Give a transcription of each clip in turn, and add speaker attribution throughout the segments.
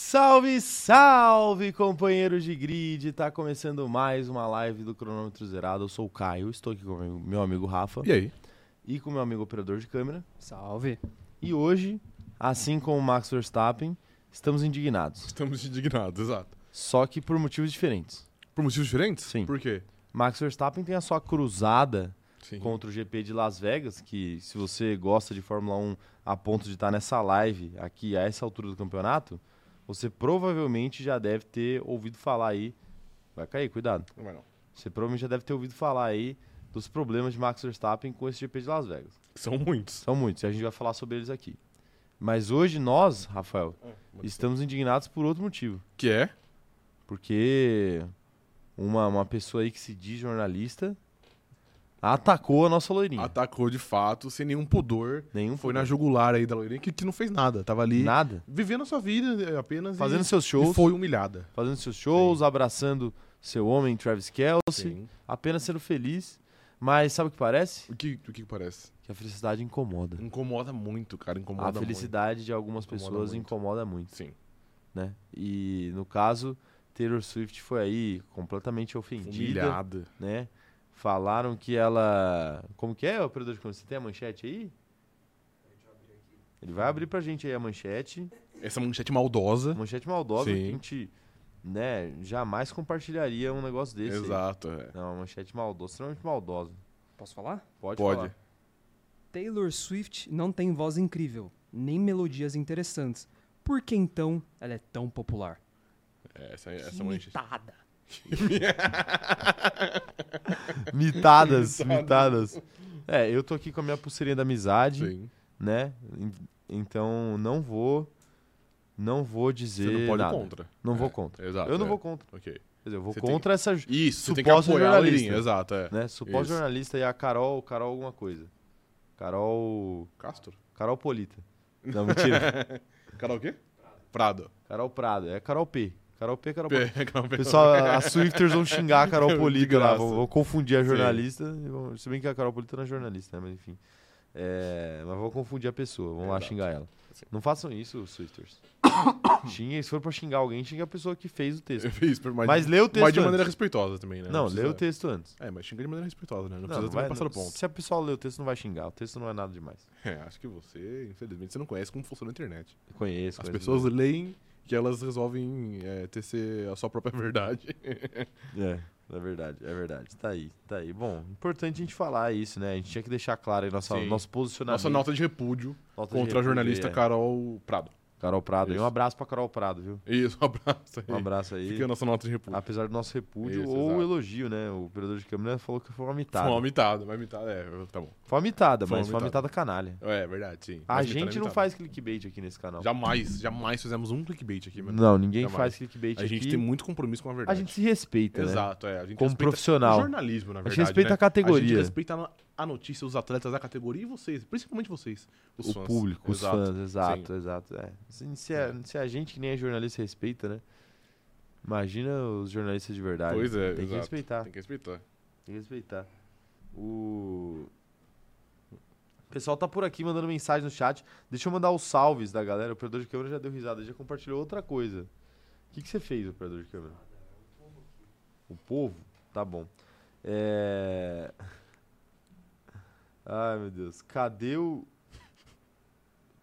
Speaker 1: Salve, salve, companheiros de grid! Tá começando mais uma live do Cronômetro Zerado. Eu sou o Caio, estou aqui com o meu- meu amigo Rafa
Speaker 2: E aí?
Speaker 1: e com o meu amigo operador de câmera.
Speaker 3: Salve.
Speaker 1: E hoje, assim como o Max Verstappen, estamos indignados.
Speaker 2: Estamos indignados, exato.
Speaker 1: Só que por motivos diferentes.
Speaker 2: Por motivos diferentes?
Speaker 1: Sim.
Speaker 2: Por quê?
Speaker 1: Max Verstappen tem a sua cruzada
Speaker 2: Sim.
Speaker 1: contra o GP de Las Vegas, que se você gosta de Fórmula 1 a ponto de estar nessa live aqui a essa altura do campeonato, você provavelmente já deve ter ouvido falar aí. Vai cair, cuidado.
Speaker 2: Não vai não.
Speaker 1: Você provavelmente já deve ter ouvido falar aí dos problemas de Max Verstappen com esse GP de Las Vegas.
Speaker 2: São muitos.
Speaker 1: São muitos, e a gente vai falar sobre eles aqui. Mas hoje nós, Rafael,
Speaker 2: É,
Speaker 1: estamos indignados por outro motivo.
Speaker 2: Que é?
Speaker 1: Porque uma, uma pessoa aí que se diz jornalista atacou a nossa loirinha.
Speaker 2: Atacou de fato, sem nenhum pudor.
Speaker 1: Nenhum
Speaker 2: Foi na jugular aí da loirinha, que, que não fez nada. Tava ali
Speaker 1: Nada.
Speaker 2: vivendo a sua vida eh, apenas e-
Speaker 1: Fazendo seus
Speaker 2: e,
Speaker 1: shows,
Speaker 2: foi humilhada.
Speaker 1: fazendo seus shows, abraçando seu homem, Travis Kelce,
Speaker 2: Sim.
Speaker 1: apenas sendo feliz. Mas sabe o que parece?
Speaker 2: O que, o que que parece?
Speaker 1: Que a felicidade incomoda.
Speaker 2: Incomoda muito, cara. Incomoda
Speaker 1: a felicidade de algumas
Speaker 2: Incomoda
Speaker 1: pessoas
Speaker 2: muito.
Speaker 1: incomoda muito,
Speaker 2: muito. Sim.
Speaker 1: né? E no caso, Taylor Swift foi aí completamente ofendida,
Speaker 2: Humilhada.
Speaker 1: né? Falaram que ela, como que é, operador de câmera? Você tem a manchete aí? Ele vai abrir pra gente aí a manchete,
Speaker 2: Essa manchete maldosa.
Speaker 1: manchete maldosa, que a
Speaker 2: Sim.
Speaker 1: gente, né, jamais compartilharia um negócio desse. aí.
Speaker 2: Exato, é.
Speaker 1: Não, uma manchete maldosa, extremamente maldosa.
Speaker 3: Posso falar?
Speaker 1: Pode,
Speaker 2: Pode.
Speaker 1: falar.
Speaker 3: Taylor Swift não tem voz incrível, nem melodias interessantes. Por que então ela é tão popular?
Speaker 2: É, Essa,
Speaker 3: Que
Speaker 2: essa manchete.
Speaker 3: mitada.
Speaker 1: Mitadas, mitadas. É, eu tô aqui com a minha pulseirinha da amizade.
Speaker 2: Sim.
Speaker 1: né? En- Então não vou não vou dizer
Speaker 2: Você não pode
Speaker 1: nada.
Speaker 2: contra.
Speaker 1: Não vou
Speaker 2: É,
Speaker 1: contra.
Speaker 2: Exato.
Speaker 1: eu não
Speaker 2: é.
Speaker 1: vou contra.
Speaker 2: Ok.
Speaker 1: Quer dizer, eu vou
Speaker 2: Você tem
Speaker 1: contra essa ju-
Speaker 2: Isso, você tem que
Speaker 1: Suposta
Speaker 2: apoiar a
Speaker 1: jornalista.
Speaker 2: loirinha, exato, é.
Speaker 1: né, suposta
Speaker 2: isso.
Speaker 1: jornalista e a Carol, Carol alguma coisa. Carol,
Speaker 2: Castro?
Speaker 1: Carol Polita. Não, mentira.
Speaker 2: Carol o quê? Prado.
Speaker 1: Carol Prado, é Carol P. Carol P, Carol P.
Speaker 2: Carol P.
Speaker 1: Pessoal, as Swifters vão xingar a Carol
Speaker 2: De
Speaker 1: Polita lá,
Speaker 2: graça.
Speaker 1: vão, vão confundir a
Speaker 2: Sim.
Speaker 1: jornalista. e vão- Se bem que a Carol Polita não é jornalista, né? Mas enfim. É, mas vão confundir a pessoa, vão lá
Speaker 2: Exato.
Speaker 1: xingar ela.
Speaker 2: Sim.
Speaker 1: Não façam isso, Swifters. Xinguem, se for pra xingar alguém, xinga a pessoa que fez o texto.
Speaker 2: Eu fiz, mas,
Speaker 1: Mas lê o texto
Speaker 2: mas de
Speaker 1: antes.
Speaker 2: maneira respeitosa também, né?
Speaker 1: Não, lê
Speaker 2: precisa-
Speaker 1: o texto antes.
Speaker 2: É, mas xinga de maneira respeitosa, né? Não,
Speaker 1: Não,
Speaker 2: precisa
Speaker 1: não
Speaker 2: também
Speaker 1: vai-
Speaker 2: passar
Speaker 1: não-
Speaker 2: do ponto.
Speaker 1: Se a pessoa lê o texto, não vai xingar. O texto não é nada demais.
Speaker 2: É, acho que você, infelizmente, você não conhece como funciona a internet.
Speaker 1: Conheço,
Speaker 2: As né?
Speaker 1: conheço
Speaker 2: pessoas leem que elas resolvem é, tecer a sua própria verdade.
Speaker 1: É, é verdade, é verdade. Tá aí, tá aí. Bom, importante a gente falar isso, né? A gente tinha que deixar claro aí nossa,
Speaker 2: Sim.
Speaker 1: nosso posicionamento.
Speaker 2: Nossa nota de repúdio
Speaker 1: nota de
Speaker 2: contra a
Speaker 1: repúdio
Speaker 2: jornalista
Speaker 1: aí, é.
Speaker 2: Carol Prado.
Speaker 1: Carol Prado. E um
Speaker 2: Isso.
Speaker 1: abraço pra Carol Prado, viu?
Speaker 2: Isso, um abraço aí.
Speaker 1: Um abraço aí.
Speaker 2: Fica a nossa nota de repúdio.
Speaker 1: Apesar do nosso repúdio
Speaker 2: Isso,
Speaker 1: ou
Speaker 2: exato.
Speaker 1: elogio, né? O operador de câmera falou que foi uma
Speaker 2: Foi
Speaker 1: mitada.
Speaker 2: uma mitada, mas mitada é, tá bom.
Speaker 1: Foi uma mitada,
Speaker 2: Foi uma
Speaker 1: mas foi uma
Speaker 2: mitada.
Speaker 1: mitada canalha.
Speaker 2: É verdade, sim.
Speaker 1: A
Speaker 2: Mas mitada é
Speaker 1: gente não
Speaker 2: mitada.
Speaker 1: faz clickbait aqui nesse canal.
Speaker 2: Então. Jamais, jamais fizemos um clickbait aqui, mano.
Speaker 1: Não, ninguém
Speaker 2: Jamais.
Speaker 1: faz clickbait
Speaker 2: A gente
Speaker 1: aqui.
Speaker 2: tem muito compromisso com a
Speaker 1: A
Speaker 2: verdade.
Speaker 1: gente se respeita, né?
Speaker 2: Exato, é. A gente
Speaker 1: Como
Speaker 2: respeita
Speaker 1: profissional.
Speaker 2: o jornalismo, na
Speaker 1: A gente
Speaker 2: verdade.
Speaker 1: respeita
Speaker 2: né?
Speaker 1: a categoria.
Speaker 2: A gente respeita a notícia, os atletas da categoria e vocês, principalmente vocês, os
Speaker 1: o
Speaker 2: fãs.
Speaker 1: público,
Speaker 2: Exato.
Speaker 1: os fãs, exato, exato. É. Se, se é-
Speaker 2: É.
Speaker 1: se a gente que nem é jornalista respeita, né? Imagina os jornalistas de verdade.
Speaker 2: Pois é,
Speaker 1: Tem que
Speaker 2: exato.
Speaker 1: respeitar,
Speaker 2: Tem que respeitar.
Speaker 1: tem que respeitar. O... o pessoal tá por aqui mandando mensagem no chat. Deixa eu mandar os salves da galera. O operador de câmera já deu risada, já compartilhou outra coisa. O que, que você fez, operador de câmera? O povo? Tá bom. É... Ai, meu Deus. Cadê o.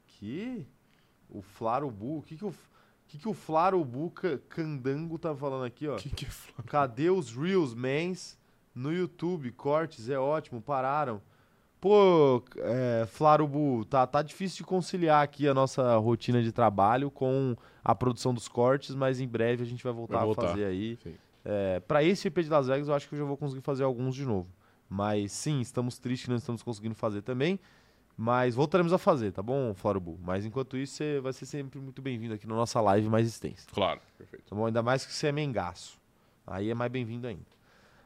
Speaker 1: Que? O Flarubu? O que, que o. O que, que o Flarubu Ca- Candango tá falando aqui, ó?
Speaker 2: O que, que é fã?
Speaker 1: Cadê os Reels Mans no YouTube? Cortes, é ótimo, pararam. Pô, é, Flarubu, tá, tá difícil de conciliar aqui a nossa rotina de trabalho com a produção dos cortes, mas em breve a gente vai voltar,
Speaker 2: Vai voltar,
Speaker 1: a fazer aí.
Speaker 2: sim.
Speaker 1: É, para esse GP de Las Vegas, eu acho que eu já vou conseguir fazer alguns de novo. Mas sim, estamos tristes que não estamos conseguindo fazer também. Mas voltaremos a fazer, tá bom, Flarubu? Mas enquanto isso, você vai ser sempre muito bem-vindo aqui na nossa live mais extensa.
Speaker 2: Claro, perfeito.
Speaker 1: Tá bom? Ainda mais que você é mengaço. Aí é mais bem-vindo ainda.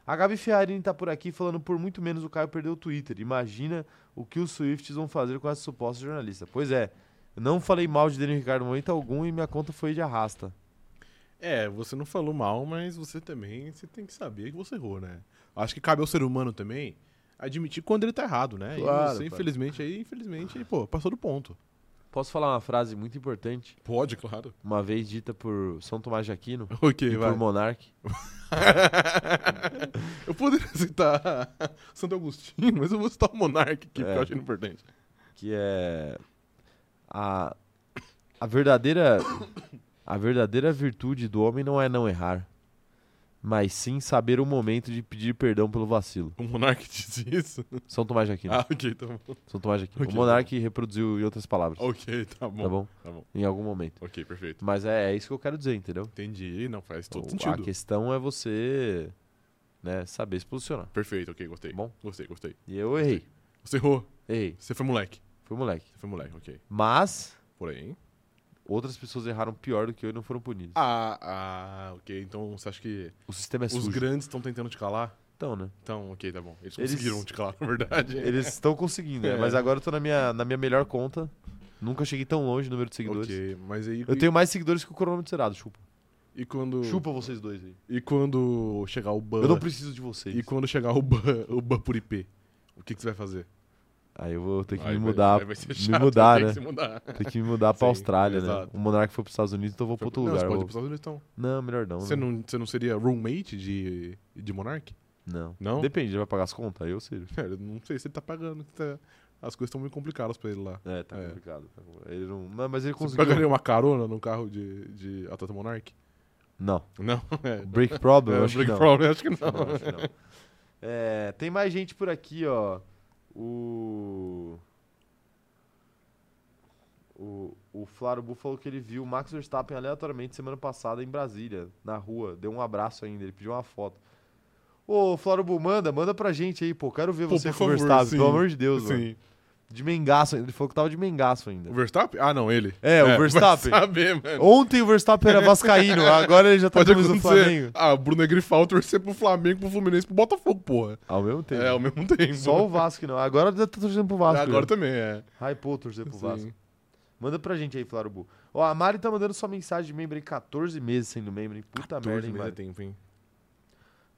Speaker 1: A Gabi Fiarini tá por aqui falando por muito menos o Caio perdeu o Twitter. Imagina o que os Swifts vão fazer com essa suposta jornalista. Pois é, eu não falei mal de Daniel Ricardo em momento algum e minha conta foi de arrasta.
Speaker 2: É, você não falou mal, mas você também você tem que saber que você errou, né? Acho que cabe ao ser humano também admitir quando ele tá errado, né?
Speaker 1: Claro,
Speaker 2: e você,
Speaker 1: cara.
Speaker 2: infelizmente, aí, infelizmente, aí, pô, passou do ponto.
Speaker 1: Posso falar uma frase muito importante?
Speaker 2: Pode, claro.
Speaker 1: Uma vez dita por São Tomás de Aquino
Speaker 2: Ok,
Speaker 1: e
Speaker 2: vai.
Speaker 1: por Monark.
Speaker 2: eu poderia citar Santo Agostinho, mas eu vou citar o Monark aqui,
Speaker 1: É.
Speaker 2: porque eu achei ele importante.
Speaker 1: que é a, a verdadeira a verdadeira virtude do homem não é não errar, mas sim saber o momento de pedir perdão pelo vacilo.
Speaker 2: O Monark diz isso?
Speaker 1: São Tomás de Aquino.
Speaker 2: Ah, ok, tá bom.
Speaker 1: São Tomás de Aquino.
Speaker 2: ok.
Speaker 1: O monarca reproduziu em outras palavras,
Speaker 2: Ok, tá bom.
Speaker 1: tá bom?
Speaker 2: Tá bom.
Speaker 1: Em algum momento.
Speaker 2: Ok, perfeito.
Speaker 1: Mas é, é isso que eu quero dizer, entendeu?
Speaker 2: Entendi, não faz todo
Speaker 1: O- A
Speaker 2: sentido.
Speaker 1: questão é você né, saber se posicionar.
Speaker 2: Perfeito, ok, gostei.
Speaker 1: Tá bom?
Speaker 2: Gostei, gostei.
Speaker 1: E eu errei.
Speaker 2: Você errou.
Speaker 1: Errei.
Speaker 2: Você foi moleque.
Speaker 1: Fui moleque.
Speaker 2: Você foi moleque, ok.
Speaker 1: Mas
Speaker 2: Porém.
Speaker 1: outras pessoas erraram pior do que eu e não foram punidas.
Speaker 2: Ah, ah, ok. Então você acha que
Speaker 1: O sistema é
Speaker 2: os
Speaker 1: sujo.
Speaker 2: grandes estão tentando te calar?
Speaker 1: Então, né?
Speaker 2: Então, ok, tá bom. Eles
Speaker 1: Eles-
Speaker 2: conseguiram te calar, na verdade.
Speaker 1: Eles estão conseguindo, né?
Speaker 2: É.
Speaker 1: Mas agora eu tô na minha, na minha melhor conta. Nunca cheguei tão longe no número de seguidores.
Speaker 2: Ok, mas aí.
Speaker 1: Eu tenho mais seguidores que o cronômetro zerado, chupa.
Speaker 2: E quando.
Speaker 1: Chupa vocês dois aí.
Speaker 2: E quando chegar o ban.
Speaker 1: Eu não preciso de vocês.
Speaker 2: Hum. E quando chegar o ban, o ban por IP, o que, que você vai fazer?
Speaker 1: Aí eu vou ter que
Speaker 2: Aí
Speaker 1: me
Speaker 2: vai-
Speaker 1: mudar.
Speaker 2: aí vai ser
Speaker 1: me
Speaker 2: chato,
Speaker 1: mudar,
Speaker 2: vai ter
Speaker 1: né?
Speaker 2: que se mudar.
Speaker 1: Tem que me mudar pra
Speaker 2: Sim,
Speaker 1: Austrália, né?
Speaker 2: exato.
Speaker 1: O Monarca foi pros Estados Unidos, então eu vou pra outro
Speaker 2: não,
Speaker 1: lugar.
Speaker 2: Você
Speaker 1: eu
Speaker 2: pode ir
Speaker 1: vou-
Speaker 2: pros Estados Unidos, então.
Speaker 1: Não, melhor não.
Speaker 2: Você
Speaker 1: né?
Speaker 2: não, você não seria roommate de, de Monark?
Speaker 1: Não.
Speaker 2: Não?
Speaker 1: Depende, ele vai pagar as contas? Aí eu sei.
Speaker 2: Cara, eu não sei se ele tá pagando. que tá- As coisas estão muito complicadas pra ele lá.
Speaker 1: É, tá
Speaker 2: É.
Speaker 1: complicado. tá complicado. Ele não... não, Mas ele
Speaker 2: Você
Speaker 1: conseguiu.
Speaker 2: pagaria uma carona num carro de, de Atata Monark?
Speaker 1: Não.
Speaker 2: Não, é.
Speaker 1: Break problem?
Speaker 2: é,
Speaker 1: eu acho
Speaker 2: break
Speaker 1: que não.
Speaker 2: problem, acho que
Speaker 1: Acho que não,
Speaker 2: não.
Speaker 1: acho que não. É, tem mais gente por aqui, ó. O. O, o Flávio Bu falou que ele viu o Max Verstappen aleatoriamente semana passada em Brasília, na rua. Deu um abraço ainda, ele pediu uma foto. Ô, Flávio Bu, manda, manda pra gente aí, pô. Quero ver
Speaker 2: Pô,
Speaker 1: você
Speaker 2: por
Speaker 1: com o
Speaker 2: favor,
Speaker 1: Verstappen,
Speaker 2: sim,
Speaker 1: pelo amor de Deus, mano.
Speaker 2: Sim.
Speaker 1: De mengaço ainda, ele falou que tava de mengaço ainda.
Speaker 2: O Verstappen? Ah, não, ele.
Speaker 1: É, o
Speaker 2: vai
Speaker 1: Verstappen.
Speaker 2: saber, mano.
Speaker 1: Ontem o Verstappen era vascaíno, agora ele já tá com
Speaker 2: Pode
Speaker 1: a camisa do
Speaker 2: acontecer.
Speaker 1: Flamengo.
Speaker 2: Ah, o Bruno é grifal, torcer pro Flamengo, pro Fluminense, pro Botafogo, porra.
Speaker 1: Ao mesmo tempo.
Speaker 2: É, ao mesmo tempo.
Speaker 1: Só o Vasco não. Agora tá torcendo pro Vasco.
Speaker 2: Agora também, é.
Speaker 1: Hypou torcer pro
Speaker 2: Sim.
Speaker 1: Vasco. Manda pra gente aí, Flarubu. Ó, a Mari tá mandando sua mensagem de membro aí, 14 meses sendo membro, hein? Puta merda,
Speaker 2: 14
Speaker 1: hein,
Speaker 2: meses é
Speaker 1: Mari?
Speaker 2: tempo, hein?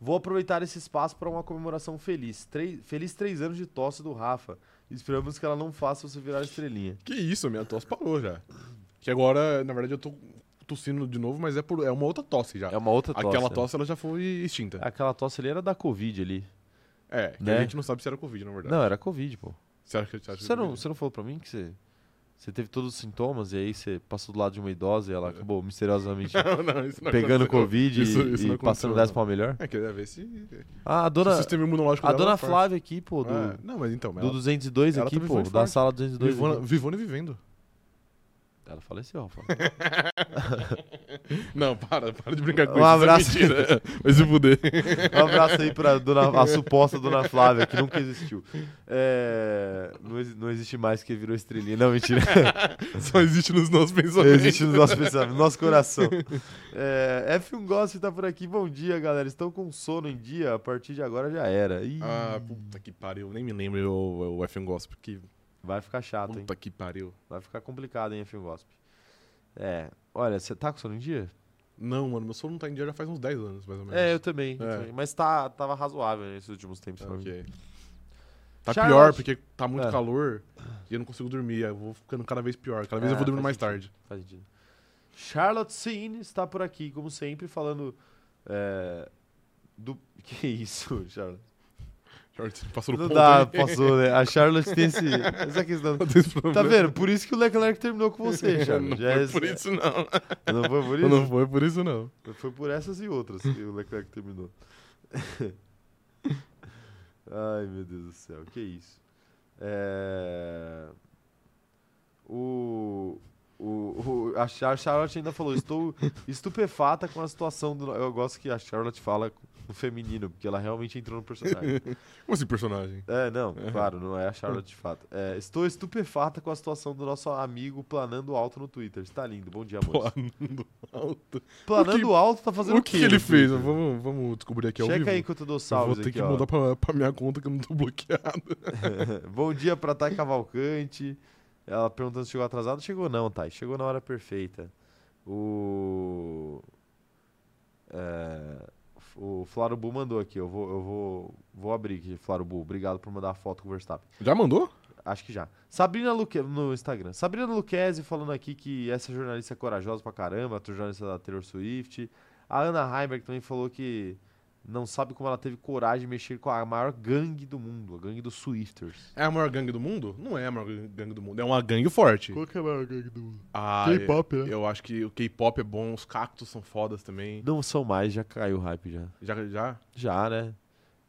Speaker 1: Vou aproveitar esse espaço pra uma comemoração feliz. Três, feliz três anos de tosse do Rafa. Esperamos que ela não faça você virar estrelinha.
Speaker 2: Que isso, minha tosse parou já. Que agora, na verdade, eu tô tossindo de novo, mas é, por, é uma outra tosse já.
Speaker 1: É uma outra tosse.
Speaker 2: Aquela
Speaker 1: né?
Speaker 2: tosse, ela já foi extinta.
Speaker 1: Aquela tosse ali era da Covid ali.
Speaker 2: É, que
Speaker 1: Né?
Speaker 2: a gente não sabe se era Covid, na verdade.
Speaker 1: Não, era Covid, pô.
Speaker 2: Será que, será que
Speaker 1: Você não,
Speaker 2: Covid?
Speaker 1: você não falou pra mim que você. Você teve todos os sintomas e aí você passou do lado de uma idosa e ela acabou misteriosamente
Speaker 2: Não, não, isso não
Speaker 1: pegando
Speaker 2: aconteceu.
Speaker 1: Covid e-
Speaker 2: Isso- isso
Speaker 1: e,
Speaker 2: não
Speaker 1: passando
Speaker 2: aconteceu,
Speaker 1: 10
Speaker 2: não.
Speaker 1: pra melhor?
Speaker 2: É, queria ver se, se
Speaker 1: Ah, a
Speaker 2: o
Speaker 1: dona,
Speaker 2: sistema imunológico
Speaker 1: a
Speaker 2: dela
Speaker 1: dona
Speaker 2: é forte.
Speaker 1: Flávia aqui, pô, do,
Speaker 2: É, não, mas então,
Speaker 1: Do
Speaker 2: ela
Speaker 1: 202
Speaker 2: ela
Speaker 1: aqui,
Speaker 2: também
Speaker 1: pô,
Speaker 2: foi
Speaker 1: da
Speaker 2: forte.
Speaker 1: sala 202.
Speaker 2: vivona,
Speaker 1: aqui.
Speaker 2: vivona e vivendo.
Speaker 1: Ela faleceu, Rafa.
Speaker 2: Não, para, para de brincar com
Speaker 1: Um
Speaker 2: isso.
Speaker 1: abraço.
Speaker 2: Isso é mentira. Vai se fuder.
Speaker 1: um abraço aí pra dona, a suposta dona Flávia, que nunca existiu. É, não, exi- não existe mais que virou estrelinha. Não, mentira.
Speaker 2: Só existe nos nossos pensamentos.
Speaker 1: existe no nosso pensamento, no nosso coração. É, F1 Gossip tá por aqui. Bom dia, galera. Estão com sono em dia? A partir de agora já era. Ih,
Speaker 2: Ah, puta que pariu. Nem me lembro o, o F1 Gossip. Que
Speaker 1: vai ficar chato, hein?
Speaker 2: puta que pariu.
Speaker 1: Vai ficar complicado, hein, F1 Gossip. É, olha, você tá com sono em dia?
Speaker 2: Não, mano, meu sono não tá em dia já faz uns 10 anos, mais ou menos.
Speaker 1: É, eu também. eu
Speaker 2: É.
Speaker 1: também. Mas tá, tava razoável nesses últimos tempos. pra mim.
Speaker 2: Ok. Tá
Speaker 1: Charlotte.
Speaker 2: pior, porque tá muito
Speaker 1: É.
Speaker 2: calor e eu não consigo dormir. aí Eu vou ficando cada vez pior. Cada vez
Speaker 1: É,
Speaker 2: eu vou dormindo mais
Speaker 1: faz
Speaker 2: tarde.
Speaker 1: Faz sentido. Charlotte Sin está por aqui, como sempre, falando é, do. Que isso, Charlotte?
Speaker 2: Charlotte, você Passou no
Speaker 1: Não
Speaker 2: ponto.
Speaker 1: dá,
Speaker 2: aí.
Speaker 1: passou, né? A Charlotte tem esse, essa questão.
Speaker 2: Não tem esse
Speaker 1: Tá
Speaker 2: problema.
Speaker 1: vendo? Por isso que o Leclerc terminou com você, Charlotte.
Speaker 2: Não
Speaker 1: Já é-
Speaker 2: foi por isso, não.
Speaker 1: Não foi por isso?
Speaker 2: Não foi por isso, não.
Speaker 1: Foi por essas e outras que o Leclerc terminou. Ai, meu Deus do céu, que isso. É... O, o, o- a Char- Charlotte ainda falou: Estou estupefata com a situação do. Eu gosto que a Charlotte fala no feminino, porque ela realmente entrou no personagem.
Speaker 2: Como assim, personagem?
Speaker 1: É, não, claro, não é a Charlotte de fato. É, estou estupefata com a situação do nosso amigo planando alto no Twitter. Está lindo, bom dia, amor.
Speaker 2: Planando alto.
Speaker 1: Planando alto tá fazendo o,
Speaker 2: o que,
Speaker 1: quê
Speaker 2: que ele
Speaker 1: no Twitter?
Speaker 2: fez? Vamos, vamos descobrir aqui é ao
Speaker 1: Checa
Speaker 2: vivo.
Speaker 1: aí que eu te dou
Speaker 2: eu vou
Speaker 1: salve
Speaker 2: ter
Speaker 1: aqui,
Speaker 2: que
Speaker 1: ó.
Speaker 2: mudar pra, pra minha conta que eu não tô bloqueado. um
Speaker 1: Bom dia pra Thay Cavalcante. Ela perguntando se chegou atrasado. Chegou não, Thay. Chegou na hora perfeita. O... É... O Flarubu mandou aqui. Eu vou, eu vou, vou abrir aqui, Flarubu. Obrigado por mandar a foto com o Verstappen.
Speaker 2: Já mandou?
Speaker 1: Acho que já. Sabrina Luque... no Instagram. Sabrina Luquezzi falando aqui que essa jornalista é corajosa pra caramba, a jornalista da Taylor Swift. A Ana Heimberg também falou que não sabe como ela teve coragem de mexer com a maior gangue do mundo, a gangue dos Swifters.
Speaker 2: É a maior gangue do mundo? Não é a maior gan- gangue do mundo. É uma gangue forte.
Speaker 4: Qual que é a maior gangue do mundo?
Speaker 2: Ah,
Speaker 4: K-pop, né?
Speaker 2: Eu acho que o K-pop é bom, os cactos são fodas também.
Speaker 1: Não são mais, já caiu o hype já.
Speaker 2: Já, já?
Speaker 1: Já, né?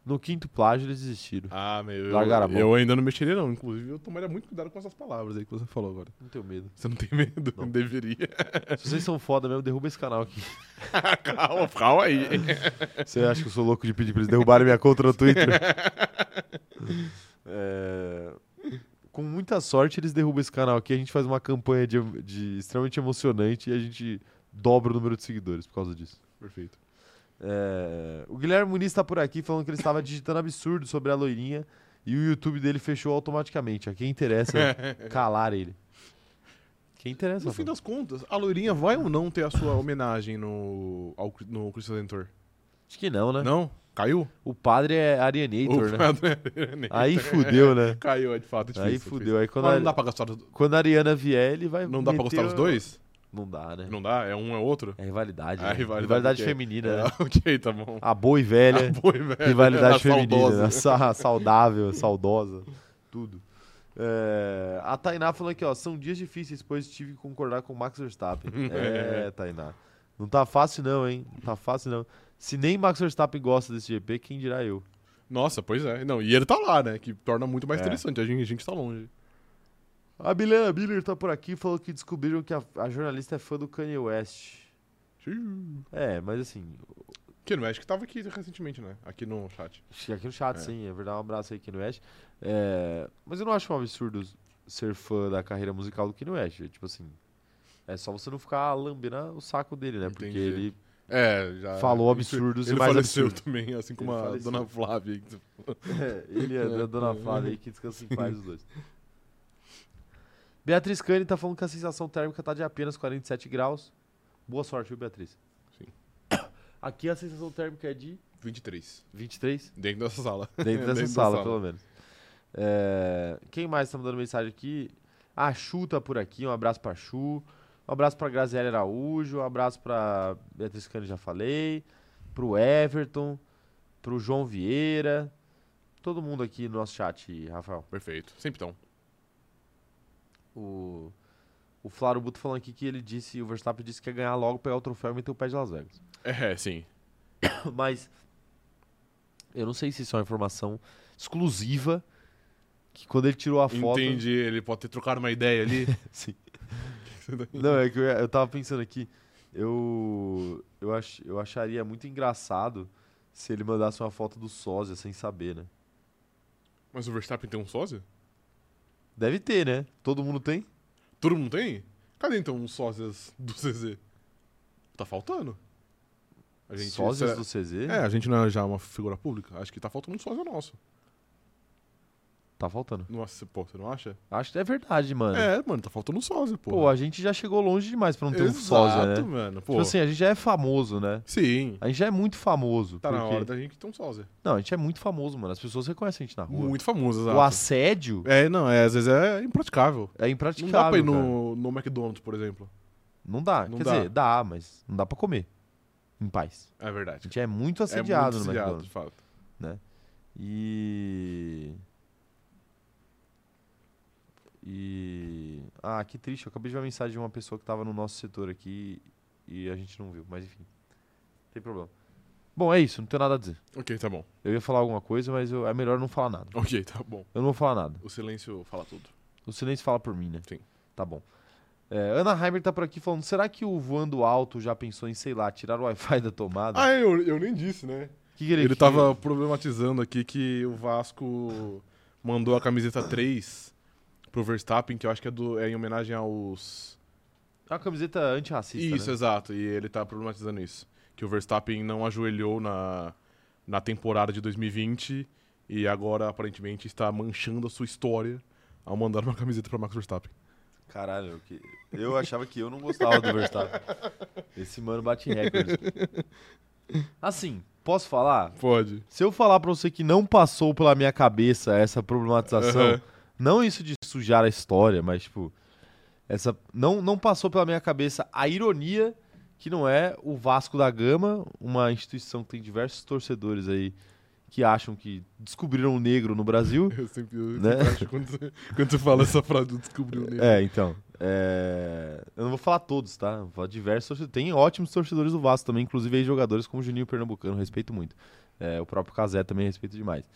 Speaker 1: No quinto plágio eles desistiram.
Speaker 2: Ah, meu. Eu,
Speaker 1: Largaram a mão.
Speaker 2: eu ainda não mexeria, não. Inclusive, eu tomaria muito cuidado com essas palavras aí que você falou agora.
Speaker 1: Não tenho medo.
Speaker 2: Você não tem medo?
Speaker 1: Não.
Speaker 2: Deveria.
Speaker 1: Se vocês são foda mesmo, derruba esse canal aqui.
Speaker 2: calma, calma aí.
Speaker 1: É. Você acha que eu sou louco de pedir pra eles derrubarem minha conta no Twitter? É, Com muita sorte, eles derrubam esse canal aqui. A gente faz uma campanha de, de extremamente emocionante e a gente dobra o número de seguidores por causa disso.
Speaker 2: Perfeito.
Speaker 1: É, O Guilherme Muniz está por aqui falando que ele estava digitando absurdo sobre a loirinha e o YouTube dele fechou automaticamente. A quem interessa é calar ele. Quem interessa?
Speaker 2: No fim
Speaker 1: pô.
Speaker 2: das contas, a loirinha vai ou não ter a sua homenagem no, ao, Cri- no Cristo Redentor?
Speaker 1: Acho que não, né?
Speaker 2: Não? Caiu?
Speaker 1: O padre é Arianator, né?
Speaker 2: né?
Speaker 1: Aí fudeu, né?
Speaker 2: Caiu, é de fato. é
Speaker 1: Aí
Speaker 2: difícil, é
Speaker 1: fudeu. Aí
Speaker 2: difícil.
Speaker 1: quando,
Speaker 2: Mas
Speaker 1: a- É
Speaker 2: não dá pra gostar, do-
Speaker 1: quando a Ariana vier, ele vai.
Speaker 2: não dá pra
Speaker 1: meter
Speaker 2: gostar dos
Speaker 1: o-
Speaker 2: dois?
Speaker 1: Não dá, né?
Speaker 2: Não dá? É um, é outro?
Speaker 1: É rivalidade.
Speaker 2: Ah,
Speaker 1: né?
Speaker 2: rivalidade
Speaker 1: rivalidade.
Speaker 2: que é-
Speaker 1: feminina, né?
Speaker 2: Ah, ok, tá bom.
Speaker 1: A boa e velha.
Speaker 2: Ah, boi, velho.
Speaker 1: rivalidade
Speaker 2: A
Speaker 1: feminina.
Speaker 2: saudosa.
Speaker 1: né? Sa- saudável, saudosa. Tudo. É, a Tainá falando aqui, ó. São dias difíceis, pois tive que concordar com o Max Verstappen. é, Tainá. Não tá fácil, não, hein? Não tá fácil, não. Se nem Max Verstappen gosta desse GP, quem dirá eu?
Speaker 2: Nossa, pois é. Não, e ele tá lá, né? Que torna muito mais
Speaker 1: É.
Speaker 2: interessante. A gente, a gente tá longe.
Speaker 1: A Milena Miller tá por aqui falou que descobriram que a, a jornalista é fã do Kanye West. É, mas assim,
Speaker 2: Que não é, acho que tava aqui recentemente, né? Aqui no chat.
Speaker 1: Acho que Aqui no chat,
Speaker 2: É.
Speaker 1: sim. É verdade, um abraço aí, Kanye West. É, mas eu não acho um absurdo ser fã da carreira musical do Kanye West. é Tipo assim, é só você não ficar lambendo o saco dele, né? Porque
Speaker 2: Entendi.
Speaker 1: ele...
Speaker 2: É, já.
Speaker 1: Falou absurdos e
Speaker 2: ele
Speaker 1: mais
Speaker 2: faleceu
Speaker 1: absurdos.
Speaker 2: também, assim como
Speaker 1: Ele
Speaker 2: a
Speaker 1: faleceu.
Speaker 2: dona Flávia. que-
Speaker 1: É, ele é da dona Flávia aí que descansa em paz os dois. Beatriz Cane tá falando que a sensação térmica tá de apenas 47 graus. Boa sorte, viu, Beatriz?
Speaker 2: Sim.
Speaker 1: Aqui a sensação térmica é de
Speaker 2: 23.
Speaker 1: 23.
Speaker 2: Dentro dessa sala.
Speaker 1: Dentro dessa
Speaker 2: Dentro da
Speaker 1: sala,
Speaker 2: sala.
Speaker 1: pelo menos. É, quem mais tá mandando mensagem aqui? A Chu tá por aqui, um abraço pra Chu. Um abraço pra Graziela Araújo, um abraço pra Beatriz Cano, já falei. Pro Everton, pro João Vieira. Todo mundo aqui no nosso chat, Rafael.
Speaker 2: Perfeito. Sempre tão.
Speaker 1: O, o Flávio Buto falando aqui que ele disse, o Verstappen disse que ia ganhar logo, pegar o troféu e meter o pé de Las Vegas.
Speaker 2: É, sim.
Speaker 1: Mas eu não sei se isso é uma informação exclusiva. Que quando ele tirou a foto.
Speaker 2: Entendi. Ele pode ter trocado uma ideia ali.
Speaker 1: Sim. Não, é que eu, ia- eu tava pensando aqui. Eu, eu, ach, eu acharia muito engraçado se ele mandasse uma foto do sósia sem saber, né?
Speaker 2: Mas o Verstappen tem um sósia?
Speaker 1: Deve ter, né? Todo mundo tem?
Speaker 2: Todo mundo tem? Cadê então os sósias do CZ? Tá faltando. A gente,
Speaker 1: Sósias
Speaker 2: será-
Speaker 1: do CZ?
Speaker 2: É, a gente não é já uma figura pública. Acho que tá faltando um sósia nosso.
Speaker 1: Tá faltando.
Speaker 2: Nossa, pô, você não acha?
Speaker 1: Acho que é verdade, mano.
Speaker 2: É, mano, tá faltando um sósia, pô.
Speaker 1: Pô, a gente já chegou longe demais pra não ter um
Speaker 2: Exato,
Speaker 1: sósia, né?
Speaker 2: mano. Pô.
Speaker 1: Tipo assim, a gente já é famoso, né?
Speaker 2: Sim.
Speaker 1: A gente já é muito famoso.
Speaker 2: Tá na
Speaker 1: porque-
Speaker 2: hora da gente ter um sósia.
Speaker 1: Não, a gente é muito famoso, mano. As pessoas reconhecem a gente na rua.
Speaker 2: Muito famoso,
Speaker 1: Tá O
Speaker 2: exato.
Speaker 1: assédio
Speaker 2: É, não, é, às vezes é impraticável.
Speaker 1: é
Speaker 2: Não
Speaker 1: impraticável.
Speaker 2: dá pra ir
Speaker 1: cara.
Speaker 2: no, no McDonald's, por exemplo.
Speaker 1: Não dá.
Speaker 2: Não
Speaker 1: Quer
Speaker 2: dá.
Speaker 1: dizer, dá, mas não dá pra comer. Em paz.
Speaker 2: É
Speaker 1: A
Speaker 2: verdade.
Speaker 1: gente é muito
Speaker 2: É muito
Speaker 1: assediado no
Speaker 2: assediado,
Speaker 1: McDonald's.
Speaker 2: de fato.
Speaker 1: E. E. Ah, que triste. Eu acabei de ver uma mensagem de uma pessoa que tava no nosso setor aqui e a gente não viu, mas enfim. Não tem problema. Bom, é isso, não tenho nada a dizer.
Speaker 2: Ok, tá bom.
Speaker 1: Eu ia falar alguma coisa, mas eu- é melhor não falar nada.
Speaker 2: Ok, tá bom.
Speaker 1: Eu não vou falar nada.
Speaker 2: O silêncio fala tudo.
Speaker 1: O silêncio fala por mim, né?
Speaker 2: Sim.
Speaker 1: Tá bom. É, Ana Heimer tá por aqui falando: será que o voando alto já pensou em, sei lá, tirar o Wi-Fi da tomada?
Speaker 2: Ah, eu, eu nem disse, né?
Speaker 1: que que ele,
Speaker 2: Ele
Speaker 1: que-
Speaker 2: tava problematizando aqui que o Vasco mandou a camiseta 3 pro Verstappen, que eu acho que é, do, é em homenagem aos.
Speaker 1: É uma camiseta antirracista.
Speaker 2: isso,
Speaker 1: né?
Speaker 2: exato. E ele tá problematizando isso. Que o Verstappen não ajoelhou na, na temporada de 2020 e agora aparentemente está manchando a sua história ao mandar uma camiseta pra Max Verstappen.
Speaker 1: Caralho, eu, que... eu achava que eu não gostava do Verstappen. Esse mano bate recordes. Assim, posso falar?
Speaker 2: Pode.
Speaker 1: Se eu falar pra você que não passou pela minha cabeça essa problematização,
Speaker 2: Aham.
Speaker 1: Não isso de sujar a história, mas, tipo, essa não, não passou pela minha cabeça a ironia que não é o Vasco da Gama, uma instituição que tem diversos torcedores aí que acham que descobriram o negro no Brasil.
Speaker 2: Eu sempre, eu
Speaker 1: Né?
Speaker 2: sempre acho quando, você- quando você fala essa frase do descobriu nele.
Speaker 1: É, então. é, Eu não vou falar todos, tá? Vou falar diversos torcedores. Tem ótimos torcedores do Vasco também, inclusive aí jogadores como o Juninho Pernambucano, respeito muito. É, o próprio Casé também respeito demais.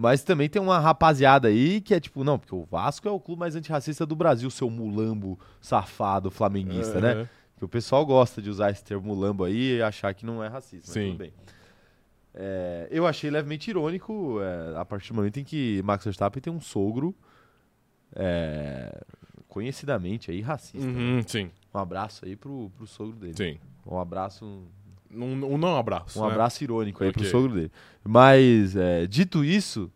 Speaker 1: Mas também tem uma rapaziada aí que é tipo, não, porque o Vasco é o clube mais antirracista do Brasil, seu mulambo safado flamenguista, né?
Speaker 2: Aham.
Speaker 1: Que o pessoal gosta de usar esse termo mulambo aí e achar que não é racismo. mas
Speaker 2: Sim.
Speaker 1: tudo bem. É, eu achei levemente irônico é, a partir do momento em que Max Verstappen tem um sogro é, conhecidamente aí racista.
Speaker 2: Uhum, sim,
Speaker 1: Um abraço aí pro, pro sogro dele.
Speaker 2: sim.
Speaker 1: Um abraço, um
Speaker 2: Um, um não abraço. né?
Speaker 1: abraço irônico aí pro
Speaker 2: Ok.
Speaker 1: sogro dele. Mas é, dito isso,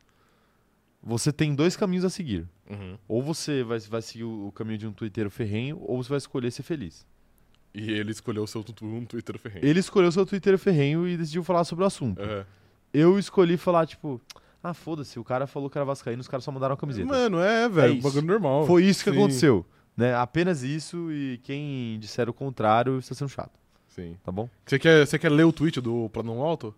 Speaker 1: você tem dois caminhos a seguir.
Speaker 2: Uhum.
Speaker 1: Ou você vai, vai seguir o o caminho de um twitteiro ferrenho, ou você vai escolher ser feliz.
Speaker 2: E ele escolheu o seu tutu, um Twitter ferrenho.
Speaker 1: Ele escolheu seu Twitter ferrenho e decidiu falar sobre o assunto.
Speaker 2: Aham.
Speaker 1: Eu escolhi falar, tipo, ah, foda-se, o cara falou que era vascaíno, os caras só mandaram a camiseta.
Speaker 2: Mano, é,
Speaker 1: É
Speaker 2: velho.
Speaker 1: isso.
Speaker 2: bagulho normal.
Speaker 1: Foi isso que
Speaker 2: Sim.
Speaker 1: aconteceu, né? Apenas isso e quem disser o contrário está sendo chato,
Speaker 2: Sim.
Speaker 1: tá bom?
Speaker 2: Você quer, você quer ler o tweet do Planão Alto?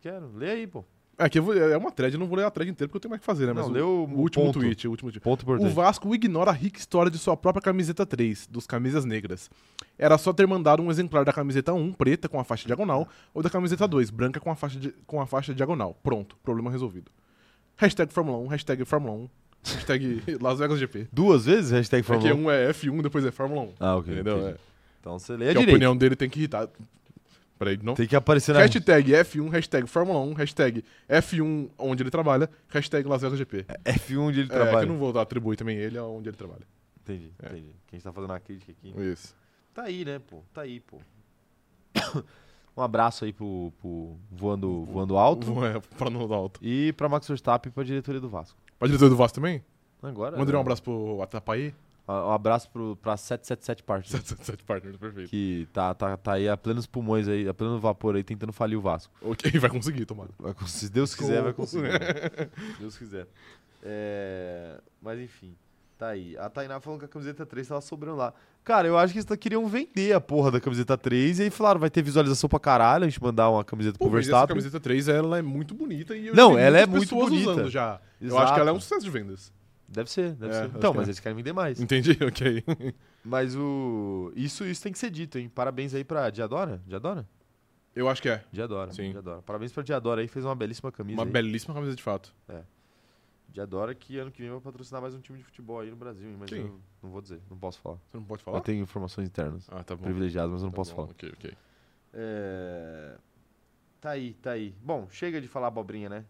Speaker 1: Quero, lê aí, pô.
Speaker 2: É que eu vou- é uma thread, eu não vou ler a thread inteira porque eu tenho mais o que fazer, né?
Speaker 1: Não,
Speaker 2: Mas
Speaker 1: lê o-
Speaker 2: o,
Speaker 1: o
Speaker 2: último
Speaker 1: ponto.
Speaker 2: tweet, o último tweet.
Speaker 1: Ponto
Speaker 2: O
Speaker 1: importante.
Speaker 2: Vasco ignora a rica história de sua própria camiseta 3, dos camisas negras. Era só ter mandado um exemplar da camiseta 1, preta, com a faixa diagonal, ou da camiseta 2, branca, com a faixa, di- com a faixa diagonal. Pronto, problema resolvido. Hashtag Fórmula 1, hashtag Fórmula 1, hashtag Las Vegas GP.
Speaker 1: Duas vezes hashtag
Speaker 2: Porque
Speaker 1: Fórmula 1.
Speaker 2: um é F1, depois é Fórmula 1.
Speaker 1: Ah, ok.
Speaker 2: Entendeu?
Speaker 1: entendi.
Speaker 2: É.
Speaker 1: Então você lê a
Speaker 2: Que a
Speaker 1: direita.
Speaker 2: opinião dele tem que irritar. Peraí, não.
Speaker 1: Tem que aparecer na...
Speaker 2: Hashtag F1, hashtag Fórmula 1, hashtag F1 onde ele trabalha, hashtag Las Vegas GP.
Speaker 1: F1 onde ele
Speaker 2: É, que eu
Speaker 1: trabalha.
Speaker 2: não vou atribuir também ele aonde ele trabalha.
Speaker 1: Entendi,
Speaker 2: É.
Speaker 1: entendi. Quem está fazendo a crítica aqui.
Speaker 2: Isso.
Speaker 1: Tá aí, né, pô? Tá aí, pô. Um abraço aí pro, pro voando, voando alto.
Speaker 2: É, pra não dar alto.
Speaker 1: E pra Max Verstappen e pra diretoria do Vasco.
Speaker 2: Pra diretor do Vasco também?
Speaker 1: Agora.
Speaker 2: Mandaria um abraço pro Atapaí.
Speaker 1: a- Um abraço pro, pra 777 Partners.
Speaker 2: 777 Partners, perfeito.
Speaker 1: que tá, tá, tá aí a plenos pulmões aí, a pleno vapor aí, tentando falir o Vasco.
Speaker 2: Ok, vai conseguir, tomara.
Speaker 1: Vai cons- Se Deus quiser, vai conseguir. Se Deus quiser. É, Mas enfim, tá aí. A Tainá falando que a camiseta 3 tava sobrando lá. Cara, eu acho que eles tá- queriam vender a porra da camiseta 3 e aí falaram, vai ter visualização pra caralho, a gente mandar uma camiseta pro
Speaker 2: Pô, mas essa
Speaker 1: Verstappen.
Speaker 2: camiseta 3, ela é muito bonita e eu
Speaker 1: Não,
Speaker 2: já vi
Speaker 1: ela é muito
Speaker 2: muitas pessoas
Speaker 1: bonita.
Speaker 2: usando já. Eu
Speaker 1: Exato.
Speaker 2: acho que ela é um sucesso de vendas.
Speaker 1: Deve ser, deve
Speaker 2: É,
Speaker 1: ser.
Speaker 2: acho
Speaker 1: Então,
Speaker 2: que
Speaker 1: mas
Speaker 2: é.
Speaker 1: eles querem vender mais.
Speaker 2: Entendi, ok.
Speaker 1: Mas o. Isso, isso tem que ser dito, hein? Parabéns aí pra Diadora? Diadora?
Speaker 2: Eu acho que é.
Speaker 1: Diadora.
Speaker 2: Sim.
Speaker 1: Diadora. Parabéns pra Diadora aí, fez uma belíssima camisa.
Speaker 2: Uma
Speaker 1: aí.
Speaker 2: belíssima camisa de fato.
Speaker 1: Diadora que ano que vem vai patrocinar mais um time de futebol aí no Brasil, hein? Mas
Speaker 2: Quem?
Speaker 1: eu não vou dizer, não posso falar.
Speaker 2: Você não pode
Speaker 1: Eu
Speaker 2: falar?
Speaker 1: tenho informações internas.
Speaker 2: Ah, tá bom.
Speaker 1: Privilegiadas, mas eu não
Speaker 2: Tá
Speaker 1: posso falar.
Speaker 2: bom, Ok, ok.
Speaker 1: É... Tá aí, tá aí. Bom, chega de falar abobrinha, né?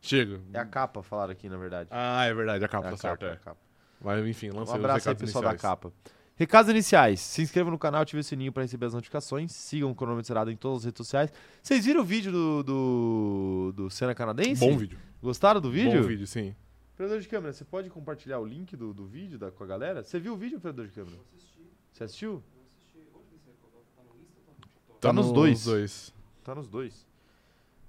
Speaker 2: Chega.
Speaker 1: É a capa, falaram aqui, na verdade.
Speaker 2: Ah, é verdade, Hum.
Speaker 1: É
Speaker 2: a capa
Speaker 1: a
Speaker 2: tá
Speaker 1: capa,
Speaker 2: certa.
Speaker 1: é a
Speaker 2: é.
Speaker 1: capa.
Speaker 2: Mas enfim,
Speaker 1: Um
Speaker 2: lança aí os
Speaker 1: abraço aí,
Speaker 2: recados
Speaker 1: pessoal da
Speaker 2: iniciais.
Speaker 1: capa. Recados iniciais. Se inscreva no canal, ative o sininho para receber as notificações. Sigam o Cronômetro Zerado em todas as redes sociais. Vocês viram o vídeo do, do, do Cena Canadense?
Speaker 2: Bom vídeo.
Speaker 1: Gostaram do vídeo?
Speaker 2: Bom vídeo, sim.
Speaker 1: Operador de câmera, você pode compartilhar o link do, do vídeo da, com a galera? Você viu o vídeo, operador de câmera? Você assistiu? Tá nos dois. Tá nos dois.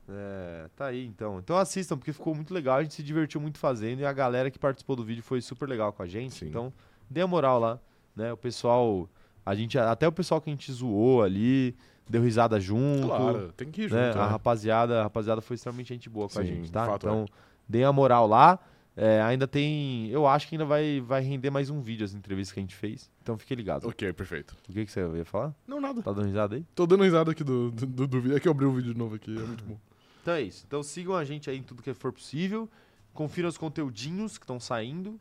Speaker 1: É, tá aí então. Então assistam, porque ficou muito legal. A gente se divertiu muito fazendo e a galera que participou do vídeo foi super legal com a gente.
Speaker 2: Sim.
Speaker 1: Então, dê a moral lá, né? O pessoal. A gente, até o pessoal que a gente zoou ali, deu risada junto.
Speaker 2: Claro, tem que ir junto.
Speaker 1: né? A
Speaker 2: né?
Speaker 1: rapaziada, a rapaziada foi extremamente gente boa com a
Speaker 2: Sim,
Speaker 1: gente,
Speaker 2: de
Speaker 1: tá?
Speaker 2: fato, é.
Speaker 1: então, deem a moral lá. É, ainda tem. Eu acho que ainda vai, vai render mais um vídeo as entrevistas que a gente fez. Então fique ligado.
Speaker 2: Ok, perfeito.
Speaker 1: O que, que você ia falar?
Speaker 2: Não, nada.
Speaker 1: Tá dando risada aí?
Speaker 2: Tô dando risada aqui do, do, do, do vídeo. É que eu abri o vídeo de novo aqui, é muito bom.
Speaker 1: Então é isso. Então sigam a gente aí em tudo que for possível. Confiram os conteúdinhos que estão saindo.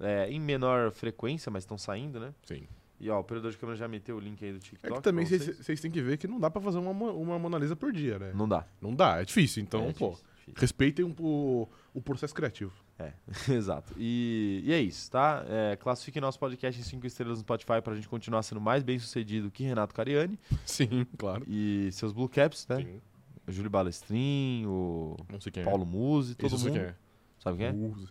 Speaker 1: é, em menor frequência, mas estão saindo, né?
Speaker 2: Sim.
Speaker 1: E ó, o operador de câmera já meteu o link aí do
Speaker 2: É
Speaker 1: TikTok.
Speaker 2: que também
Speaker 1: pra vocês.
Speaker 2: vocês têm que ver que não dá pra fazer uma, Mo- uma Mona Lisa por dia, né?
Speaker 1: Não dá.
Speaker 2: Não dá, é difícil. Então,
Speaker 1: É
Speaker 2: pô,
Speaker 1: difícil, difícil.
Speaker 2: respeitem um po- o processo criativo.
Speaker 1: Exato. E, e é isso, tá? É, classifique nosso podcast em 5 estrelas no Spotify pra gente continuar sendo mais bem sucedido que Renato Cariani
Speaker 2: Sim, claro.
Speaker 1: e seus Blue Caps, né?
Speaker 2: Sim.
Speaker 1: O Júlio Balestrin, o
Speaker 2: Não sei quem
Speaker 1: Paulo Musi,
Speaker 2: é. Isso
Speaker 1: todo
Speaker 2: eu sei
Speaker 1: mundo.
Speaker 2: quem é. Uh,
Speaker 1: Sabe quem é?
Speaker 2: Muzi.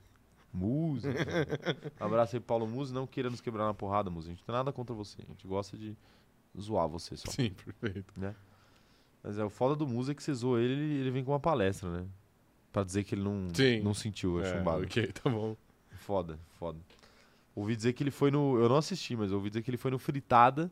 Speaker 1: Muzi. Abraço aí pro Paulo Muzi. Não queira nos quebrar na porrada, Muzi. A gente não tem nada contra você. A gente gosta de zoar você só.
Speaker 2: Sim, perfeito.
Speaker 1: Mas é, o foda do Muzi é que você zoou ele, ele- ele vem com uma palestra, né? Pra dizer que ele não,
Speaker 2: Sim.
Speaker 1: não sentiu a
Speaker 2: É,
Speaker 1: chumbada.
Speaker 2: ok, tá bom.
Speaker 1: Foda, foda. Ouvi dizer que ele foi no. Eu não assisti, mas ouvi dizer que ele foi no Fritada.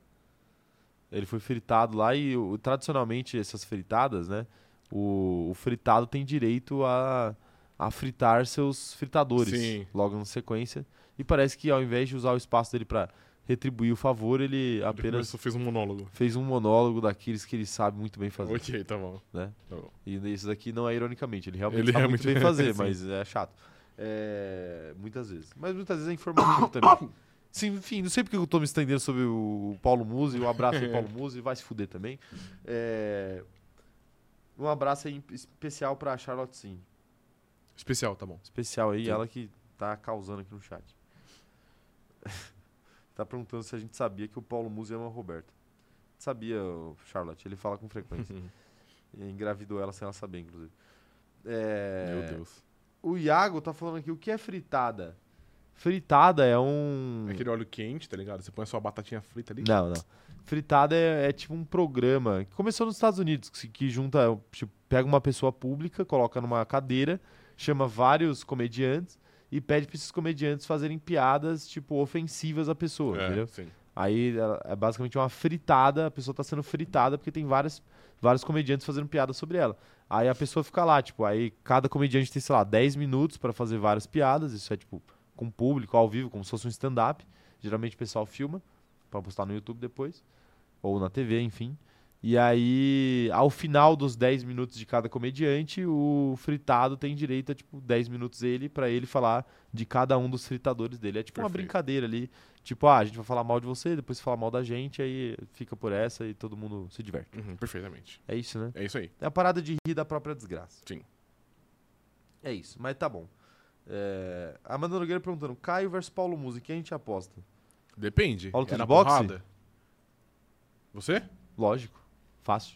Speaker 1: Ele foi fritado lá e o- tradicionalmente essas fritadas, né? O, o fritado tem direito a, a fritar seus fritadores
Speaker 2: Sim.
Speaker 1: logo na sequência. E parece que ao invés de usar o espaço dele pra retribuir o favor, ele apenas
Speaker 2: Só fez um monólogo.
Speaker 1: fez um monólogo daqueles que ele sabe muito bem fazer.
Speaker 2: Ok, tá bom.
Speaker 1: Né?
Speaker 2: Tá bom.
Speaker 1: E isso daqui não é ironicamente, ele realmente
Speaker 2: Ele
Speaker 1: sabe
Speaker 2: realmente-
Speaker 1: muito bem fazer,
Speaker 2: Sim.
Speaker 1: mas é chato. É, muitas vezes. Mas muitas vezes é informativo também. Sim, enfim, não sei porque eu tô me estendendo sobre o Paulo Musi, um abraço aí, Paulo Musi, vai se fuder também. É, um abraço aí em- especial pra Charlotte Sim.
Speaker 2: Especial, tá bom.
Speaker 1: Especial aí,
Speaker 2: Sim.
Speaker 1: ela que tá causando aqui no chat. tá perguntando se a gente sabia que o Paulo Musi ama a Roberta. Sabia, ô, Charlotte, ele fala com frequência. E Engravidou ela sem ela saber, inclusive. É,
Speaker 2: Meu Deus.
Speaker 1: O Iago tá falando aqui, o que é fritada? Fritada é um.
Speaker 2: É aquele óleo quente, tá ligado? Você põe a sua batatinha frita ali.
Speaker 1: Não, não. Fritada é, é tipo um programa que começou nos Estados Unidos, que, que junta, tipo, pega uma pessoa pública, coloca numa cadeira, chama vários comediantes e pede pra esses comediantes fazerem piadas, tipo, ofensivas à pessoa, entendeu?
Speaker 2: é, sim.
Speaker 1: Aí ela- é basicamente uma fritada, a pessoa tá sendo fritada porque tem várias, vários comediantes fazendo piada sobre ela. Aí a pessoa fica lá, tipo, aí cada comediante tem, sei lá, 10 minutos pra fazer várias piadas, isso é tipo com público, ao vivo, como se fosse um stand-up. Geralmente o pessoal filma pra postar no YouTube depois, ou na TV, enfim. E aí, ao final dos 10 minutos de cada comediante, o fritado tem direito a, tipo, 10 minutos ele, pra ele falar de cada um dos fritadores dele. É tipo uma
Speaker 2: Perfeito.
Speaker 1: brincadeira ali. Tipo, ah, a gente vai falar mal de você, depois fala mal da gente, aí fica por essa e todo mundo se diverte.
Speaker 2: Uhum, perfeitamente.
Speaker 1: É isso, né?
Speaker 2: É isso aí.
Speaker 1: É a parada de rir da própria desgraça.
Speaker 2: Sim.
Speaker 1: É isso, mas tá bom. É... Amanda Nogueira perguntando: Caio versus Paulo Musi, quem a gente aposta?
Speaker 2: Depende. É
Speaker 1: Paulo, tu de
Speaker 2: na
Speaker 1: boxe?
Speaker 2: porrada. Você?
Speaker 1: Lógico, fácil.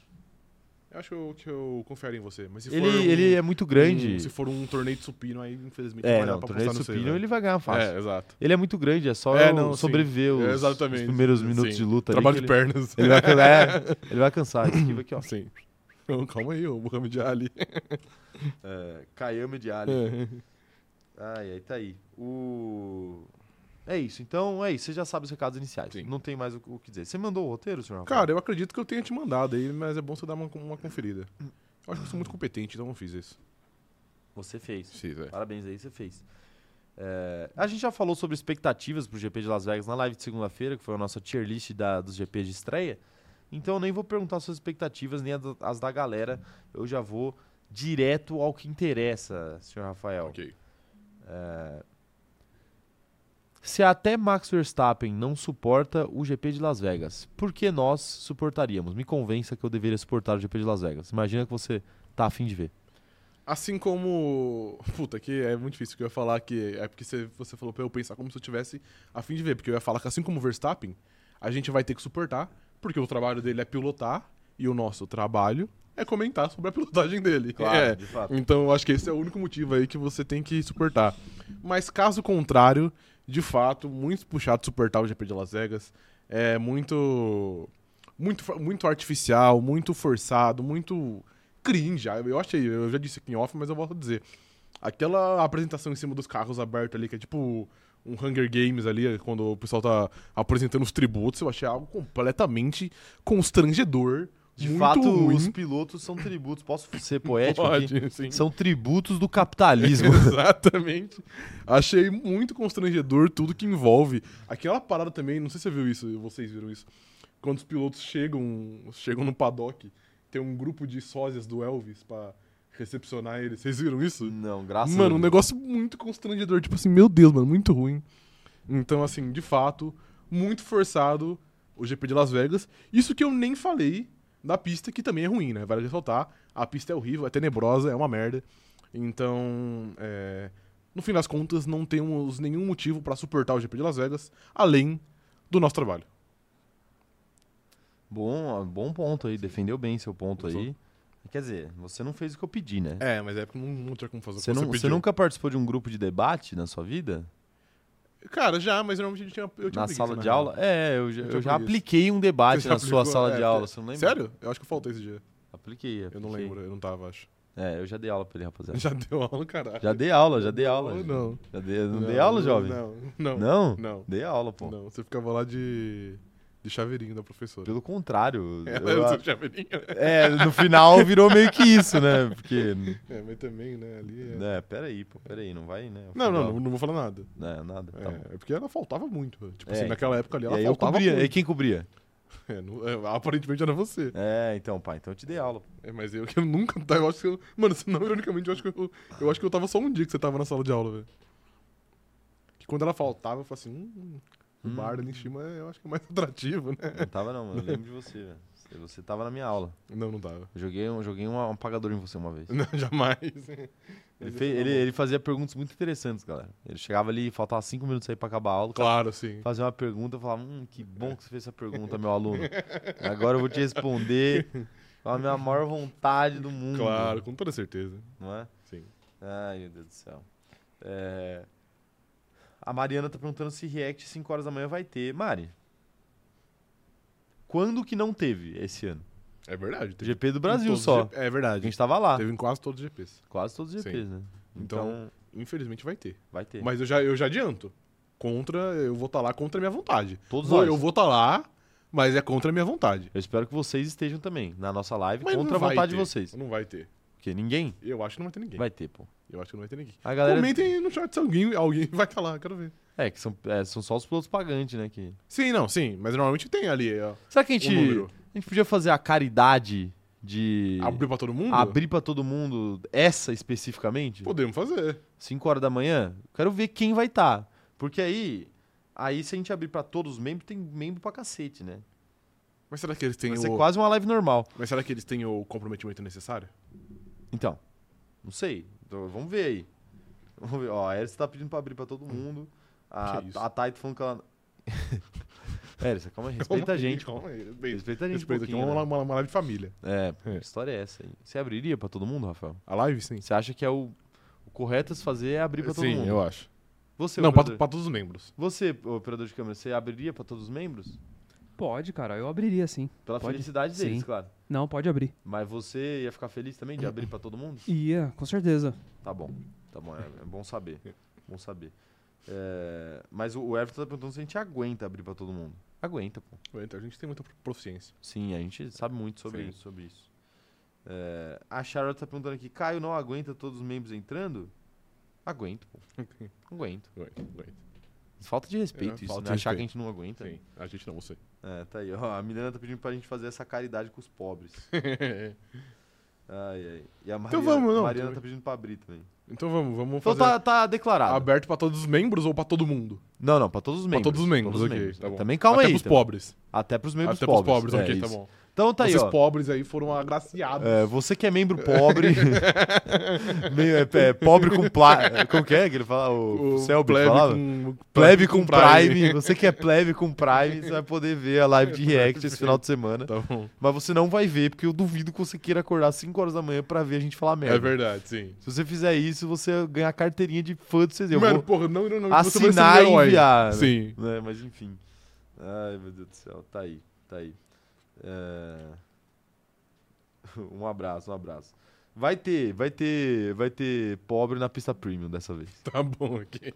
Speaker 2: Eu acho que eu, que eu confio em você. Mas se
Speaker 1: Ele,
Speaker 2: for um,
Speaker 1: ele é muito grande.
Speaker 2: um- se for um torneio de supino, aí infelizmente
Speaker 1: é,
Speaker 2: vai dar
Speaker 1: não,
Speaker 2: pra
Speaker 1: torneio
Speaker 2: apostar
Speaker 1: de
Speaker 2: no seu,
Speaker 1: supino
Speaker 2: né?
Speaker 1: ele vai ganhar fácil.
Speaker 2: É, exato.
Speaker 1: Ele é muito grande, é só
Speaker 2: É,
Speaker 1: eu
Speaker 2: não, sim.
Speaker 1: sobreviver
Speaker 2: É,
Speaker 1: os,
Speaker 2: exatamente.
Speaker 1: os primeiros minutos de
Speaker 2: Sim.
Speaker 1: luta. ali
Speaker 2: Trabalho
Speaker 1: que
Speaker 2: de pernas.
Speaker 1: Tá ele, ele, vai, can- é, ele vai cansar, esquiva aqui, ó.
Speaker 2: Sim. Calma aí, o Muhammad Ali.
Speaker 1: É, Kayama de Ali.
Speaker 2: É.
Speaker 1: Ai, aí tá aí. O... É isso, então é isso. Você já sabe os recados iniciais.
Speaker 2: Sim.
Speaker 1: Não tem mais o, o que dizer. Você mandou o roteiro, senhor? Rafael?
Speaker 2: Cara, eu acredito que eu tenha te mandado aí, mas é bom você dar uma, uma conferida. Eu acho que eu sou muito competente, então eu não fiz isso.
Speaker 1: Você fez.
Speaker 2: Sim, é.
Speaker 1: Parabéns aí, você fez. É, a gente já falou sobre expectativas pro GP de Las Vegas na live de segunda-feira, que foi a nossa tier list da, dos GPs de estreia. Então eu nem vou perguntar suas expectativas, nem a do- as da galera. Eu já vou direto ao que interessa, senhor Rafael.
Speaker 2: Ok.
Speaker 1: Se até Max Verstappen não suporta o GP de Las Vegas, por que nós suportaríamos? Me convença que eu deveria suportar o GP de Las Vegas. Imagina que você tá afim de ver.
Speaker 2: Assim como. Puta, que é muito difícil que eu ia falar que. É porque você, você falou pra eu pensar como se eu tivesse a fim de ver. Porque eu ia falar que assim como o Verstappen, a gente vai ter que suportar, porque o trabalho dele é pilotar e o nosso trabalho é comentar sobre a pilotagem dele. é.
Speaker 1: de fato.
Speaker 2: Então eu acho que esse é o único motivo aí que você tem que suportar. Mas caso contrário, de fato, muito puxado suportar o GP de Las Vegas. É muito. Muito, fa- muito artificial, muito forçado, muito cringe. Ah, Eu achei, eu já disse aqui em off, mas eu volto a dizer. Aquela apresentação em cima dos carros aberto ali, que é tipo um Hunger Games ali, quando o pessoal tá apresentando os tributos, eu achei algo completamente constrangedor.
Speaker 1: De
Speaker 2: muito
Speaker 1: fato,
Speaker 2: ruim.
Speaker 1: os pilotos são tributos. Posso ser poético aqui?
Speaker 2: Pode, sim.
Speaker 1: São tributos do capitalismo.
Speaker 2: Exatamente. Achei muito constrangedor tudo que envolve. Aquela parada também, não sei se você viu isso, vocês viram isso. Quando os pilotos chegam, chegam no paddock, tem um grupo de sósias do Elvis pra recepcionar eles. Vocês viram isso?
Speaker 1: não, graças
Speaker 2: mano,
Speaker 1: a
Speaker 2: um
Speaker 1: Deus.
Speaker 2: negócio muito constrangedor. Tipo assim, meu Deus, mano, muito ruim. Então, assim, de fato, muito forçado o GP de Las Vegas. Isso que eu nem falei da pista, que também é ruim, né? Vale ressaltar. A pista é horrível, é tenebrosa, é uma merda. Então, é, no fim das contas, não temos nenhum motivo pra suportar o GP de Las Vegas, além do nosso trabalho.
Speaker 1: Bom, bom ponto aí. Defendeu bem seu ponto
Speaker 2: Gostou?
Speaker 1: aí. Quer dizer, você não fez o que eu pedi, né?
Speaker 2: É, mas é porque não, não tinha como fazer o que
Speaker 1: Você, não- você
Speaker 2: pediu.
Speaker 1: nunca participou de um grupo de debate na sua vida?
Speaker 2: Cara, já, mas normalmente eu tinha, eu tinha
Speaker 1: na
Speaker 2: preguiça, né?
Speaker 1: sala de
Speaker 2: real.
Speaker 1: aula? É, eu, já-
Speaker 2: Eu
Speaker 1: eu
Speaker 2: tinha
Speaker 1: já
Speaker 2: preguiça.
Speaker 1: apliquei um debate
Speaker 2: Você
Speaker 1: na
Speaker 2: já
Speaker 1: sua
Speaker 2: aplicou?
Speaker 1: sala
Speaker 2: É,
Speaker 1: de aula, você não lembra?
Speaker 2: Sério? Eu acho que eu faltei esse dia.
Speaker 1: Apliquei,
Speaker 2: Eu não
Speaker 1: apliquei.
Speaker 2: lembro, eu não tava, acho.
Speaker 1: É, eu já dei aula pra ele, rapaziada. Já,
Speaker 2: Já deu aula, caralho.
Speaker 1: dei aula, já dei aula.
Speaker 2: Ou não?
Speaker 1: Já dei, não, dei aula, jovem?
Speaker 2: Não, não.
Speaker 1: Não?
Speaker 2: Não.
Speaker 1: Dei aula, pô.
Speaker 2: Não, você ficava lá de, de chaveirinho da professora. É,
Speaker 1: Pelo contrário. eu-
Speaker 2: Ela era o seu chaveirinho.
Speaker 1: é, no final virou meio que isso, né? Porque.
Speaker 2: É, mas também, né, ali é...
Speaker 1: É, peraí, pô, peraí, não vai, né?
Speaker 2: Não, não, não, não vou falar nada.
Speaker 1: não. É, nada. tá bom.
Speaker 2: É, é porque ela faltava muito. né? Tipo
Speaker 1: É,
Speaker 2: assim, naquela época ali,
Speaker 1: E
Speaker 2: ela
Speaker 1: aí eu
Speaker 2: faltava
Speaker 1: cobria. E
Speaker 2: muito.
Speaker 1: quem cobria?
Speaker 2: É, não- é, aparentemente era você.
Speaker 1: É, então, pai, então eu te dei aula.
Speaker 2: É, mas eu que eu nunca... tá, Eu acho que eu... Mano, senão, ironicamente, eu acho, que eu, eu acho que eu tava só um dia que você tava na sala de aula, velho. Que quando ela faltava, eu falei assim... Hum, o
Speaker 1: Hum.
Speaker 2: bar ali em cima é, eu acho que é mais atrativo, né?
Speaker 1: Não tava, não, mano. Eu lembro de você, velho. Você- Você tava na minha aula.
Speaker 2: Não, não tava.
Speaker 1: Eu joguei, um, joguei um apagador em você uma vez.
Speaker 2: Não, jamais.
Speaker 1: Ele,
Speaker 2: Mas
Speaker 1: fez-
Speaker 2: isso tá
Speaker 1: ele,
Speaker 2: bom.
Speaker 1: ele fazia perguntas muito interessantes, galera. Ele chegava ali, faltava cinco minutos aí pra acabar a aula.
Speaker 2: Claro, sim.
Speaker 1: Fazia uma pergunta, eu falava, hum, que bom que você fez essa pergunta, meu aluno. Agora eu vou te responder com a minha maior vontade do mundo.
Speaker 2: Claro, com toda certeza.
Speaker 1: Não é?
Speaker 2: Sim.
Speaker 1: Ai, meu Deus do céu. É, A Mariana tá perguntando se React 5 horas da manhã vai ter. Mari, quando que não teve esse ano?
Speaker 2: É verdade. teve
Speaker 1: GP do
Speaker 2: em
Speaker 1: Brasil
Speaker 2: todos os
Speaker 1: só.
Speaker 2: G- É
Speaker 1: A
Speaker 2: verdade.
Speaker 1: gente tá. tava lá.
Speaker 2: Teve em quase todos os GPs.
Speaker 1: Quase todos os GPs, né? Então,
Speaker 2: Então- Infelizmente vai ter.
Speaker 1: vai ter.
Speaker 2: Mas eu já, eu já adianto. Contra, eu vou estar lá contra a minha vontade.
Speaker 1: Todos
Speaker 2: Vou-
Speaker 1: nós.
Speaker 2: Eu vou estar lá, mas é contra a minha vontade.
Speaker 1: Eu espero que vocês estejam também na nossa live
Speaker 2: Mas
Speaker 1: contra
Speaker 2: não
Speaker 1: a
Speaker 2: vai
Speaker 1: vontade de
Speaker 2: ter.
Speaker 1: vocês.
Speaker 2: Não vai ter.
Speaker 1: Porque ninguém
Speaker 2: Eu acho que não vai ter ninguém.
Speaker 1: vai ter, pô.
Speaker 2: Eu acho que não vai ter ninguém.
Speaker 1: A galera.
Speaker 2: Comentem aí no chat se alguém, alguém vai estar lá, quero ver.
Speaker 1: É, que são, é, são só os pilotos pagantes, né? Que...
Speaker 2: Sim, não, sim. Mas normalmente tem ali ó,
Speaker 1: Será que a
Speaker 2: o
Speaker 1: gente.
Speaker 2: número.
Speaker 1: a gente podia fazer a caridade de.
Speaker 2: Abrir pra todo mundo?
Speaker 1: Abrir pra todo mundo essa especificamente?
Speaker 2: Podemos fazer.
Speaker 1: 5 horas da manhã? Quero ver quem vai estar. Porque aí. Aí, se a gente abrir pra todos os membros, tem membro pra cacete, né?
Speaker 2: Mas será que eles têm
Speaker 1: Vai ser
Speaker 2: o...
Speaker 1: quase uma live normal.
Speaker 2: Mas será que eles têm o comprometimento necessário?
Speaker 1: Então, não sei. Então, vamos ver aí. Vamos ver. Ó, a Eris tá pedindo pra abrir pra todo mundo. A,
Speaker 2: Que isso?
Speaker 1: a Thay tá falando que ela. Eris, calma aí, respeita
Speaker 2: Calma
Speaker 1: a
Speaker 2: aí,
Speaker 1: gente.
Speaker 2: Calma aí. Respeita,
Speaker 1: Respeita a gente.
Speaker 2: respeita
Speaker 1: um
Speaker 2: aqui.
Speaker 1: pouquinho, né?
Speaker 2: Uma, uma, uma live de família.
Speaker 1: É,
Speaker 2: É.
Speaker 1: que história é essa aí? Você abriria pra todo mundo, Rafael?
Speaker 2: A live, sim.
Speaker 1: Você acha que é o, o correto a se fazer é abrir pra todo
Speaker 2: sim,
Speaker 1: mundo?
Speaker 2: eu acho.
Speaker 1: Você,
Speaker 2: não, pra,
Speaker 1: operador,
Speaker 2: pra todos os membros.
Speaker 1: você, operador de câmera, você abriria pra todos os membros?
Speaker 3: Pode, cara, eu abriria sim.
Speaker 1: Pela
Speaker 3: Pode.
Speaker 1: felicidade deles,
Speaker 3: Sim.
Speaker 1: claro.
Speaker 3: Não, pode abrir.
Speaker 1: Mas você ia ficar feliz também de abrir pra todo mundo?
Speaker 3: Ia, com certeza.
Speaker 1: Tá bom, tá bom, é, é bom saber. Bom saber. É, mas o- o Everton tá perguntando se a gente aguenta abrir pra todo mundo. Aguenta, pô.
Speaker 2: Então, a gente tem muita proficiência.
Speaker 1: Sim, a gente sabe muito sobre
Speaker 2: Sim.
Speaker 1: isso. Sobre isso. É, a Charlotte tá perguntando aqui, Caio não aguenta todos os membros entrando? Aguento, pô. Aguento.
Speaker 2: Aguenta, aguenta.
Speaker 1: Falta de respeito isso,
Speaker 2: É, falta
Speaker 1: né?
Speaker 2: de
Speaker 1: Achar que a
Speaker 2: respeito.
Speaker 1: gente não aguenta.
Speaker 2: Sim, a gente não, você.
Speaker 1: É, tá aí, ó. A Milena tá pedindo pra gente fazer essa caridade com os pobres. Ai, ai. E a Mariana,
Speaker 2: Então vamos, não,
Speaker 1: Mariana
Speaker 2: tudo
Speaker 1: tá pedindo pra abrir também.
Speaker 2: então vamos, vamos
Speaker 1: Então
Speaker 2: fazer
Speaker 1: tá, tá declarado.
Speaker 2: aberto pra todos os membros ou pra todo mundo?
Speaker 1: Não, não, pra todos os membros.
Speaker 2: pra todos os membros
Speaker 1: Todos os
Speaker 2: ok,
Speaker 1: membros.
Speaker 2: tá bom.
Speaker 1: Também calma
Speaker 2: Até
Speaker 1: aí.
Speaker 2: pros
Speaker 1: também.
Speaker 2: pobres.
Speaker 1: Até pros membros
Speaker 2: Até
Speaker 1: pobres.
Speaker 2: pros pobres, ok,
Speaker 1: é,
Speaker 2: tá
Speaker 1: isso.
Speaker 2: bom.
Speaker 1: Então tá aí,
Speaker 2: Vocês
Speaker 1: ó.
Speaker 2: pobres aí foram agraciados.
Speaker 1: É, você que é membro pobre. meio, é, é, pobre com pla... Como que é que ele fala? O, o Selby
Speaker 2: plebe
Speaker 1: falava?
Speaker 2: com,
Speaker 1: Plebe com Prime. Você que é plebe com Prime, você vai poder ver a live de React esse final de semana.
Speaker 2: Tá bom.
Speaker 1: Mas você não vai ver, porque eu duvido que você queira acordar às 5 horas da manhã pra ver a gente falar merda.
Speaker 2: É verdade, sim.
Speaker 1: Se você fizer isso, você ganha a carteirinha de fã do CZ. Eu
Speaker 2: Mano,
Speaker 1: vou
Speaker 2: porra, não, não, não. você vai ser um
Speaker 1: assinar e
Speaker 2: herói.
Speaker 1: enviar. né?
Speaker 2: Sim.
Speaker 1: Né, Mas enfim. Ai, meu Deus do céu. Tá aí, tá aí. É, Um abraço, um abraço. Vai ter, vai ter, vai ter pobre na pista premium dessa vez.
Speaker 2: Tá bom, ok.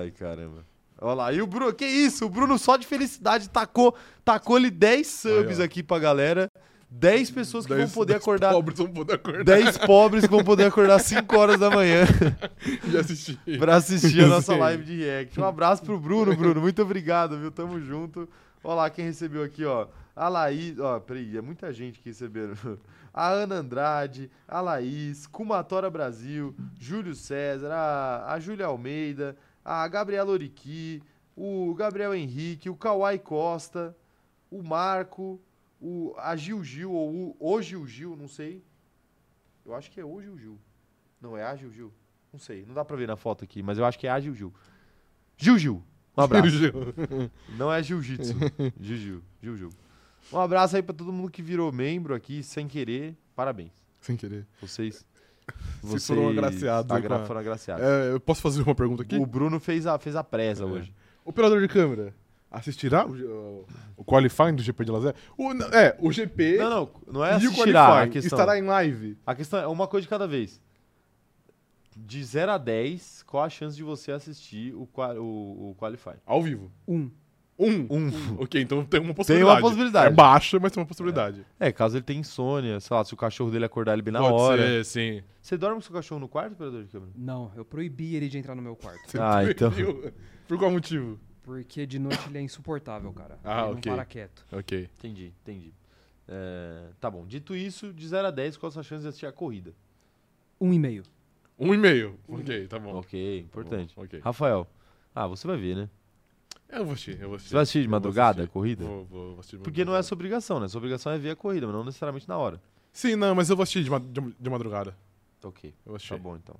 Speaker 1: Ai, caramba. Olha lá, e o Bruno, que isso? O Bruno só de felicidade tacou, tacou ele 10 subs
Speaker 2: Aí, ó.
Speaker 1: aqui pra galera. 10 pessoas que
Speaker 2: Dez-
Speaker 1: vão poder
Speaker 2: dez
Speaker 1: acordar.
Speaker 2: Pobres vão poder acordar
Speaker 1: 10 pobres que vão poder acordar 5 horas da manhã
Speaker 2: e assistir.
Speaker 1: pra assistir a nossa
Speaker 2: Sim.
Speaker 1: live de react. Um abraço pro Bruno, Bruno. Muito obrigado, viu? Tamo junto. Olha lá quem recebeu aqui, ó. A Laís, ó, peraí, é muita gente que receberam. A Ana Andrade, a Laís, Kumatora Brasil, Júlio César, a, a Júlia Almeida, a Gabriela Oriqui, o Gabriel Henrique, o Kawai Costa, o Marco, o, a Gil Gil, ou o, o Gil Gil, não sei. Eu acho que é o Gil Gil. Não, é a Gil Gil. Não sei, não dá pra ver na foto aqui, mas eu acho que é a Gil Gil. Gil Gil, um abraço. Não é jiu-jitsu. Jiu-jiu. Jiu-jiu. Um abraço aí pra todo mundo que virou membro aqui, sem querer. Parabéns.
Speaker 2: Sem querer.
Speaker 1: Vocês.
Speaker 2: Vocês foram agraciados
Speaker 1: agra-
Speaker 2: com a-
Speaker 1: foram agraciados.
Speaker 2: É, eu posso fazer uma pergunta aqui?
Speaker 1: O Bruno fez a, fez a presa
Speaker 2: É.
Speaker 1: hoje.
Speaker 2: Operador de câmera, Assistirá o, G- o- o qualifying do GP de Las Vegas? O- n- é, o GP
Speaker 1: Não, não, não é
Speaker 2: e o
Speaker 1: assistirá. A
Speaker 2: qualifying
Speaker 1: questão,
Speaker 2: estará em live.
Speaker 1: a questão é uma coisa de cada vez. De 0 a 10, qual a chance de você assistir o, qua- o, o Qualify?
Speaker 2: Ao vivo.
Speaker 3: Um.
Speaker 2: Um.
Speaker 1: Um.
Speaker 2: Ok, então tem uma
Speaker 1: Tem
Speaker 2: possibilidade.
Speaker 1: uma possibilidade.
Speaker 2: É baixa, mas tem uma possibilidade.
Speaker 1: É, caso ele tenha insônia, sei lá, se o cachorro dele acordar ele bem na
Speaker 2: Pode
Speaker 1: hora.
Speaker 2: ser, sim.
Speaker 1: Você dorme com seu cachorro no quarto, operador de câmera?
Speaker 3: Não, eu proibi ele de entrar no meu quarto.
Speaker 2: Você
Speaker 1: Ah, então.
Speaker 2: viu? Por qual motivo?
Speaker 3: Porque de noite ele é insuportável, cara.
Speaker 2: Ah,
Speaker 3: ele
Speaker 2: ok.
Speaker 3: não para quieto.
Speaker 2: Ok.
Speaker 1: Entendi, entendi. É, tá bom. Dito isso, de 0 a 10, qual a sua chance de assistir a corrida?
Speaker 3: Um e meio.
Speaker 2: Um e meio. Ok, tá bom.
Speaker 1: Ok, importante.
Speaker 2: Bom, ok.
Speaker 1: Rafael. Ah, você vai ver, né?
Speaker 2: Eu vou assistir, eu vou assistir.
Speaker 1: Você vai assistir de
Speaker 2: Eu vou
Speaker 1: madrugada a
Speaker 2: assistir.
Speaker 1: corrida?
Speaker 2: Vou, vou, vou assistir de
Speaker 1: Porque não é
Speaker 2: madrugada.
Speaker 1: sua obrigação, né? Sua obrigação é ver a corrida, mas não necessariamente na hora.
Speaker 2: Sim, não, mas eu vou assistir de, ma- de- de madrugada.
Speaker 1: Ok,
Speaker 2: Eu vou assistir.
Speaker 1: tá bom então.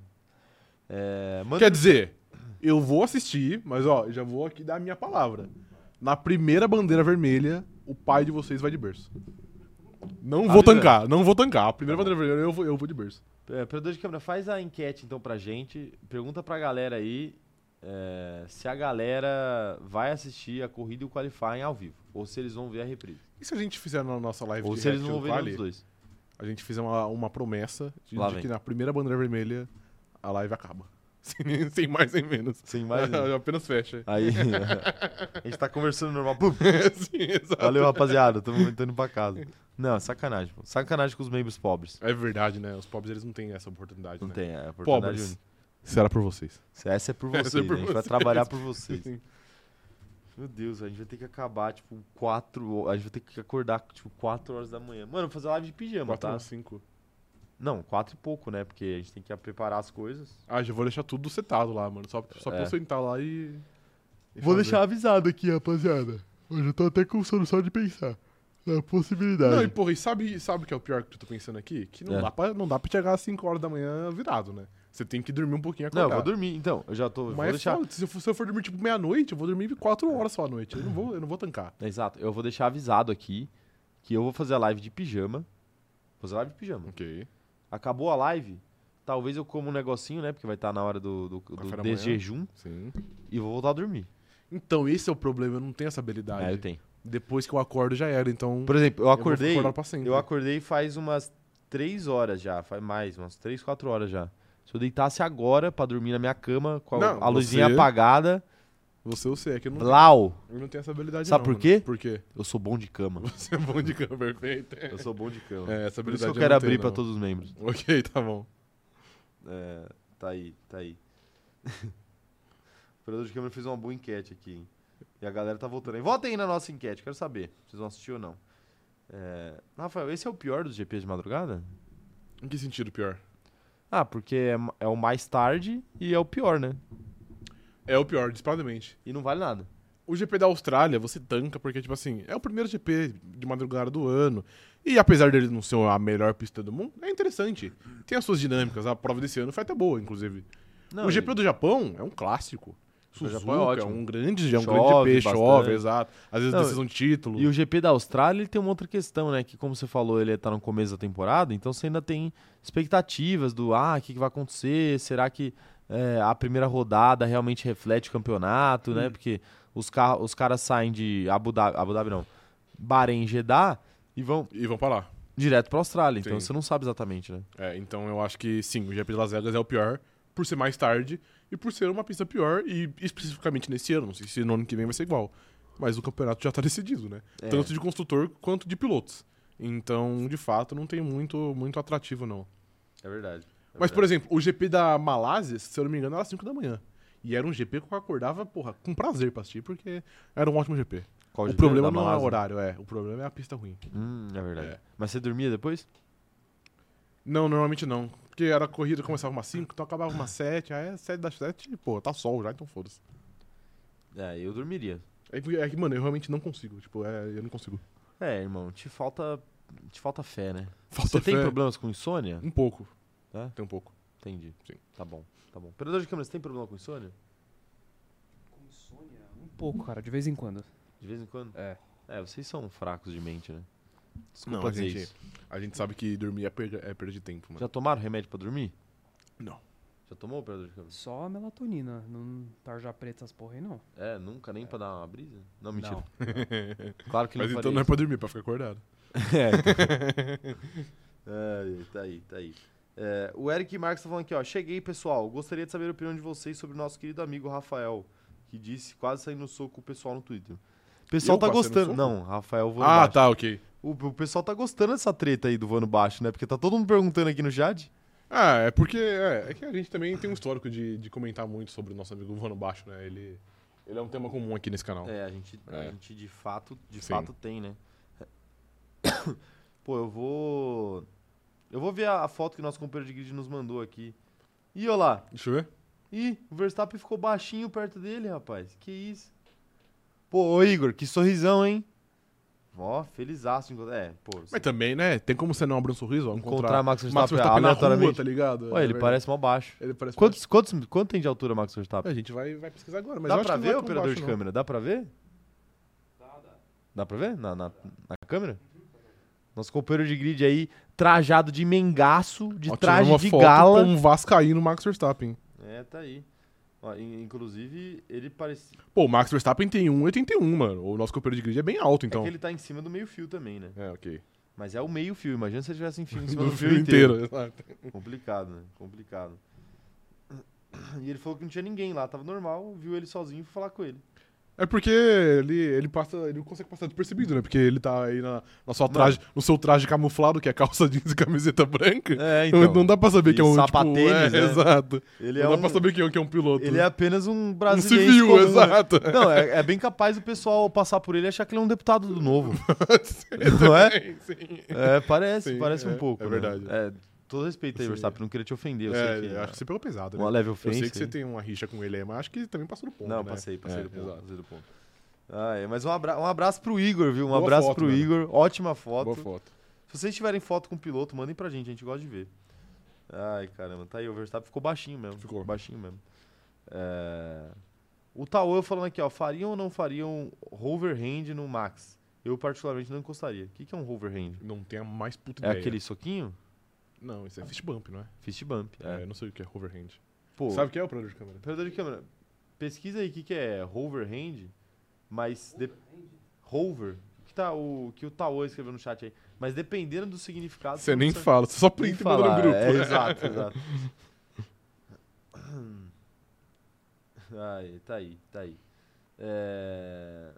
Speaker 1: É, manda-
Speaker 2: Quer dizer, eu vou assistir, mas ó, já vou aqui dar a minha palavra. Na primeira bandeira vermelha, o pai de vocês vai de berço. Não
Speaker 1: Tá
Speaker 2: vou
Speaker 1: avisando.
Speaker 2: tancar, não vou tancar. A primeira
Speaker 1: Tá bom.
Speaker 2: bandeira vermelha eu vou, eu vou de berço.
Speaker 1: É, operador de câmera, faz a enquete então pra gente. Pergunta pra galera aí é, se a galera vai assistir a corrida e o qualifying ao vivo. Ou se eles vão ver a reprise.
Speaker 2: E se a gente fizer na nossa live
Speaker 1: Ou
Speaker 2: de
Speaker 1: se eles não vão
Speaker 2: react do
Speaker 1: ver nenhum
Speaker 2: Quali,
Speaker 1: dos dois.
Speaker 2: A gente fizer uma, uma promessa de,
Speaker 1: Lá
Speaker 2: de
Speaker 1: vem.
Speaker 2: que na primeira bandeira vermelha a live acaba. Sem, sem mais nem menos.
Speaker 1: Sem mais. né?
Speaker 2: Apenas fecha.
Speaker 1: Aí. a gente tá conversando normal. Pum,
Speaker 2: Sim, exato.
Speaker 1: valeu, rapaziada. Tamo indo pra casa. Não, sacanagem. pô. Sacanagem com os membros pobres.
Speaker 2: É verdade, né? Os pobres eles não têm essa oportunidade.
Speaker 1: Não
Speaker 2: né?
Speaker 1: tem. É oportunidade
Speaker 2: Pobres.
Speaker 1: única.
Speaker 2: Será por vocês.
Speaker 1: Essa é por vocês.
Speaker 2: Essa é por
Speaker 1: a gente vai
Speaker 2: vocês.
Speaker 1: trabalhar por vocês.
Speaker 2: Sim.
Speaker 1: Meu Deus, a gente vai ter que acabar, tipo, 4 horas. A gente vai ter que acordar, tipo, 4 horas da manhã. Mano, eu vou fazer live de pijama,
Speaker 2: Quatro
Speaker 1: tá?
Speaker 2: ou cinco.
Speaker 1: Não, 4 e pouco, né? Porque a gente tem que preparar as coisas.
Speaker 2: Ah, já vou deixar tudo setado lá, mano. Só, só pra
Speaker 1: É.
Speaker 2: eu sentar lá e. e
Speaker 1: Vou
Speaker 2: fazer.
Speaker 1: deixar avisado aqui,
Speaker 4: Rapaziada, hoje eu tô até com sono só de pensar na possibilidade.
Speaker 2: Não, e porra, e sabe, sabe o que é o pior que eu tô pensando aqui? Que não,
Speaker 1: É.
Speaker 2: dá, pra, não dá pra chegar às 5 horas da manhã virado, né? Você tem que dormir um pouquinho e
Speaker 1: Não,
Speaker 2: acordar.
Speaker 1: eu vou dormir, então. Eu já tô.
Speaker 2: Mas
Speaker 1: vou
Speaker 2: é
Speaker 1: deixar.
Speaker 2: foda, se, eu for, se eu for dormir tipo meia-noite, eu vou dormir 4 horas só à noite. Eu não vou, eu não vou tancar.
Speaker 1: Exato, eu vou deixar avisado aqui que eu vou fazer a live de pijama. Vou fazer a live de pijama.
Speaker 2: Ok.
Speaker 1: Acabou a live, talvez eu como um negocinho, né? Porque vai estar na hora do, do,
Speaker 2: Café
Speaker 1: do
Speaker 2: da
Speaker 1: desse
Speaker 2: manhã.
Speaker 1: jejum
Speaker 2: Sim.
Speaker 1: e vou voltar a dormir.
Speaker 2: Então, esse é o problema, eu não tenho essa habilidade.
Speaker 1: É, eu tenho.
Speaker 2: Depois que eu acordo já era, então.
Speaker 1: Por exemplo, eu
Speaker 2: eu vou
Speaker 1: acordei.
Speaker 2: acordar pra sempre.
Speaker 1: Eu acordei faz umas 3 horas já, faz mais, umas 3, 4 horas já. Se eu deitasse agora pra dormir na minha cama, com a,
Speaker 2: Não,
Speaker 1: a luzinha
Speaker 2: você-
Speaker 1: apagada,
Speaker 2: Você eu sei, é que eu não,
Speaker 1: Lau,
Speaker 2: eu não tenho essa habilidade.
Speaker 1: Sabe
Speaker 2: não,
Speaker 1: por quê?
Speaker 2: Mano. Por quê?
Speaker 1: eu sou bom de cama.
Speaker 2: Você é bom de cama, perfeito.
Speaker 1: Eu sou bom de cama.
Speaker 2: É, essa habilidade
Speaker 1: Por isso que eu
Speaker 2: eu
Speaker 1: quero
Speaker 2: não tenho,
Speaker 1: abrir pra
Speaker 2: não.
Speaker 1: todos os membros.
Speaker 2: Ok, tá bom.
Speaker 1: É, tá aí, tá aí. o operador de câmera fez uma boa enquete aqui, hein? E a galera tá voltando aí. Votem aí na nossa enquete, quero saber. Vocês vão assistir ou não. É, Rafael, esse é o pior dos GPs de madrugada?
Speaker 2: Em que sentido pior?
Speaker 1: Ah, porque é, ma- é o mais tarde e é o pior, né?
Speaker 2: É o pior, disparadamente.
Speaker 1: E não vale nada.
Speaker 2: O GP da Austrália, você tanca, porque, tipo assim, é o primeiro GP de madrugada do ano. E apesar dele não ser a melhor pista do mundo, é interessante. Tem as suas dinâmicas. A prova desse ano foi até boa, inclusive.
Speaker 1: Não,
Speaker 2: o
Speaker 1: e-
Speaker 2: GP do Japão é um clássico.
Speaker 1: O do
Speaker 2: Suzuka
Speaker 1: Japão é
Speaker 2: é,
Speaker 1: ótimo.
Speaker 2: um grande, é um
Speaker 1: Chove
Speaker 2: grande GP, chove,
Speaker 1: bastante.
Speaker 2: exato. Às vezes
Speaker 1: Não,
Speaker 2: decisão de título.
Speaker 1: E o GP da Austrália ele tem uma outra questão, né? Que como você falou, ele tá no começo da temporada, então você ainda tem expectativas do ah, o que, que vai acontecer? Será que é, a primeira rodada realmente reflete o campeonato,
Speaker 2: Hum.
Speaker 1: né? Porque os, ca os caras saem de Abu Dhabi, Abu Dhabi não, Bahrein Jeddah e vão
Speaker 2: E vão pra lá.
Speaker 1: direto pra Austrália. Então
Speaker 2: Sim.
Speaker 1: você não sabe exatamente, né?
Speaker 2: É, então eu acho que sim, o GP de Las Vegas é o pior, por ser mais tarde e por ser uma pista pior, e especificamente nesse ano, não sei se no ano que vem vai ser igual. Mas o campeonato já tá decidido, né?
Speaker 1: É.
Speaker 2: Tanto de construtor quanto de pilotos. Então, de fato, não tem muito, muito atrativo, não.
Speaker 1: É verdade.
Speaker 2: Mas, por exemplo, o GP da Malásia, se eu não me engano, era às 5 da manhã. E era um GP que eu acordava, porra, com prazer pra assistir, porque era um ótimo GP.
Speaker 1: Qual
Speaker 2: o
Speaker 1: GP?
Speaker 2: problema
Speaker 1: Da
Speaker 2: não é o
Speaker 1: Malásia?
Speaker 2: horário, é. O problema é a pista ruim.
Speaker 1: Hum, é verdade.
Speaker 2: É.
Speaker 1: Mas você dormia depois?
Speaker 2: Não, normalmente não. Porque era a corrida começava umas 5, então acabava umas 7, aí é 7 das 7, pô, tá sol já, então foda-se.
Speaker 1: É, eu dormiria.
Speaker 2: É que, é que, mano, eu realmente não consigo. Tipo, é, eu não consigo.
Speaker 1: É, irmão, te falta. Te falta fé, né?
Speaker 2: Falta
Speaker 1: você tem
Speaker 2: fé.
Speaker 1: problemas com insônia?
Speaker 2: Um pouco.
Speaker 1: É?
Speaker 2: Tem um pouco.
Speaker 1: Entendi.
Speaker 2: Sim.
Speaker 1: Tá bom, tá bom. Operador de câmera, você tem problema com insônia?
Speaker 3: Um pouco, cara, de vez em quando.
Speaker 1: De vez em quando?
Speaker 3: É.
Speaker 1: É, vocês são fracos de mente, né? Desculpa
Speaker 2: Não, a
Speaker 1: dizer
Speaker 2: gente-
Speaker 1: isso.
Speaker 2: A gente sabe que dormir é perda, é perda de tempo, mano.
Speaker 1: Já tomaram remédio pra dormir?
Speaker 2: Não.
Speaker 1: Já tomou operador de câmera?
Speaker 3: Só a melatonina, não tarja preta essas porra aí não.
Speaker 1: É, nunca, nem pra dar uma brisa? Não, mentira.
Speaker 3: Não.
Speaker 1: Claro que
Speaker 2: Mas
Speaker 1: não
Speaker 2: então não é pra dormir, é pra ficar acordado.
Speaker 1: É, Ai, tá aí, tá aí. É, o Eric Marques tá falando aqui, ó. Cheguei, pessoal. Gostaria de saber a opinião de vocês sobre o nosso querido amigo Rafael, que disse quase saindo no soco com o pessoal no Twitter. O pessoal
Speaker 2: Eu
Speaker 1: tá
Speaker 2: quase saindo
Speaker 1: gostando.
Speaker 2: no
Speaker 1: Não, Rafael voando
Speaker 2: Ah,
Speaker 1: baixo.
Speaker 2: tá, ok.
Speaker 1: O, o pessoal tá gostando dessa treta aí do voando baixo, né? Porque tá todo mundo perguntando aqui no chat.
Speaker 2: Ah, é porque. É, é que a gente também tem um histórico de, de comentar muito sobre o nosso amigo Vano Baixo, né? Ele, ele é um tema comum aqui nesse canal.
Speaker 1: É, a gente, a
Speaker 2: É.
Speaker 1: gente de fato, de
Speaker 2: Sim.
Speaker 1: fato tem, né? Pô, eu vou. Eu vou ver a, a foto que nosso companheiro de grid nos mandou aqui. Ih, olha lá.
Speaker 2: Deixa eu ver.
Speaker 1: Ih, o Verstappen ficou baixinho perto dele, rapaz. Que isso? Pô, ô Igor, que sorrisão, hein? Ó, felizaço. de encontrar- É, pô.
Speaker 2: Mas também, né? Tem como você não abrir um sorriso? ó,
Speaker 1: Encontrar
Speaker 2: Encontrar
Speaker 1: Max
Speaker 2: Max
Speaker 1: Verstappen
Speaker 2: Verstappen na rua,
Speaker 1: aleatoriamente.
Speaker 2: tá ligado?
Speaker 1: Ué,
Speaker 2: É
Speaker 1: ele
Speaker 2: verdade.
Speaker 1: parece mal baixo.
Speaker 2: Ele parece.
Speaker 1: Quantos, quantos, quanto tem de altura Max Verstappen?
Speaker 2: A gente vai, vai pesquisar agora, mas eu
Speaker 1: Dá
Speaker 2: acho
Speaker 1: pra
Speaker 2: que
Speaker 1: ver,
Speaker 2: não é tão
Speaker 1: operador
Speaker 2: baixo,
Speaker 1: de
Speaker 2: não.
Speaker 1: câmera? Dá pra ver? Dá, dá. Dá pra ver? Na, na, na câmera? Nosso companheiro de grid aí, trajado de mengaço, de
Speaker 2: Ó, tirando
Speaker 1: traje
Speaker 2: uma
Speaker 1: de
Speaker 2: foto
Speaker 1: gala.
Speaker 2: com um vascaíno Max Verstappen.
Speaker 1: É, tá aí. Ó, in- inclusive, ele é parece.
Speaker 2: Pô, o Max Verstappen tem 1,81, mano. O nosso companheiro de grid é bem
Speaker 1: É
Speaker 2: alto, então.
Speaker 1: que ele tá em cima do meio-fio também, né?
Speaker 2: É, ok.
Speaker 1: Mas é o meio fio, imagina se ele tivesse em fio em cima
Speaker 2: Do
Speaker 1: do fio inteiro.
Speaker 2: exato.
Speaker 1: Complicado, né? Complicado. E ele falou que não tinha ninguém lá, tava normal, viu ele sozinho e foi falar com ele.
Speaker 2: É porque ele, ele passa. Ele não consegue passar despercebido, né? Porque ele tá aí na, na sua
Speaker 1: Mano.
Speaker 2: traje, no seu traje camuflado, que é calça jeans e camiseta branca.
Speaker 1: É,
Speaker 2: Não- não dá pra saber que é
Speaker 1: E
Speaker 2: um.
Speaker 1: sapatênis,
Speaker 2: é,
Speaker 1: né?
Speaker 2: Exato.
Speaker 1: Ele,
Speaker 2: não
Speaker 1: é
Speaker 2: dá
Speaker 1: um,
Speaker 2: pra saber que é um, que é um piloto.
Speaker 1: ele é apenas um
Speaker 2: um
Speaker 1: brasileiro.
Speaker 2: civil,
Speaker 1: comum, né?
Speaker 2: exato.
Speaker 1: Não, é, é bem capaz o pessoal passar por ele e achar que ele é um deputado do novo. não é?
Speaker 2: Sim.
Speaker 1: É, parece,
Speaker 2: Sim,
Speaker 1: parece
Speaker 2: é,
Speaker 1: um pouco.
Speaker 2: é
Speaker 1: né?
Speaker 2: verdade.
Speaker 1: É, todo respeito aí,
Speaker 2: Sim.
Speaker 1: Verstappen, não queria te ofender, eu
Speaker 2: É,
Speaker 1: sei que.
Speaker 2: acho que você pegou pesado, né?
Speaker 1: uma leve
Speaker 2: Eu
Speaker 1: ofensa.
Speaker 2: sei que você
Speaker 1: aí.
Speaker 2: tem uma rixa com ele aí, mas acho que também passou do ponto.
Speaker 1: Não,
Speaker 2: né?
Speaker 1: passei, passei
Speaker 2: É,
Speaker 1: do ponto.
Speaker 2: exato.
Speaker 1: Passei do ponto. Ah, é, mas um, abra um abraço pro Igor, viu? Um
Speaker 2: Boa
Speaker 1: abraço
Speaker 2: foto,
Speaker 1: pro
Speaker 2: mano.
Speaker 1: Igor. Ótima foto.
Speaker 2: Boa foto.
Speaker 1: Se vocês tiverem foto com o piloto, mandem pra gente, a gente gosta de ver. Ai, caramba, tá aí. O Verstappen ficou baixinho mesmo.
Speaker 2: Ficou.
Speaker 1: Baixinho mesmo. É, O Tauan falando aqui, ó. Fariam ou não fariam hoverhand no Max? Eu, particularmente, não encostaria. O que, que é um hoverhand?
Speaker 2: Não tem a mais puta
Speaker 1: É
Speaker 2: ideia.
Speaker 1: aquele soquinho?
Speaker 2: Não, isso é fist bump, não é?
Speaker 1: Fist bump.
Speaker 2: É,
Speaker 1: É.
Speaker 2: eu não sei o que é hoverhand.
Speaker 1: Pô,
Speaker 2: Sabe o que é o operador de câmera?
Speaker 1: Operador de câmera, pesquisa aí o que, que é hoverhand, mas... de- Hover? O que, tá, o, que o Tauan escreveu no chat aí. Mas dependendo do significado...
Speaker 2: Você
Speaker 1: não
Speaker 2: nem
Speaker 1: precisa-
Speaker 2: fala, você só
Speaker 1: nem
Speaker 2: print e manda no
Speaker 1: falar,
Speaker 2: grupo.
Speaker 1: É, exato, exato. Ai, tá aí, tá aí. É,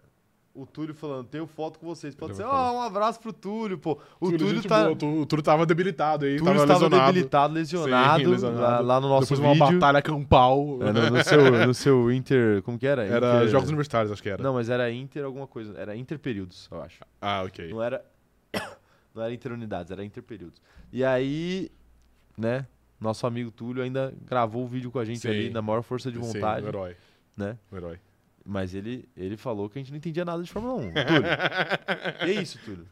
Speaker 1: O Túlio falando, tenho foto com vocês. Pode
Speaker 2: Eu
Speaker 1: ser,
Speaker 2: vou
Speaker 1: ó, um abraço pro Túlio, pô. O Túlio,
Speaker 2: gente
Speaker 1: tá...
Speaker 2: boa, tu- o Túlio tava debilitado aí,
Speaker 1: Túlio
Speaker 2: tava
Speaker 1: estava
Speaker 2: lesionado.
Speaker 1: debilitado, lesionado,
Speaker 2: lesionado.
Speaker 1: Lá, lá no nosso
Speaker 2: Depois de uma
Speaker 1: vídeo.
Speaker 2: batalha um campal.
Speaker 1: É, no, no seu, no seu Inter. Como que era?
Speaker 2: Era
Speaker 1: Inter-
Speaker 2: Jogos Universitários, acho que era.
Speaker 1: Não, mas era Inter alguma coisa. Era Inter períodos, eu acho.
Speaker 2: Ah, ok.
Speaker 1: Não era. Não era Inter unidades, era Inter períodos. E aí, né? Nosso amigo Túlio ainda gravou o vídeo com a gente
Speaker 2: Sim.
Speaker 1: ali na maior força de
Speaker 2: Sim,
Speaker 1: vontade,
Speaker 2: um herói.
Speaker 1: né?
Speaker 2: Um herói.
Speaker 1: Mas ele, ele falou que a gente não entendia nada de Fórmula 1. Túlio. que isso, Túlio?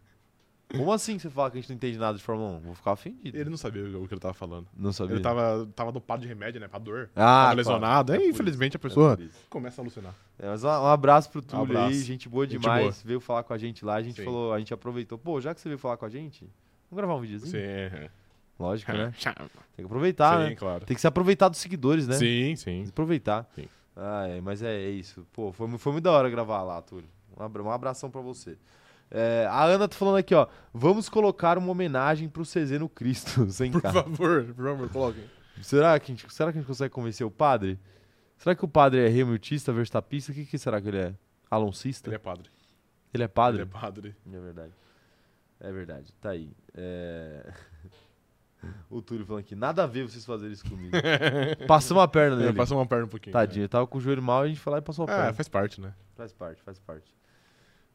Speaker 1: Como assim que você fala que a gente não entende nada de Fórmula 1? Vou ficar ofendido.
Speaker 2: Ele não sabia o que ele tava falando.
Speaker 1: Não sabia.
Speaker 2: Ele tava, tava dopado de remédio, né? Pra dor.
Speaker 1: Ah,
Speaker 2: tava lesionado.
Speaker 1: claro.
Speaker 2: Aí,
Speaker 1: É por
Speaker 2: infelizmente, a
Speaker 1: isso, é
Speaker 2: pessoa
Speaker 1: por isso.
Speaker 2: começa a alucinar.
Speaker 1: É, mas um um abraço pro Túlio aí,
Speaker 2: abraço.
Speaker 1: gente boa
Speaker 2: Gente
Speaker 1: demais.
Speaker 2: boa.
Speaker 1: Veio falar com a gente lá, a gente
Speaker 2: Sim.
Speaker 1: falou, a gente aproveitou. Pô, já que você veio falar com a gente, vamos gravar um videozinho?
Speaker 2: Sim, é.
Speaker 1: Lógico, né?
Speaker 2: Sim,
Speaker 1: Tem que aproveitar, né?
Speaker 2: claro.
Speaker 1: Tem que se aproveitar dos seguidores, né?
Speaker 2: Sim,
Speaker 1: Tem que
Speaker 2: sim.
Speaker 1: aproveitar.
Speaker 2: Sim.
Speaker 1: Ah, é, mas é, é isso. Pô, foi, mu- foi muito da hora gravar lá, Túlio. Um abra- um abração pra você. É, a Ana tá falando aqui, ó. Vamos colocar uma homenagem pro CZ no Cristo, sem
Speaker 2: Por
Speaker 1: cara.
Speaker 2: favor, por favor, coloquem.
Speaker 1: Será que, a gente, será que a gente consegue convencer o padre? Será que o padre é remiltista, verstapista? O que, que será que ele é? Aloncista? Ele é,
Speaker 2: Ele é padre.
Speaker 1: padre?
Speaker 2: Ele é padre.
Speaker 1: É verdade. É verdade. Tá aí. É... O Túlio falando aqui, nada a ver vocês fazerem isso comigo. Passamos a perna
Speaker 2: Ele
Speaker 1: nele.
Speaker 2: passou uma perna um pouquinho.
Speaker 1: Tadinho, ele tava com o joelho mal e a gente foi lá e passou a perna.
Speaker 2: É, faz parte, né?
Speaker 1: Faz parte, faz parte.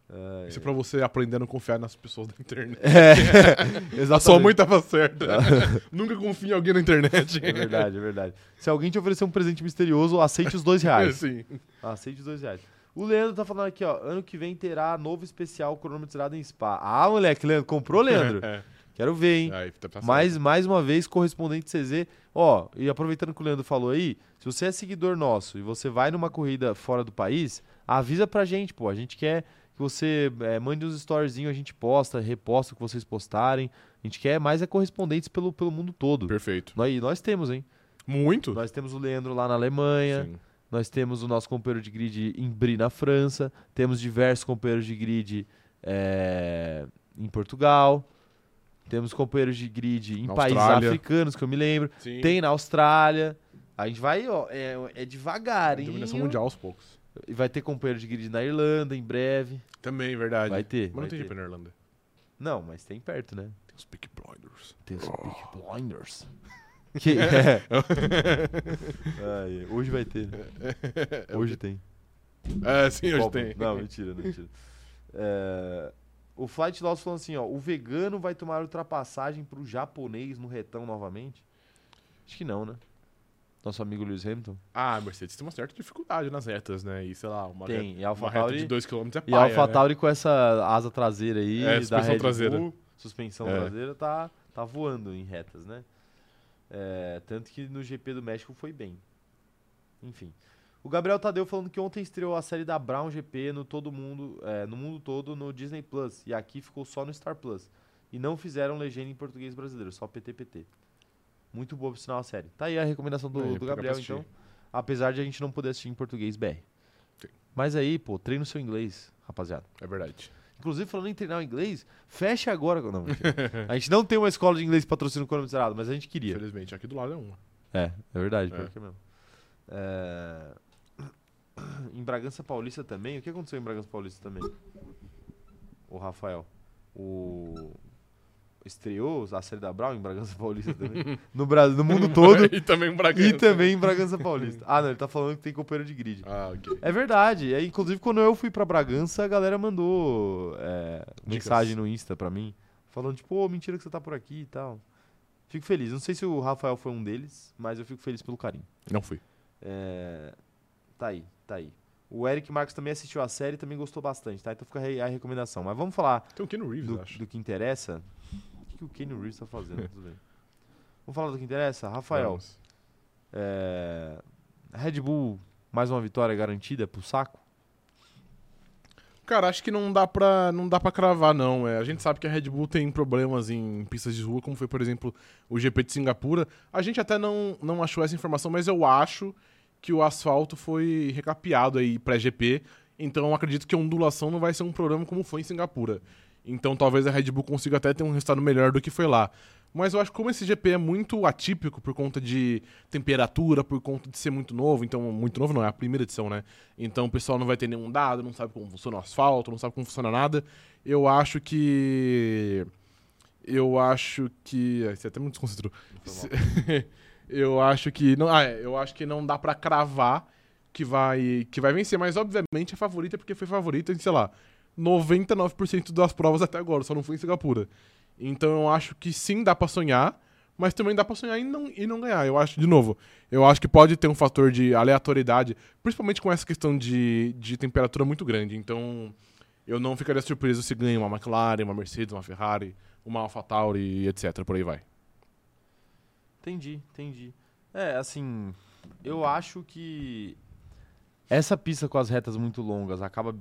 Speaker 1: Ai,
Speaker 2: Isso é pra você aprender a não confiar nas pessoas da internet.
Speaker 1: É,
Speaker 2: A sua mãe
Speaker 1: exatamente. Tá.
Speaker 2: tava certa. Nunca confie em alguém na internet.
Speaker 1: É verdade, é verdade. Se alguém te oferecer um presente misterioso, aceite os dois reais.
Speaker 2: É, Sim.
Speaker 1: aceite os dois reais. O Leandro tá falando aqui, ó. Ano que vem terá novo especial cronometrado em Spa. Ah, moleque, Leandro. Comprou, Leandro?
Speaker 2: É.
Speaker 1: Quero ver, hein?
Speaker 2: Aí, tá- tá
Speaker 1: mais, mais uma vez, correspondente CZ. Ó, e aproveitando que o Leandro falou aí, se você é seguidor nosso e você vai numa corrida fora do país, avisa pra gente, pô. A gente quer que você eh, mande uns storyzinhos, a gente posta, reposta o que vocês postarem. A gente quer mais é correspondentes pelo, pelo mundo todo.
Speaker 2: certo. Perfeito.
Speaker 1: Nós, e nós temos, hein?
Speaker 2: Muito?
Speaker 1: Nós temos o Leandro lá na Alemanha.
Speaker 2: Sim.
Speaker 1: Nós temos o nosso companheiro de grid em Bri, na França. Temos diversos companheiros de grid eh, em Portugal. Temos companheiros de grid em
Speaker 2: Na
Speaker 1: países
Speaker 2: Austrália.
Speaker 1: africanos, que eu me lembro.
Speaker 2: Sim.
Speaker 1: Tem na Austrália. A gente vai, ó, é, é devagarinho.
Speaker 2: Dominação mundial aos poucos.
Speaker 1: E vai ter companheiro de grid na Irlanda em breve.
Speaker 2: Também, verdade.
Speaker 1: Vai ter.
Speaker 2: Mas não
Speaker 1: vai
Speaker 2: tem
Speaker 1: ter.
Speaker 2: GP na Irlanda.
Speaker 1: Não, mas tem perto, né?
Speaker 2: Tem os Peak Blinders.
Speaker 1: Tem os Peak Blinders. Que- é. Ai, hoje vai ter. né? Hoje tem.
Speaker 2: É, sim, hoje
Speaker 1: Copa.
Speaker 2: tem.
Speaker 1: Não, mentira, não, mentira. É, O Flight Loss falando assim, ó, o vegano vai tomar ultrapassagem pro japonês no retão novamente? Acho que não, né? Nosso amigo Lewis Hamilton.
Speaker 2: Ah, a Mercedes tem uma certa dificuldade nas retas, né? E sei lá, uma reta,
Speaker 1: Tem, e a
Speaker 2: uma reta de
Speaker 1: AlphaTauri
Speaker 2: 2km é
Speaker 1: e
Speaker 2: paia,
Speaker 1: a
Speaker 2: né?
Speaker 1: AlphaTauri com essa asa traseira aí
Speaker 2: É,
Speaker 1: da
Speaker 2: suspensão
Speaker 1: Red
Speaker 2: traseira.
Speaker 1: Bull, suspensão
Speaker 2: É.
Speaker 1: traseira tá tá voando em retas, né? É, tanto que no GP do México foi bem. Enfim. O Gabriel Tadeu falando que ontem estreou a série da Brown GP no todo mundo, é, no mundo todo no Disney Plus e aqui ficou só no Star Plus. E não fizeram legenda em português brasileiro, só PTPT. Muito boa por sinal a série. Tá aí a recomendação do, do
Speaker 2: Aí, pegar É, pra
Speaker 1: Gabriel
Speaker 2: assistir.
Speaker 1: então, apesar de a gente não poder assistir em português BR.
Speaker 2: Sim.
Speaker 1: Mas aí, pô, treina o seu inglês, rapaziada.
Speaker 2: É verdade.
Speaker 1: Inclusive, falando em treinar o inglês, fecha agora. Não, mentira. a gente não tem uma escola de inglês patrocínio Econômico Zerado, mas a gente queria.
Speaker 2: Infelizmente, aqui do lado é uma.
Speaker 1: É, é verdade,
Speaker 2: É.
Speaker 1: pior que é mesmo. É, Em Bragança Paulista também, o que aconteceu em Bragança Paulista também? O Rafael. O. Estreou a série da Brown em Bragança Paulista também. no, Brasil, no mundo todo.
Speaker 2: e também um
Speaker 1: e
Speaker 2: Bragança.
Speaker 1: também em Bragança Paulista. Ah, não, ele tá falando que tem companheiro de grid.
Speaker 2: Ah, ok.
Speaker 1: É verdade. É, inclusive, quando eu fui pra Bragança, a galera mandou é,
Speaker 2: Dicas.
Speaker 1: mensagem no Insta pra mim, falando, tipo, ô, mentira que você tá por aqui e tal. Fico feliz. Não sei se o Rafael foi um deles, mas eu fico feliz pelo carinho.
Speaker 2: Não fui.
Speaker 1: É, tá aí, tá aí. O Eric Marcos também assistiu a série e também gostou bastante, tá? Então fica aí a recomendação. Mas vamos falar
Speaker 2: Tem o Keanu Reeves,
Speaker 1: do,
Speaker 2: acho.
Speaker 1: do que interessa. O que, que o Kenny Reeves tá fazendo? Tudo bem. Vamos falar do que interessa? Rafael,
Speaker 2: Vamos.
Speaker 1: é, Red Bull, mais uma vitória garantida pro saco?
Speaker 2: Cara, acho que não dá pra, não dá pra cravar, não. É, a gente sabe que a Red Bull tem problemas em pistas de rua, como foi, por exemplo, o GP de Singapura. A gente até não, não achou essa informação, mas eu acho que o asfalto foi recapeado aí pré-GP. Então eu acredito que a ondulação não vai ser um problema como foi em Singapura. Então talvez a Red Bull consiga até ter um resultado melhor do que foi lá. Mas eu acho que como esse GP é muito atípico por conta de temperatura, por conta de ser muito novo, então muito novo não, é a primeira edição, né? Então o pessoal não vai ter nenhum dado, não sabe como funciona o asfalto, não sabe como funciona nada. Eu acho que. Eu acho que. Ai, Você até me desconcentrou.
Speaker 1: Foi
Speaker 2: eu acho que. Não, ah, é, eu acho que não dá pra cravar que vai, que vai vencer, mas obviamente é favorita porque foi favorita em, sei lá, 99% das provas até agora, só não foi em Singapura. Então eu acho que sim dá pra sonhar, mas também dá pra sonhar e não, e não ganhar. Eu acho, de novo, eu acho que pode ter um fator de aleatoriedade, principalmente com essa questão de, de temperatura muito grande. Então eu não ficaria surpreso se ganha uma McLaren, uma Mercedes, uma Ferrari, uma AlphaTauri, etc. Por aí vai.
Speaker 1: Entendi, entendi. É, assim, eu acho que essa pista com as retas muito longas acaba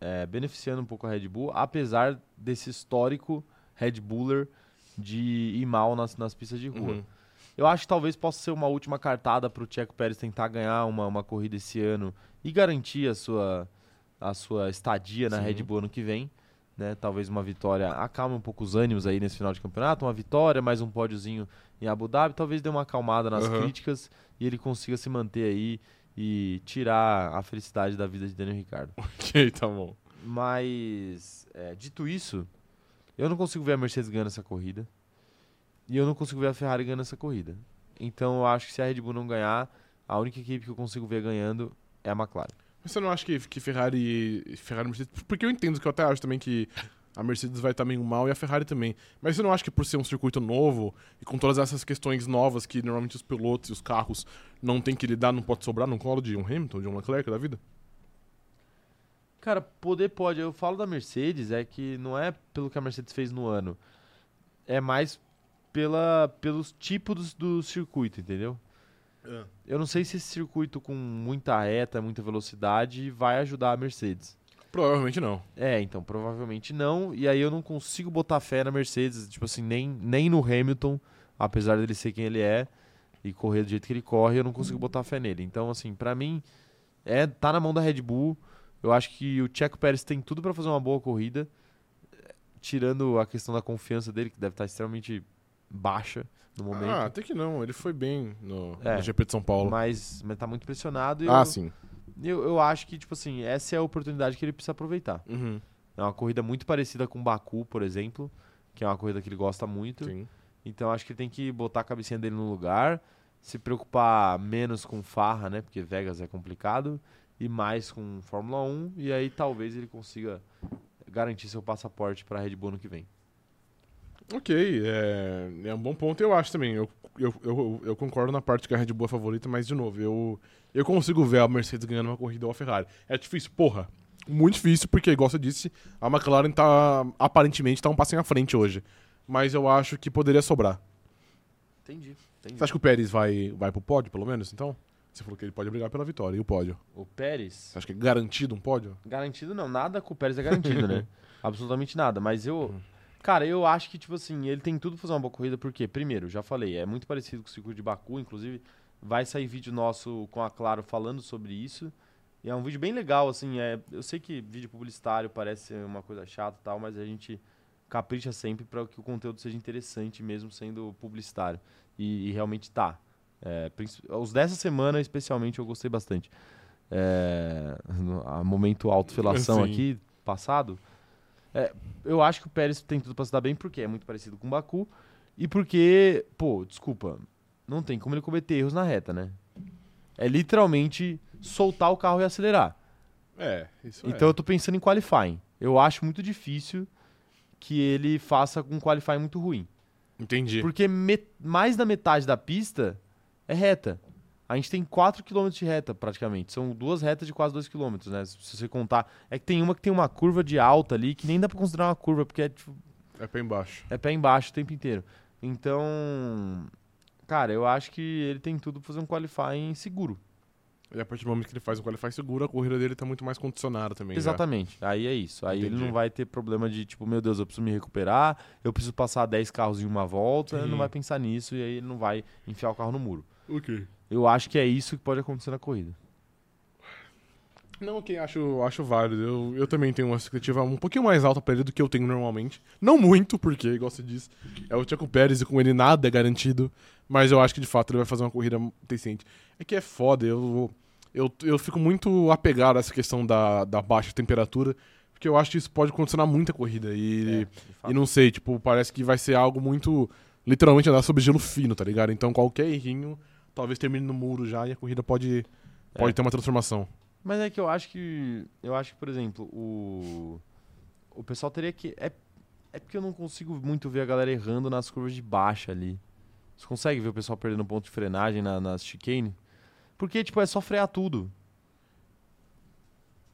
Speaker 1: é, beneficiando um pouco a Red Bull, apesar desse histórico Red Buller de ir mal nas, nas pistas de rua.
Speaker 2: Uhum.
Speaker 1: Eu acho que talvez possa ser uma última cartada para o Checo Pérez tentar ganhar uma, uma corrida esse ano e garantir a sua, a sua estadia na
Speaker 2: Sim.
Speaker 1: Red Bull ano que vem. Né? Talvez uma vitória acalme um pouco os ânimos aí nesse final de campeonato. Uma vitória, mais um pódiozinho em Abu Dhabi. Talvez dê uma acalmada nas
Speaker 2: Aham.
Speaker 1: críticas e ele consiga se manter aí e tirar a felicidade da vida de Daniel Ricardo.
Speaker 2: Ok, tá bom.
Speaker 1: Mas, é, dito isso, eu não consigo ver a Mercedes ganhando essa corrida. E eu não consigo ver a Ferrari ganhando essa corrida. Então eu acho que se a Red Bull não ganhar, a única equipe que eu consigo ver ganhando é a McLaren.
Speaker 2: Mas Você não acha que, que Ferrari Ferrari e Mercedes. Porque eu entendo que eu até acho também que a Mercedes vai estar meio mal e a Ferrari também. Mas você não acha que por ser um circuito novo e com todas essas questões novas que normalmente os pilotos e os carros não têm que lidar, não pode sobrar no colo de um Hamilton, de um Leclerc da vida?
Speaker 1: Cara, poder pode. Eu falo da Mercedes, é que não é pelo que a Mercedes fez no ano. É mais pela, pelos tipos do, do circuito, entendeu? Eu não sei se esse circuito com muita reta, muita velocidade vai ajudar a Mercedes.
Speaker 2: Provavelmente não.
Speaker 1: É, então, provavelmente não. E aí eu não consigo botar fé na Mercedes, tipo assim, nem, nem no Hamilton, apesar dele ser quem ele é. e correr do jeito que ele corre, eu não consigo botar fé nele. Então, assim, pra mim, é tá na mão da Red Bull. Eu acho que o Checo Pérez tem tudo pra fazer uma boa corrida, eh, tirando a questão da confiança dele, que deve estar extremamente baixa no momento.
Speaker 2: Ah, até que não. Ele foi bem no,
Speaker 1: É.
Speaker 2: no GP de São Paulo.
Speaker 1: mas, mas tá muito pressionado e
Speaker 2: Ah,
Speaker 1: eu,
Speaker 2: sim.
Speaker 1: eu, eu acho que, tipo assim, essa é a oportunidade que ele precisa aproveitar.
Speaker 2: Uhum,
Speaker 1: É uma corrida muito parecida com Baku, por exemplo, que é uma corrida que ele gosta muito.
Speaker 2: sim.
Speaker 1: Então acho que ele tem que botar a cabecinha dele no lugar, se preocupar menos com farra, né? Porque Vegas é complicado, e mais com Fórmula 1, e aí talvez ele consiga garantir seu passaporte pra Red Bull no que vem.
Speaker 2: Ok, é, é um bom ponto, eu acho também. Eu, eu, eu, eu concordo na parte que a Red Bull é favorita, mas, de novo, eu, eu consigo ver a Mercedes ganhando uma corrida ou a Ferrari. É difícil, porra. Muito difícil, porque, igual você disse, a McLaren tá, aparentemente tá um passinho à frente hoje. Mas eu acho que poderia sobrar.
Speaker 1: Entendi, entendi.
Speaker 2: Você acha que o Pérez vai, vai pro pódio, pelo menos, então? Você falou que ele pode brigar pela vitória e o pódio.
Speaker 1: O Pérez,
Speaker 2: Você acha que é garantido um pódio?
Speaker 1: garantido não, nada com o Pérez é garantido, né? Absolutamente nada, mas eu... Cara, eu acho que, tipo assim, ele tem tudo pra fazer uma boa corrida, porque, primeiro, já falei, é muito parecido com o circuito de Baku, inclusive vai sair vídeo nosso com a Claro falando sobre isso. E é um vídeo bem legal, assim. É, eu sei que vídeo publicitário parece ser uma coisa chata e tal, mas a gente capricha sempre para que o conteúdo seja interessante, mesmo sendo publicitário. E, e realmente tá. É, princi- os dessa semana, especialmente, eu gostei bastante. É, no- a momento autofilação
Speaker 2: Sim.
Speaker 1: aqui, passado. É, eu acho que o Pérez tem tudo para se dar bem, porque é muito parecido com o Baku. E porque, pô, desculpa, não tem como ele cometer erros na reta, né? É literalmente soltar o carro e acelerar.
Speaker 2: É, isso
Speaker 1: então eu tô pensando em qualifying. Eu acho muito difícil que ele faça um qualifying muito ruim.
Speaker 2: Entendi.
Speaker 1: Porque me- mais da metade da pista é reta. A gente tem 4 km de reta, praticamente. São duas retas de quase 2 km, né? Se se você contar. É que tem uma que tem uma curva de alta ali, que nem dá pra considerar uma curva, porque é tipo,
Speaker 2: É pé embaixo.
Speaker 1: é pé embaixo o tempo inteiro. Então, cara, eu acho que ele tem tudo pra fazer um qualifying seguro.
Speaker 2: E a partir do momento que ele faz um qualify seguro, a corrida dele tá muito mais condicionada também. já.
Speaker 1: Exatamente. Aí é isso. Aí ele
Speaker 2: Entendi.
Speaker 1: não vai ter problema de, tipo, meu Deus, eu preciso me recuperar, eu preciso passar 10 carros em uma volta, ele
Speaker 2: Sim.
Speaker 1: não vai pensar nisso e aí ele não vai enfiar o carro no muro.
Speaker 2: Ok.
Speaker 1: Eu acho que é isso que pode acontecer na corrida.
Speaker 2: Não, ok, acho, acho válido. Eu, eu também tenho uma expectativa um pouquinho mais alta pra ele do que eu tenho normalmente. Não muito, porque, igual você disse, é o Tiago Pérez e com ele nada é garantido. Mas eu acho que de fato ele vai fazer uma corrida decente. É que é foda, eu, eu, eu fico muito apegado a essa questão da, da baixa temperatura, porque eu acho que isso pode condicionar muita corrida. E.
Speaker 1: É, de fato.
Speaker 2: E não sei, tipo, parece que vai ser algo muito. Literalmente andar sob gelo fino, tá ligado? Então qualquer errinho talvez termine no muro já e a corrida pode, pode
Speaker 1: É.
Speaker 2: ter uma transformação.
Speaker 1: Mas é que eu acho que. Eu acho que, por exemplo, o. O pessoal teria que. É, é porque eu não consigo muito ver a galera errando nas curvas de baixa ali. Você consegue ver o pessoal perdendo ponto de frenagem na, nas chicane? Porque, tipo, é só frear tudo.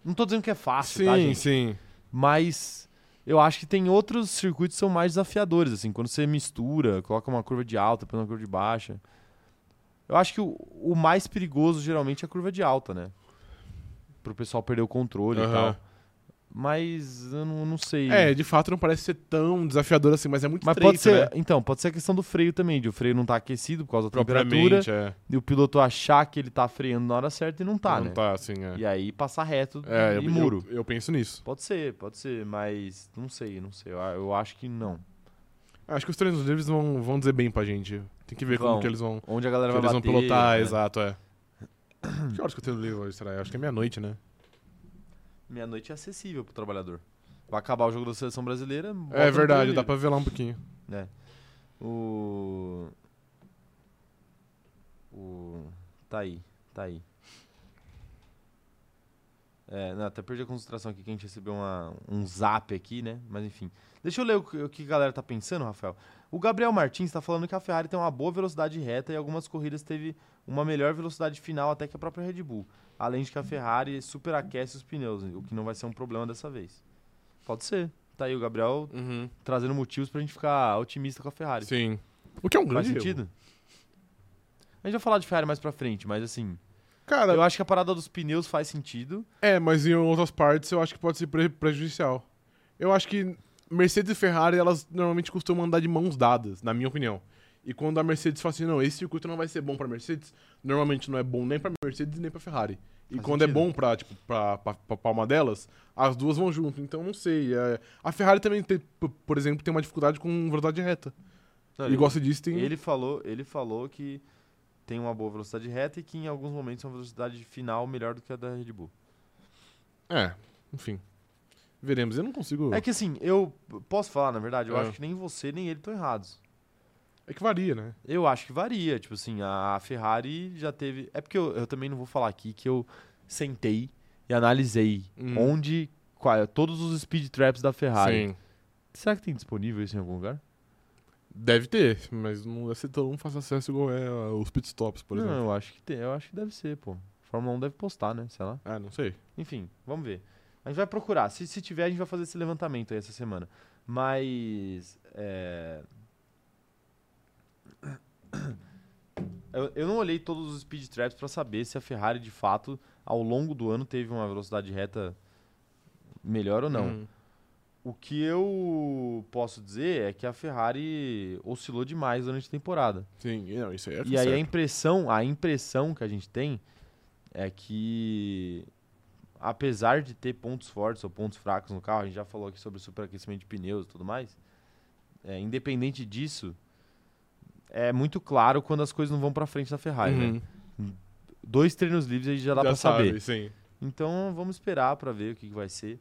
Speaker 1: Não tô dizendo que é fácil, tá, gente?
Speaker 2: sim.
Speaker 1: Mas eu acho que tem outros circuitos que são mais desafiadores, assim, quando você mistura, coloca uma curva de alta, põe uma curva de baixa. Eu acho que o, o mais perigoso geralmente é a curva de alta, né? Pro pessoal perder o controle e
Speaker 2: Aham.
Speaker 1: tal. Mas eu não, não sei.
Speaker 2: É, de fato não parece ser tão desafiador assim, mas é muito
Speaker 1: mas
Speaker 2: estreito,
Speaker 1: pode ser,
Speaker 2: né?
Speaker 1: então, pode ser a questão do freio também, de o freio não tá aquecido por causa da temperatura,
Speaker 2: Propriamente, é.
Speaker 1: e o piloto achar que ele tá freando na hora certa e não tá,
Speaker 2: não
Speaker 1: né?
Speaker 2: tá assim, é.
Speaker 1: E aí passar reto
Speaker 2: É,
Speaker 1: e
Speaker 2: eu,
Speaker 1: muro.
Speaker 2: Eu, eu penso nisso.
Speaker 1: Pode ser, pode ser, mas não sei, não sei. Eu, eu acho que não.
Speaker 2: Acho que os treinos deles vão, vão dizer bem pra gente. Tem que ver
Speaker 1: Vão.
Speaker 2: como que eles vão,
Speaker 1: Onde a galera
Speaker 2: que
Speaker 1: vai
Speaker 2: eles vão
Speaker 1: bater,
Speaker 2: pilotar,
Speaker 1: né?
Speaker 2: exato, é. que horas que eu treino livre hoje, será? Acho que é meia-noite, né?
Speaker 1: Meia-noite é acessível pro trabalhador. Vai acabar o jogo da seleção brasileira. bota
Speaker 2: É
Speaker 1: no
Speaker 2: verdade,
Speaker 1: treino
Speaker 2: dá
Speaker 1: livre.
Speaker 2: pra velar um pouquinho.
Speaker 1: O. O. Tá aí, tá aí. É, não, até perdi a concentração aqui que a gente recebeu uma- um zap aqui, né? Mas enfim. Deixa eu ler o, que- o que a galera tá pensando, Rafael. O Gabriel Martins tá falando que a Ferrari tem uma boa velocidade reta e algumas corridas teve uma melhor velocidade final até que a própria Red Bull. Além de que a Ferrari superaquece os pneus, o que não vai ser um problema dessa vez. Pode ser. Tá aí o Gabriel
Speaker 2: Uhum.
Speaker 1: trazendo motivos pra gente ficar otimista com a Ferrari.
Speaker 2: Sim. O que é um
Speaker 1: Faz
Speaker 2: grande erro.
Speaker 1: sentido? A gente vai falar de Ferrari mais pra frente, mas assim.
Speaker 2: Cara,
Speaker 1: Eu acho que a parada dos pneus faz sentido.
Speaker 2: é, mas em outras partes eu acho que pode ser pre- prejudicial. Eu acho que Mercedes e Ferrari, elas normalmente costumam andar de mãos dadas, na minha opinião. E quando a Mercedes fala assim, não, esse circuito não vai ser bom pra Mercedes, normalmente não é bom nem pra Mercedes nem pra Ferrari. E
Speaker 1: Faz
Speaker 2: quando é
Speaker 1: sentido.
Speaker 2: bom pra, tipo, pra, pra, pra- pra uma delas, as duas vão junto. Então não sei. é- A Ferrari também, tem, p- por exemplo, tem uma dificuldade com velocidade reta.
Speaker 1: Não,
Speaker 2: e gosta disso, tem.
Speaker 1: Tá Ele falou, ele falou que tem uma boa velocidade reta e que em alguns momentos é uma velocidade final melhor do que a da Red Bull.
Speaker 2: É, enfim. Veremos. Eu não consigo.
Speaker 1: É que assim, eu posso falar, na verdade, eu
Speaker 2: É.
Speaker 1: acho que nem você nem ele estão errados.
Speaker 2: é que varia, né?
Speaker 1: Eu acho que varia. Tipo assim, a Ferrari já teve. É porque eu, eu também não vou falar aqui que eu sentei e analisei
Speaker 2: Hum.
Speaker 1: onde. qua- todos os speed traps da Ferrari.
Speaker 2: Sim.
Speaker 1: Será que tem disponível isso em algum lugar?
Speaker 2: Deve ter, mas não deve ser tão fácil acesso igual é ah, os pitstops, por
Speaker 1: não,
Speaker 2: exemplo.
Speaker 1: eu acho que tem. Eu acho que deve ser, pô. Fórmula 1 deve postar, né? Sei lá.
Speaker 2: Ah, não sei.
Speaker 1: Enfim, vamos ver. A gente vai procurar. Se, se tiver, a gente vai fazer esse levantamento aí essa semana. Mas. é, Eu, eu não olhei todos os speed traps pra saber se a Ferrari, de fato, ao longo do ano teve uma velocidade reta melhor ou não.
Speaker 2: Hum.
Speaker 1: O que eu posso dizer é que a Ferrari oscilou demais durante a temporada.
Speaker 2: Sim, não, isso aí é
Speaker 1: E aí a
Speaker 2: certo.
Speaker 1: impressão, a impressão que a gente tem é que apesar de ter pontos fortes ou pontos fracos no carro, a gente já falou aqui sobre o superaquecimento de pneus e tudo mais, é, independente disso, é muito claro quando as coisas não vão pra frente na Ferrari, né?
Speaker 2: Uhum.
Speaker 1: Dois treinos livres a gente já dá pra
Speaker 2: sabe,
Speaker 1: saber.
Speaker 2: Sim.
Speaker 1: Então vamos esperar pra ver o que, que vai ser.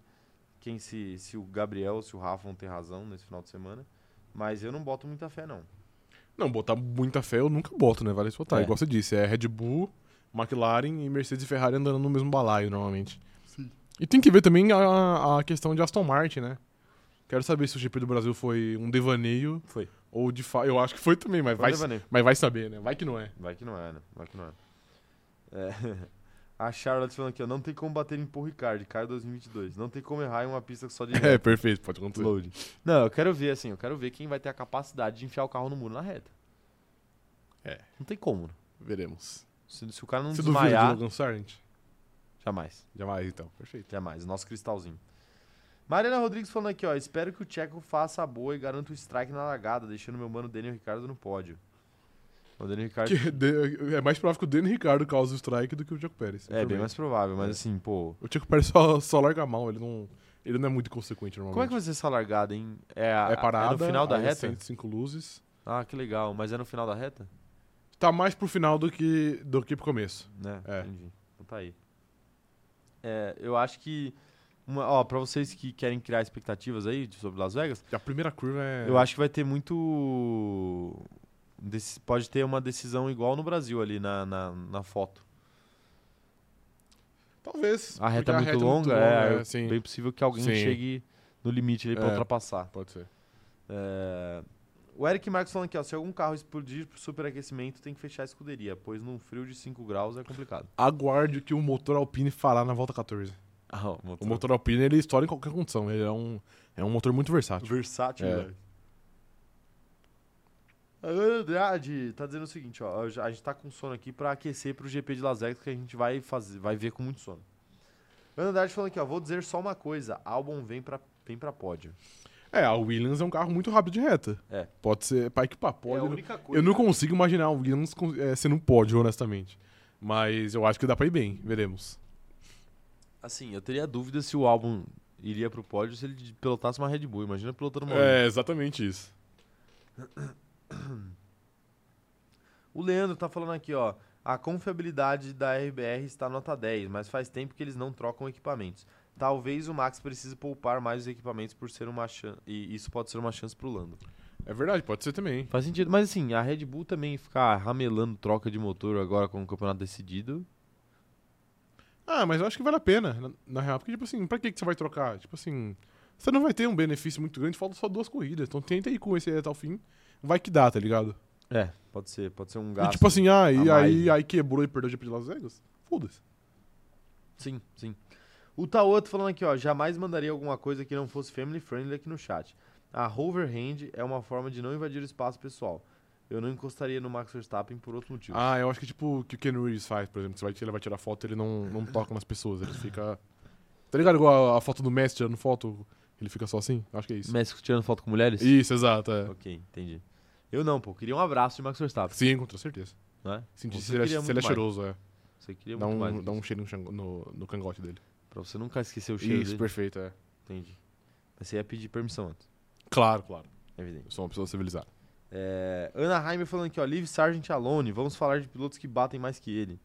Speaker 1: Quem se, se o Gabriel ou se o Rafa vão ter razão nesse final de semana. Mas eu não boto muita fé, não.
Speaker 2: Não, botar muita fé eu nunca boto, né? Vale botar.
Speaker 1: É.
Speaker 2: Igual você disse, é Red Bull, McLaren e Mercedes e Ferrari andando no mesmo balaio, normalmente.
Speaker 4: Sim.
Speaker 2: E tem que ver também a, a questão de Aston Martin, né? Quero saber se o GP do Brasil foi um devaneio.
Speaker 1: Foi.
Speaker 2: Ou de fato. Eu acho que foi também, mas,
Speaker 1: Foi um
Speaker 2: vai,
Speaker 1: devaneio.
Speaker 2: mas vai saber, né? Vai que não é.
Speaker 1: Vai que não é, né? Vai que não é. É, A Charlotte falando aqui, ó. Não tem como bater em Paul Ricard, Caio 2022. Não tem como errar em uma pista só de
Speaker 2: É, perfeito, pode
Speaker 1: reta.
Speaker 2: acontecer.
Speaker 1: load. Não, eu quero ver, assim. Eu quero ver quem vai ter a capacidade de enfiar o carro no muro na reta.
Speaker 2: É.
Speaker 1: Não tem como. né?
Speaker 2: Veremos.
Speaker 1: Se, se o cara não
Speaker 2: você duvida
Speaker 1: desmaiar...
Speaker 2: do Logan Sargent?
Speaker 1: Jamais.
Speaker 2: Jamais, então. Perfeito.
Speaker 1: Jamais. Nosso cristalzinho. Mariana Rodrigues falando aqui, ó. Espero que o Checo faça a boa e garanta o strike na largada, deixando meu mano Daniel Ricardo no pódio. O Daniel Ricardo...
Speaker 2: Que de- é mais provável que o Daniel Ricardo cause o strike do que o Tiago Pérez.
Speaker 1: É, bem
Speaker 2: infelizmente.
Speaker 1: mais provável, mas
Speaker 2: É.
Speaker 1: assim, pô...
Speaker 2: O Tiago Pérez só, só larga mal, ele não, ele não é muito consequente normalmente.
Speaker 1: Como é que vai ser essa largada, hein? É, a-
Speaker 2: É parada,
Speaker 1: é no final da
Speaker 2: aí
Speaker 1: reta?
Speaker 2: acende cinco luzes.
Speaker 1: Ah, que legal. Mas é no final da reta?
Speaker 2: Tá mais pro final do que, do que pro começo.
Speaker 1: Né?
Speaker 2: É.
Speaker 1: Entendi. Então tá aí. É, eu acho que... Uma, ó, pra vocês que querem criar expectativas aí de- sobre Las Vegas,
Speaker 2: E a primeira curva é.
Speaker 1: eu acho que vai ter muito... desse- Pode ter uma decisão igual no Brasil ali na, na, na foto.
Speaker 2: Talvez.
Speaker 1: A reta,
Speaker 2: porque
Speaker 1: é muito, longa, é,
Speaker 2: é, sim.
Speaker 1: bem possível que alguém
Speaker 2: Sim.
Speaker 1: chegue no limite ali pra
Speaker 2: É.
Speaker 1: ultrapassar.
Speaker 2: Pode ser.
Speaker 1: É, O Eric Marques falando aqui, ó, se algum carro explodir por superaquecimento, tem que fechar a escuderia, pois num frio de 5 graus é complicado.
Speaker 2: Aguarde o que o motor Alpine fará na volta 14.
Speaker 1: Ah,
Speaker 2: O motor Alpine ele estoura em qualquer condição. Ele é um, é um motor muito versátil.
Speaker 1: versátil,
Speaker 2: É.
Speaker 1: velho. Ah, Andrade tá dizendo o seguinte, ó, eu já- a gente tá com sono aqui pra aquecer pro GP de Las Vegas que a gente vai fazer, vai ver com muito sono. Andrade falando aqui, ó, vou dizer só uma coisa, Albon vem pra vem para pódio.
Speaker 2: É, a Williams é um carro muito rápido de reta.
Speaker 1: É.
Speaker 2: Pode ser. Pra equipar,
Speaker 1: é
Speaker 2: pode.
Speaker 1: a única coisa.
Speaker 2: Eu não consigo imaginar o Williams com- eh, sendo um pódio, honestamente. Mas eu acho que dá pra ir bem, veremos.
Speaker 1: Assim, eu teria dúvida se o Albon iria pro pódio se ele pilotasse uma Red Bull. Imagina pilotando uma Red
Speaker 2: É, exatamente isso.
Speaker 1: O Leandro tá falando aqui, ó. A confiabilidade da RBR está nota 10, mas faz tempo que eles não trocam equipamentos. Talvez o Max precise poupar mais os equipamentos por ser uma chan- e isso pode ser uma chance pro Lando.
Speaker 2: É verdade, pode ser também.
Speaker 1: Faz sentido, mas assim, a Red Bull também ficar ramelando troca de motor agora com o campeonato decidido.
Speaker 2: Ah, mas eu acho que vale a pena, na, na real. Porque, tipo assim, pra que, que você vai trocar? Tipo assim, você não vai ter um benefício muito grande, faltam só duas corridas. Então tenta ir com esse até o fim. Vai que dá, tá ligado?
Speaker 1: É, pode ser, pode ser um
Speaker 2: e
Speaker 1: gasto.
Speaker 2: tipo assim, ah,
Speaker 1: a
Speaker 2: e
Speaker 1: mais,
Speaker 2: aí,
Speaker 1: né?
Speaker 2: aí quebrou e perdeu o GP de Las Vegas? Foda-se.
Speaker 1: Sim, sim. O Taoto falando aqui, ó, jamais mandaria alguma coisa que não fosse family friendly aqui no chat. A hoverhand é uma forma de não invadir o espaço pessoal. Eu não encostaria no Max Verstappen por outro motivo.
Speaker 2: Ah, eu acho que tipo o que o Ken Reeves faz, por exemplo. Você vai, ele vai tirar foto ele não, não
Speaker 1: É.
Speaker 2: toca nas pessoas. Ele fica. Tá ligado igual a, a foto do Messi tirando foto? Ele fica só assim? Eu acho que é isso.
Speaker 1: México tirando foto com mulheres?
Speaker 2: Isso, exato. é.
Speaker 1: Ok, entendi. Eu não, pô. Queria um abraço de Max Verstappen.
Speaker 2: Sim, com toda certeza.
Speaker 1: Né?
Speaker 2: Senti
Speaker 1: Você
Speaker 2: se ele, é-
Speaker 1: queria
Speaker 2: se ele
Speaker 1: muito
Speaker 2: é
Speaker 1: mais.
Speaker 2: cheiroso, é.
Speaker 1: Você queria
Speaker 2: Dá
Speaker 1: muito mais.
Speaker 2: um,
Speaker 1: do
Speaker 2: dá
Speaker 1: que
Speaker 2: um
Speaker 1: isso.
Speaker 2: cheirinho no xango- no, no cangote dele.
Speaker 1: Pra você nunca esquecer o cheiro
Speaker 2: Isso,
Speaker 1: dele.
Speaker 2: perfeito, é.
Speaker 1: Entendi. Mas você ia pedir permissão antes. é
Speaker 2: Claro, claro.
Speaker 1: Evidente.
Speaker 2: Eu sou uma pessoa civilizada.
Speaker 1: É, Ana Heimer falando aqui, ó. Leave Sargent alone. Vamos falar de pilotos que batem mais que ele.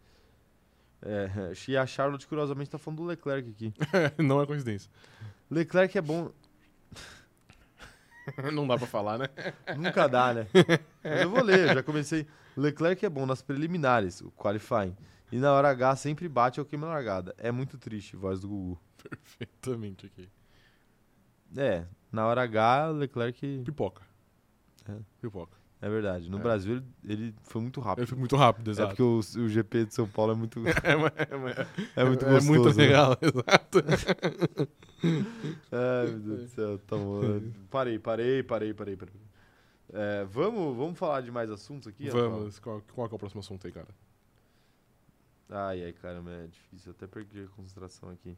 Speaker 1: É, e a Charlotte, curiosamente, tá falando do Leclerc aqui.
Speaker 2: Não é coincidência.
Speaker 1: Leclerc é bom.
Speaker 2: Não dá pra falar, né?
Speaker 1: Nunca dá, né? Mas eu vou ler, eu já comecei. Leclerc é bom nas preliminares, o qualifying. E na hora H sempre bate ao queima largada. É muito triste, voz do Gugu.
Speaker 2: Perfeitamente aqui.
Speaker 1: É, na hora H, Leclerc.
Speaker 2: Pipoca.
Speaker 1: É.
Speaker 2: Pipoca.
Speaker 1: É verdade. No
Speaker 2: É.
Speaker 1: Brasil, ele, ele foi muito
Speaker 2: Eu
Speaker 1: rápido.
Speaker 2: fico muito rápido,
Speaker 1: É
Speaker 2: exato.
Speaker 1: porque o, o GP de São Paulo é muito, é
Speaker 2: É, mas- é, mas-
Speaker 1: muito
Speaker 2: é
Speaker 1: gostoso.
Speaker 2: muito
Speaker 1: né?
Speaker 2: legal, exato.
Speaker 1: Ai, meu Deus do céu, tá bom. Parei, parei, parei, parei, parei. É, vamos, vamos falar de mais assuntos aqui? Rafael?
Speaker 2: Vamos, qual, qual que é o próximo assunto aí, cara?
Speaker 1: Ai, ai, caramba, é difícil. Até perdi a concentração aqui.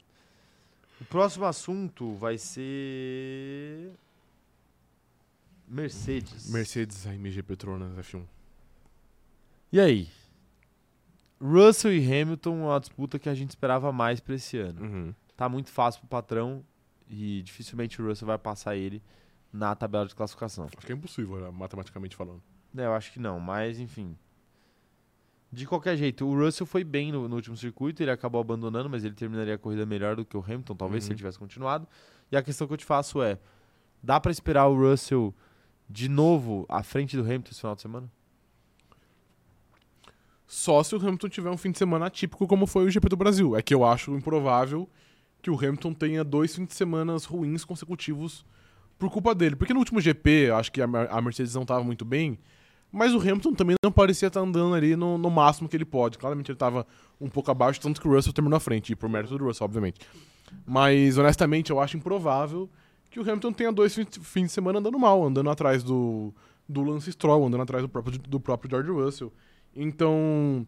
Speaker 1: O próximo assunto vai ser. Mercedes.
Speaker 2: Mercedes AMG Petronas F1.
Speaker 1: E aí? Russell e Hamilton, é uma disputa que a gente esperava mais pra esse ano.
Speaker 2: Uhum.
Speaker 1: Tá muito fácil pro patrão e dificilmente o Russell vai passar ele na tabela de classificação.
Speaker 2: Acho que é impossível, né, matematicamente falando.
Speaker 1: É, eu acho que não, mas enfim. De qualquer jeito, o Russell foi bem no, no último circuito, ele acabou abandonando, mas ele terminaria a corrida melhor do que o Hamilton, talvez, se
Speaker 2: Uhum.
Speaker 1: ele tivesse continuado. E a questão que eu te faço é: dá pra esperar o Russell de novo à frente do Hamilton esse final de semana?
Speaker 2: Só se o Hamilton tiver um fim de semana atípico como foi o GP do Brasil. É que eu acho improvável que o Hamilton tenha dois fins de semana ruins consecutivos por culpa dele. Porque no último GP, eu acho que a Mer- a Mercedes não estava muito bem, mas o Hamilton também não parecia estar andando ali no, no máximo que ele pode. Claramente ele estava um pouco abaixo, tanto que o Russell terminou na frente, e por mérito do Russell, obviamente. Mas, honestamente, eu acho improvável que o Hamilton tenha dois fins fins de semana andando mal, andando atrás do, do Lance Stroll, andando atrás do próprio, do próprio George Russell. Então,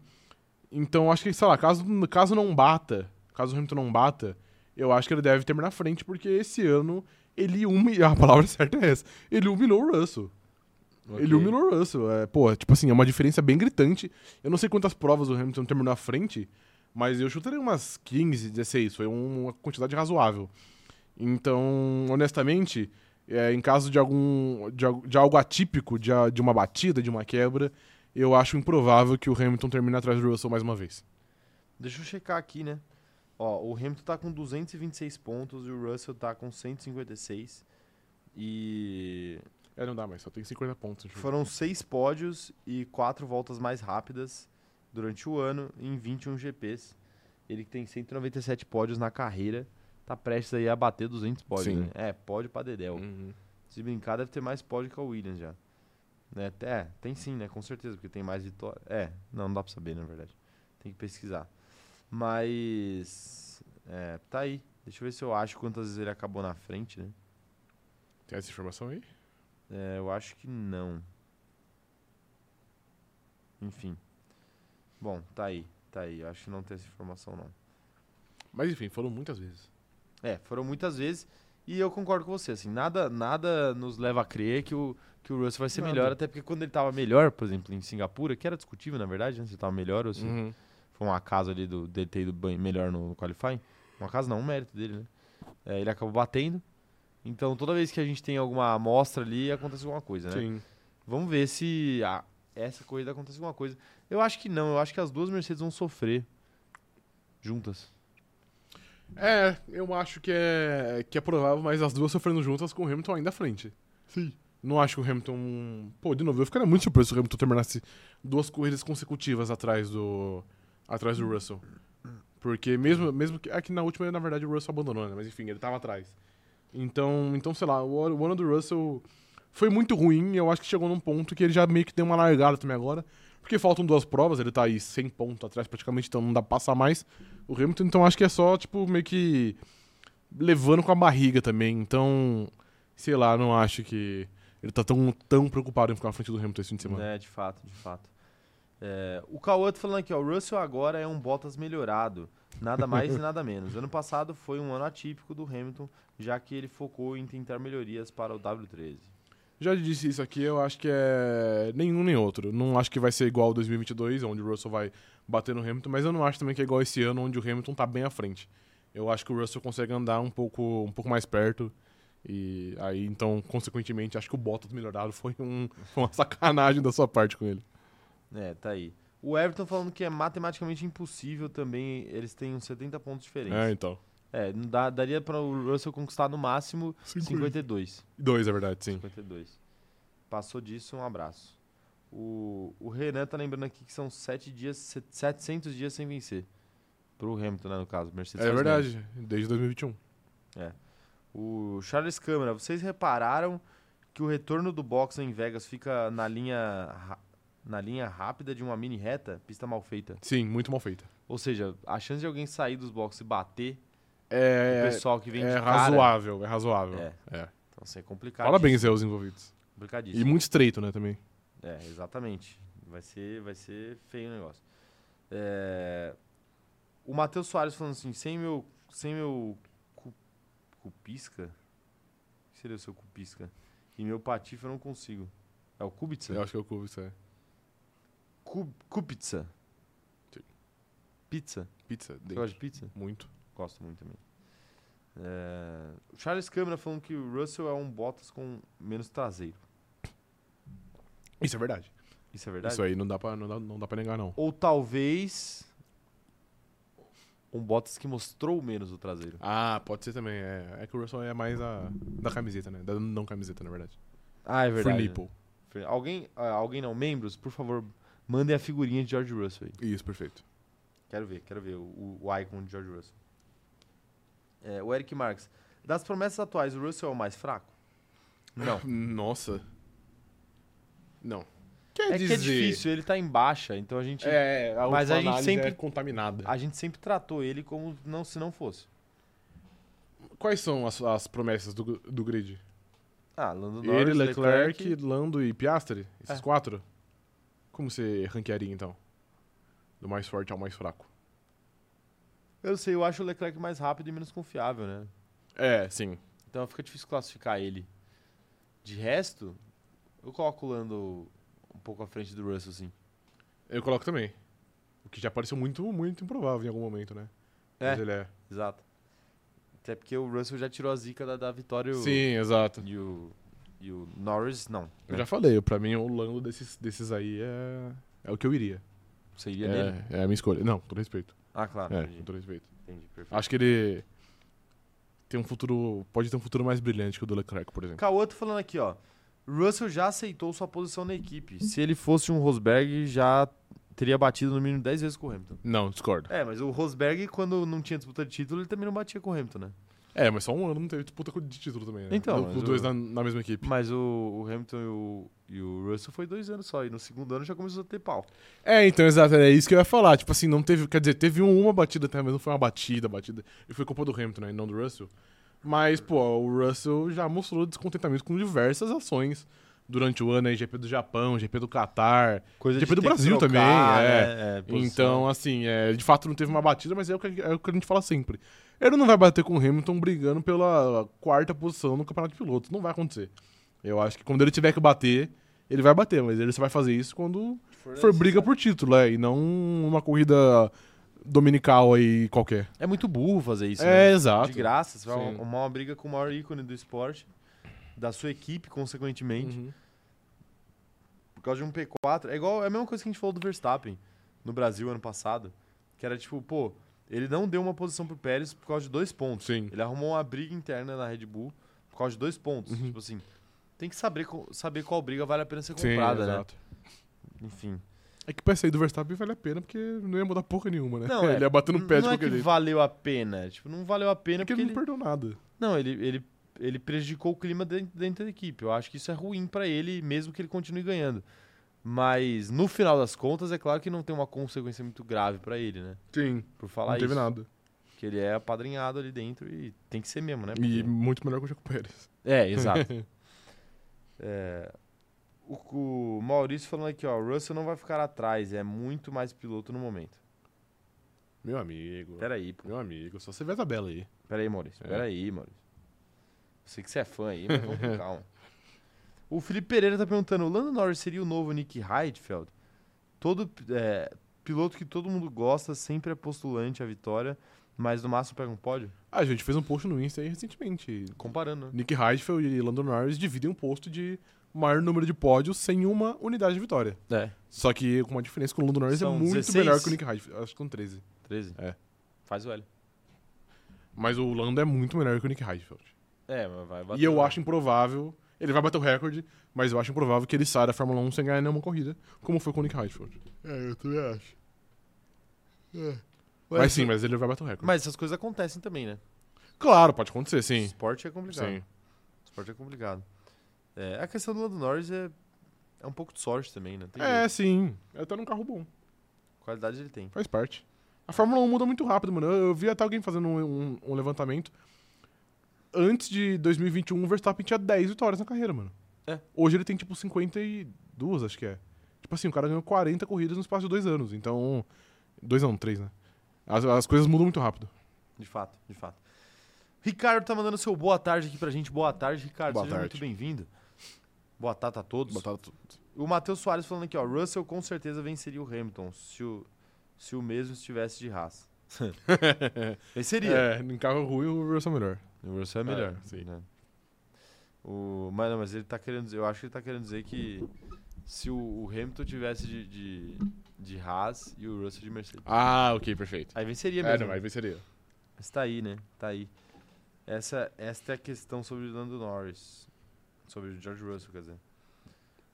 Speaker 2: então acho que, sei lá, caso, caso não bata, caso o Hamilton não bata, eu acho que ele deve terminar na frente, porque esse ano ele humilhou, a palavra certa é essa, ele humilhou o Russell. Ele humilhou o Russell. É, pô, tipo assim, é uma diferença bem gritante. Eu não sei quantas provas o Hamilton terminou à frente, mas eu chutaria umas 15, 16. Foi um- uma quantidade razoável. Então, honestamente, é, em caso de algum de, al- de algo atípico, de, a- de uma batida, de uma quebra, eu acho improvável que o Hamilton termine atrás do Russell mais uma vez.
Speaker 1: Deixa eu checar aqui, né? Ó, o Hamilton tá com 226 pontos e o Russell tá com 156. E
Speaker 2: É, não dá mais, só tem 50 pontos. acho.
Speaker 1: Foram seis pódios e quatro voltas mais rápidas durante o ano em 21 GPs. Ele que tem 197 pódios na carreira, tá prestes aí a bater 200 pódios.
Speaker 2: Sim.
Speaker 1: Né? É, pódio pra Dedel.
Speaker 2: Uhum.
Speaker 1: Se brincar, deve ter mais pódio que a Williams já. Né? te- É, tem sim, né? Com certeza, porque tem mais vitórias. É, não, não dá pra saber, na verdade. Tem que pesquisar. Mas. É, tá aí. Deixa eu ver se eu acho quantas vezes ele acabou na frente, né?
Speaker 2: Tem essa informação aí?
Speaker 1: É, eu acho que não. Enfim. Bom, tá aí, tá aí. Eu acho que não tem essa informação, não.
Speaker 2: Mas enfim, foram muitas vezes.
Speaker 1: É, foram muitas vezes e eu concordo com você, assim, nada, nada nos leva a crer que o, que o Russell vai ser
Speaker 2: Nada.
Speaker 1: melhor, até porque quando ele tava melhor, por exemplo, em Singapura, que era discutível, na verdade, né, se ele tava melhor ou se
Speaker 2: Uhum.
Speaker 1: foi um acaso ali do, dele ter ido bem, melhor no, no qualifying. Um acaso não, um mérito dele, né? É, ele acabou batendo. Então, toda vez que a gente tem alguma amostra ali, acontece alguma coisa, né?
Speaker 2: Sim.
Speaker 1: Vamos ver se a- essa corrida acontece alguma coisa. Eu acho que não, eu acho que as duas Mercedes vão sofrer juntas.
Speaker 2: É, eu acho que é, que é provável, mas as duas sofrendo juntas com o Hamilton ainda à frente.
Speaker 4: Sim.
Speaker 2: Não acho que o Hamilton. Pô, de novo, eu ficaria muito surpreso se o Hamilton terminasse duas corridas consecutivas atrás do. atrás do Russell. Porque mesmo, mesmo que. É que na última, na verdade, o Russell abandonou, né? Mas enfim, ele tava atrás. Então, então sei lá, o, ano- o ano do Russell foi muito ruim. e Eu acho que chegou num ponto que ele já meio que deu uma largada também agora. Porque faltam duas provas, ele tá aí 100 pontos atrás praticamente, então não dá pra passar mais o Hamilton. Então acho que é só, tipo, meio que levando com a barriga também. Então, sei lá, não acho que ele tá tão, tão preocupado em ficar na frente do Hamilton esse fim de semana.
Speaker 1: É, de fato, de fato. É, o Cauã tá falando aqui, ó, o Russell agora é um Bottas melhorado. Nada mais e nada menos. Ano passado foi um ano atípico do Hamilton, já que ele focou em tentar melhorias para o W13.
Speaker 2: Já disse isso aqui, eu acho que é nenhum nem outro. Não acho que vai ser igual ao 2022, onde o Russell vai bater no Hamilton, mas eu não acho também que é igual esse ano, onde o Hamilton tá bem à frente. Eu acho que o Russell consegue andar um pouco, um pouco mais perto. E aí, então, consequentemente, acho que o Bottas melhorado foi, um, foi uma sacanagem da sua parte com ele.
Speaker 1: É, tá aí. O Everton falando que é matematicamente impossível também, eles têm uns 70 pontos
Speaker 2: É,
Speaker 1: diferentes.
Speaker 2: então.
Speaker 1: É, não dá, daria para o Russell conquistar no máximo 52.
Speaker 2: Dois, é verdade, sim.
Speaker 1: 52. Passou disso, um abraço. O, o Renan tá lembrando aqui que são 7 dias, se- 700 dias sem vencer. Pro Hamilton, né, no caso. Mercedes
Speaker 2: É
Speaker 1: faz menos.
Speaker 2: verdade, desde 2021.
Speaker 1: O Charles Câmara, vocês repararam que o retorno do box em Vegas fica na linha, ra- na linha rápida de uma mini reta? Pista mal feita.
Speaker 2: Sim, muito mal feita.
Speaker 1: Ou seja, a chance de alguém sair dos boxes e bater o
Speaker 2: É,
Speaker 1: pessoal que vem
Speaker 2: é
Speaker 1: de cara...
Speaker 2: razoável, é razoável.
Speaker 1: É.
Speaker 2: É.
Speaker 1: Então, assim, é complicado.
Speaker 2: Parabéns aos envolvidos.
Speaker 1: Complicadíssimo.
Speaker 2: E muito estreito, né, também.
Speaker 1: É, exatamente. Vai ser, vai ser feio o negócio. É, O Matheus Soares falando assim, sem meu, sem meu cu- cupisca? O que seria o seu cupisca? E meu patife eu não consigo. É o Kubica?
Speaker 2: Eu acho que é o Kubica, isso é.
Speaker 1: Ku- Kubica.
Speaker 2: Sim.
Speaker 1: Pizza.
Speaker 2: Pizza,
Speaker 1: Você
Speaker 2: dente.
Speaker 1: gosta de pizza?
Speaker 2: Muito.
Speaker 1: Gosto muito também. É, o Charles Câmara falando que o Russell é um Bottas com menos traseiro.
Speaker 2: Isso é verdade.
Speaker 1: Isso é verdade?
Speaker 2: Isso aí não dá pra, não dá, não dá pra negar, não.
Speaker 1: Ou talvez um Bottas que mostrou menos o traseiro.
Speaker 2: Ah, pode ser também. É, é que o Russell é mais a, da camiseta, né? Da não camiseta, na verdade.
Speaker 1: Ah, é
Speaker 2: Free nipple.
Speaker 1: Free- Alguém, ah, alguém não, membros, por favor, mandem a figurinha de George Russell aí.
Speaker 2: né? Isso, perfeito.
Speaker 1: Quero ver, quero ver o, o- o icon de George Russell. É, o Eric Marques. Das promessas atuais, o Russell é o mais fraco? Não.
Speaker 2: Nossa. Não. Quer
Speaker 1: É que
Speaker 2: dizer...
Speaker 1: é difícil, ele tá em baixa, então a gente,
Speaker 2: É,
Speaker 1: Mas
Speaker 2: a última
Speaker 1: a gente
Speaker 2: análise
Speaker 1: sempre-
Speaker 2: é contaminada.
Speaker 1: a gente sempre tratou ele como não se não fosse.
Speaker 2: Quais são as, as promessas do, do grid?
Speaker 1: Ah, Lando Norris,
Speaker 2: Ele, Leclerc,
Speaker 1: Leclerc
Speaker 2: Lando e Piastri? Esses
Speaker 1: É.
Speaker 2: quatro? Como você ranquearia, então? Do mais forte ao mais fraco.
Speaker 1: Eu sei, eu acho o Leclerc mais rápido e menos confiável, né?
Speaker 2: É, sim.
Speaker 1: Então fica difícil classificar ele. De resto, eu coloco o Lando um pouco à frente do Russell, assim. sim.
Speaker 2: Eu coloco também. O que já pareceu muito, muito improvável em algum momento, né?
Speaker 1: É.
Speaker 2: Mas ele é.
Speaker 1: Exato. Até porque o Russell já tirou a zica da, da vitória e o-
Speaker 2: Sim, exato.
Speaker 1: e o. E o Norris, não.
Speaker 2: Eu já falei, pra mim o Lando desses, desses aí é, é o que eu iria.
Speaker 1: Você iria nele?
Speaker 2: É, é a minha escolha. Não, com todo respeito.
Speaker 1: Ah, claro.
Speaker 2: é, com
Speaker 1: entendi.
Speaker 2: todo respeito.
Speaker 1: entendi, perfeito.
Speaker 2: Acho que ele tem um futuro. Pode ter um futuro mais brilhante que o do Leclerc, por exemplo.
Speaker 1: Cauã tá falando aqui, ó. Russell já aceitou sua posição na equipe. Se ele fosse um Rosberg, já teria batido no mínimo 10 vezes com o Hamilton.
Speaker 2: Não, discordo.
Speaker 1: É, mas o Rosberg, quando não tinha disputa de título, ele também não batia com o Hamilton, né?
Speaker 2: É, mas só um ano não teve disputa de título também, né?
Speaker 1: Então,
Speaker 2: Os
Speaker 1: mas
Speaker 2: dois
Speaker 1: o-
Speaker 2: na, na mesma equipe.
Speaker 1: Mas o, o Hamilton e o, e o Russell foi dois anos só, e no segundo ano já começou a ter pau.
Speaker 2: É, então, exato, é isso que eu ia falar. Tipo assim, não teve. Quer dizer, teve um- uma batida até, mas não foi uma batida, batida. E foi culpa do Hamilton, né? E não do Russell. Mas, pô, o Russell já mostrou descontentamento com diversas ações durante o ano aí, GP do Japão, GP do Catar.
Speaker 1: Coisa
Speaker 2: GP do
Speaker 1: ter que
Speaker 2: Brasil também,
Speaker 1: né? É, posição.
Speaker 2: Então, assim, é, de fato não teve uma batida, mas é o, que, é o que a gente fala sempre. Ele não vai bater com o Hamilton brigando pela quarta posição no campeonato de pilotos. Não vai acontecer. Eu acho que quando ele tiver que bater, ele vai bater, mas ele só vai fazer isso quando for briga por título, é, e não uma corrida dominical aí qualquer.
Speaker 1: É muito burro fazer isso,
Speaker 2: é,
Speaker 1: né?
Speaker 2: exato.
Speaker 1: De graça, você vai
Speaker 2: Sim.
Speaker 1: arrumar uma briga com o maior ícone do esporte, da sua equipe, consequentemente,
Speaker 2: Uhum.
Speaker 1: por causa de um P4. É igual, é a mesma coisa que a gente falou do Verstappen no Brasil ano passado, que era tipo, pô, ele não deu uma posição pro Pérez por causa de dois pontos.
Speaker 2: Sim.
Speaker 1: Ele arrumou uma briga interna na Red Bull por causa de dois pontos. Tipo assim, tem que saber, co- saber qual briga vale a pena ser
Speaker 2: Sim,
Speaker 1: comprada, né?
Speaker 2: exato.
Speaker 1: Enfim.
Speaker 2: É que pra sair do Verstappen vale a pena, porque não ia mudar porra nenhuma, né?
Speaker 1: Não, é-
Speaker 2: ele ia bater no pé de
Speaker 1: não é que
Speaker 2: qualquer jeito.
Speaker 1: valeu a pena. Tipo, não valeu a pena porque,
Speaker 2: Porque ele não
Speaker 1: ele...
Speaker 2: perdeu nada.
Speaker 1: Não, ele, ele, ele prejudicou o clima dentro, dentro da equipe. Eu acho que isso é ruim pra ele, mesmo que ele continue ganhando. Mas, no final das contas, é claro que não tem uma consequência muito grave pra ele, né?
Speaker 2: Sim.
Speaker 1: Por falar
Speaker 2: não teve
Speaker 1: isso.
Speaker 2: nada.
Speaker 1: Que ele é apadrinhado ali dentro e tem que ser mesmo, né?
Speaker 2: E
Speaker 1: Porque-
Speaker 2: muito melhor que o Jaco Pérez.
Speaker 1: É, exato. É, o, o Maurício falando aqui, ó, o Russell não vai ficar atrás, é muito mais piloto no momento.
Speaker 2: Meu amigo.
Speaker 1: Peraí, pô.
Speaker 2: Meu amigo, só você vê a tabela aí.
Speaker 1: Peraí, Maurício.
Speaker 2: É.
Speaker 1: Peraí, Maurício. Eu sei que você é fã aí, mas vamos com calma. O Felipe Pereira tá perguntando: o Lando Norris seria o novo Nick Heidfeld? Todo é, piloto que todo mundo gosta sempre é postulante à vitória, mas no máximo pega um pódio?
Speaker 2: Ah, a gente fez um post no Insta aí recentemente.
Speaker 1: Comparando, né?
Speaker 2: Nick Heidfeld e Lando Norris dividem um posto de maior número de pódios sem uma unidade de vitória.
Speaker 1: É,
Speaker 2: Só que com uma diferença que o Lando Norris
Speaker 1: São
Speaker 2: é muito
Speaker 1: 16?
Speaker 2: melhor que o Nick Heidfeld. Acho que são 13.
Speaker 1: 13.
Speaker 2: É.
Speaker 1: Faz o L.
Speaker 2: Mas o Lando é muito melhor que o Nick Heidfeld.
Speaker 1: É, mas vai bater.
Speaker 2: E eu acho improvável. Ele vai bater o recorde, mas eu acho improvável que ele saia da Fórmula 1 sem ganhar nenhuma corrida, como foi com o Nick Heidfeld.
Speaker 4: É, eu também acho. É.
Speaker 2: Mas sim, mas ele vai bater o recorde.
Speaker 1: Mas essas coisas acontecem também, né?
Speaker 2: Claro, pode acontecer, sim.
Speaker 1: Esporte é complicado.
Speaker 2: Sim.
Speaker 1: Esporte é complicado. É, a questão do Lando Norris é, é um pouco de sorte também, né? Tem
Speaker 2: É,
Speaker 1: jeito.
Speaker 2: sim. Ele tá num carro bom.
Speaker 1: Qualidade ele tem.
Speaker 2: Faz parte. A Fórmula 1 muda muito rápido, mano. Eu, eu vi até alguém fazendo um, um- um levantamento. Antes de 2021, o Verstappen tinha 10 vitórias na carreira, mano.
Speaker 1: É.
Speaker 2: Hoje ele tem, tipo, 52, acho que é. Tipo assim, o cara ganhou 40 corridas no espaço de dois anos. Então. Dois anos, três, né? As, as coisas mudam muito rápido.
Speaker 1: De fato, de fato. Ricardo tá mandando seu boa tarde aqui pra gente. Boa tarde, Ricardo.
Speaker 2: Boa
Speaker 1: Seja
Speaker 2: tarde.
Speaker 1: muito bem-vindo. Boa tarde a todos.
Speaker 2: Botaram-
Speaker 1: O Matheus Soares falando aqui, ó. Russell com certeza venceria o Hamilton se o, se o mesmo estivesse de raça. venceria.
Speaker 2: É, em carro ruim o Russell é melhor.
Speaker 1: O Russell é
Speaker 2: É,
Speaker 1: melhor.
Speaker 2: sim.
Speaker 1: né? O, mas, não, mas ele tá querendo dizer, eu acho que ele tá querendo dizer que se o, o Hamilton tivesse de, de, de Haas e o Russell de Mercedes.
Speaker 2: Ah, ok, perfeito.
Speaker 1: Aí venceria
Speaker 2: É,
Speaker 1: mesmo.
Speaker 2: não,
Speaker 1: né?
Speaker 2: mas venceria.
Speaker 1: Mas tá aí, né? Tá aí. Essa, esta é a questão sobre o Lando Norris. Sobre o George Russell, quer dizer.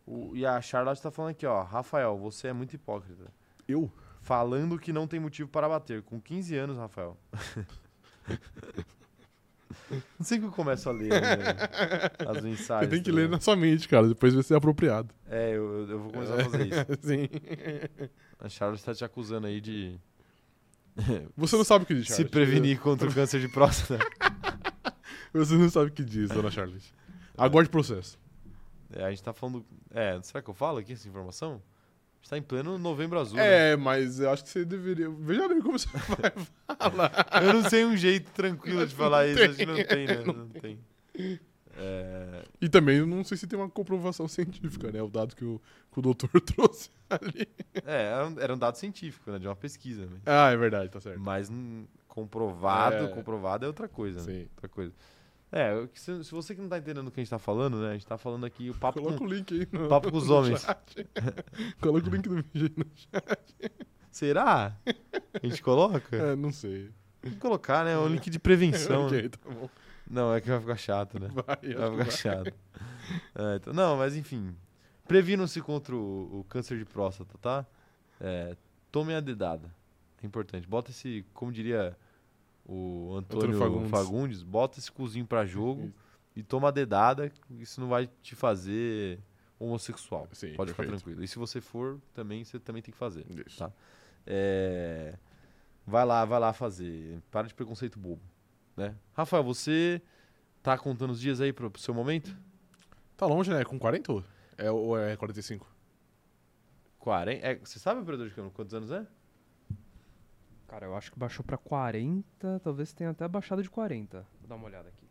Speaker 1: O- e a Charlotte tá falando aqui, ó. Rafael, você é muito hipócrita.
Speaker 2: Eu?
Speaker 1: Falando que não tem motivo para bater. Com 15 anos, Rafael. não sei que eu começo a ler né, as mensagens.
Speaker 2: Você tem que
Speaker 1: tá
Speaker 2: ler
Speaker 1: ligado?
Speaker 2: na sua mente, cara. Depois vai ser apropriado.
Speaker 1: É, eu, eu- eu vou começar a fazer isso.
Speaker 2: sim.
Speaker 1: A Charlotte tá te acusando aí de
Speaker 2: Você não sabe o que diz,
Speaker 1: se
Speaker 2: Charlotte.
Speaker 1: prevenir contra o câncer de próstata.
Speaker 2: Você não sabe o que diz, dona Charlotte. Aguarde o processo.
Speaker 1: É, a gente tá falando. É, será que eu falo aqui essa informação? A gente tá em pleno novembro azul. né?
Speaker 2: É, mas eu acho que você deveria. Veja bem como você vai falar.
Speaker 1: Eu não sei um jeito tranquilo de falar isso. A gente não tem, né? Não tem. É,
Speaker 2: E também eu não sei se tem uma comprovação científica, né? O dado que o, que o doutor trouxe ali.
Speaker 1: é, era um- era um dado científico, né? De uma pesquisa. Né?
Speaker 2: Ah, é verdade, tá certo.
Speaker 1: Mas hum, comprovado,
Speaker 2: É.
Speaker 1: comprovado é outra coisa, né?
Speaker 2: Sim.
Speaker 1: Outra coisa. É, o que se, se você que não tá entendendo o que a gente tá falando, né? A gente tá falando aqui o papo
Speaker 2: Coloca
Speaker 1: com,
Speaker 2: o link aí no.
Speaker 1: papo com os homens.
Speaker 2: Coloca o link do vídeo aí no.
Speaker 1: Será? A gente coloca?
Speaker 2: É, não sei.
Speaker 1: Tem que colocar, né? É um link de prevenção. né?
Speaker 2: ok, tá bom.
Speaker 1: Não, é que vai ficar chato, né?
Speaker 2: Vai, acho que
Speaker 1: Vai ficar
Speaker 2: vai.
Speaker 1: chato. É, então- não, mas enfim. Previnam-se contra o, o câncer de próstata, tá? É, tomem a dedada. É importante. Bota esse, como diria o Antônio,
Speaker 2: Antônio
Speaker 1: Fagundes.
Speaker 2: Fagundes.
Speaker 1: bota esse cozinho pra jogo e toma a dedada. Isso não vai te fazer homossexual.
Speaker 2: Sim,
Speaker 1: Pode ficar
Speaker 2: perfeito.
Speaker 1: tranquilo. E se você for, também você também tem que fazer.
Speaker 2: Isso.
Speaker 1: Tá. É, Vai lá, vai lá fazer. Para de preconceito bobo. Né? Rafael, você tá contando os dias aí pro, pro seu momento?
Speaker 2: Tá longe, né? Com 40? ou- É, ou é 45?
Speaker 1: 40. É, você sabe, operador de câmera, quantos anos é?
Speaker 3: Cara, eu acho que baixou pra 40, talvez tenha até baixado de 40. Vou dar uma olhada aqui.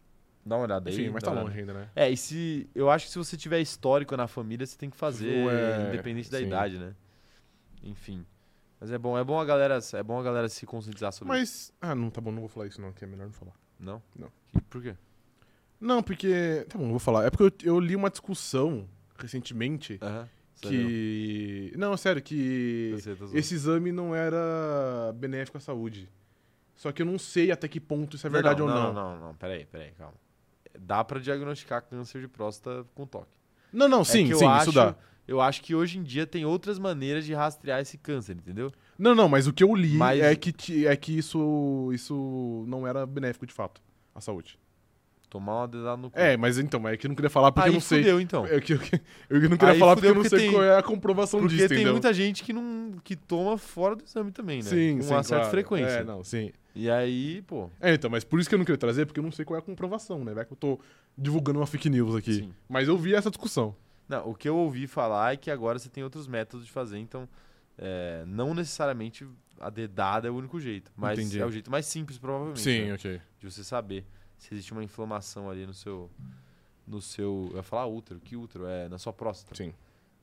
Speaker 1: Dá uma olhada aí.
Speaker 2: Enfim, mas
Speaker 1: dá
Speaker 2: tá
Speaker 1: uma
Speaker 2: longe
Speaker 1: olhada.
Speaker 2: ainda, né?
Speaker 1: É, e se. Eu acho que se você tiver histórico na família, você tem que fazer,
Speaker 2: Ué,
Speaker 1: independente da
Speaker 2: é, sim.
Speaker 1: idade, né? Enfim. Mas é bom, é bom a galera, é bom a galera se conscientizar sobre
Speaker 2: Mas. Ah, não, tá bom, não vou falar isso, não, que é melhor não falar.
Speaker 1: isso. Não?
Speaker 2: Não.
Speaker 1: Que- Por quê?
Speaker 2: Não, porque. Tá bom, eu vou falar. É porque eu, eu li uma discussão recentemente
Speaker 1: Aham. Ah, sério.
Speaker 2: que. Não, sério, que.
Speaker 1: Eu sei, tô zoando.
Speaker 2: Esse exame não era benéfico à saúde. Só que eu não sei até que ponto isso é
Speaker 1: Não,
Speaker 2: verdade
Speaker 1: não,
Speaker 2: ou
Speaker 1: Não,
Speaker 2: não.
Speaker 1: não, não, peraí, peraí, calma. Dá pra diagnosticar câncer de próstata com toque.
Speaker 2: Não, não,
Speaker 1: é
Speaker 2: sim,
Speaker 1: que eu
Speaker 2: sim,
Speaker 1: acho,
Speaker 2: isso dá.
Speaker 1: Eu acho que hoje em dia tem outras maneiras de rastrear esse câncer, entendeu?
Speaker 2: Não, não, mas o que eu li
Speaker 1: Mas-
Speaker 2: é que, ti- é que isso, isso não era benéfico de fato à saúde.
Speaker 1: Tomar uma dedada no cu.
Speaker 2: É, mas então, é que eu não queria falar porque
Speaker 1: Aí
Speaker 2: eu não sei. É
Speaker 1: fudeu, então.
Speaker 2: Eu, que- eu que- eu não queria
Speaker 1: Aí
Speaker 2: falar porque
Speaker 1: fudeu
Speaker 2: eu não
Speaker 1: porque
Speaker 2: sei
Speaker 1: tem-
Speaker 2: qual é a comprovação
Speaker 1: Porque
Speaker 2: disso,
Speaker 1: tem
Speaker 2: entendeu?
Speaker 1: muita gente que não que toma fora do exame também, né?
Speaker 2: Sim,
Speaker 1: com
Speaker 2: sim,
Speaker 1: uma certa
Speaker 2: claro.
Speaker 1: frequência.
Speaker 2: É, não, sim.
Speaker 1: E aí, pô,
Speaker 2: É, então, mas por isso que eu não queria trazer, porque eu não sei qual é a comprovação, né? Vai que eu tô divulgando uma fake news aqui.
Speaker 1: Sim.
Speaker 2: Mas eu vi essa discussão.
Speaker 1: não, o que eu ouvi falar é que agora você tem outros métodos de fazer, então é, não necessariamente a dedada é o único jeito, mas
Speaker 2: Entendi.
Speaker 1: é o jeito mais simples provavelmente. né?
Speaker 2: ok.
Speaker 1: de você saber se existe uma inflamação ali no seu no seu. Eu ia falar útero, que útero? É, na sua próstata.
Speaker 2: Sim.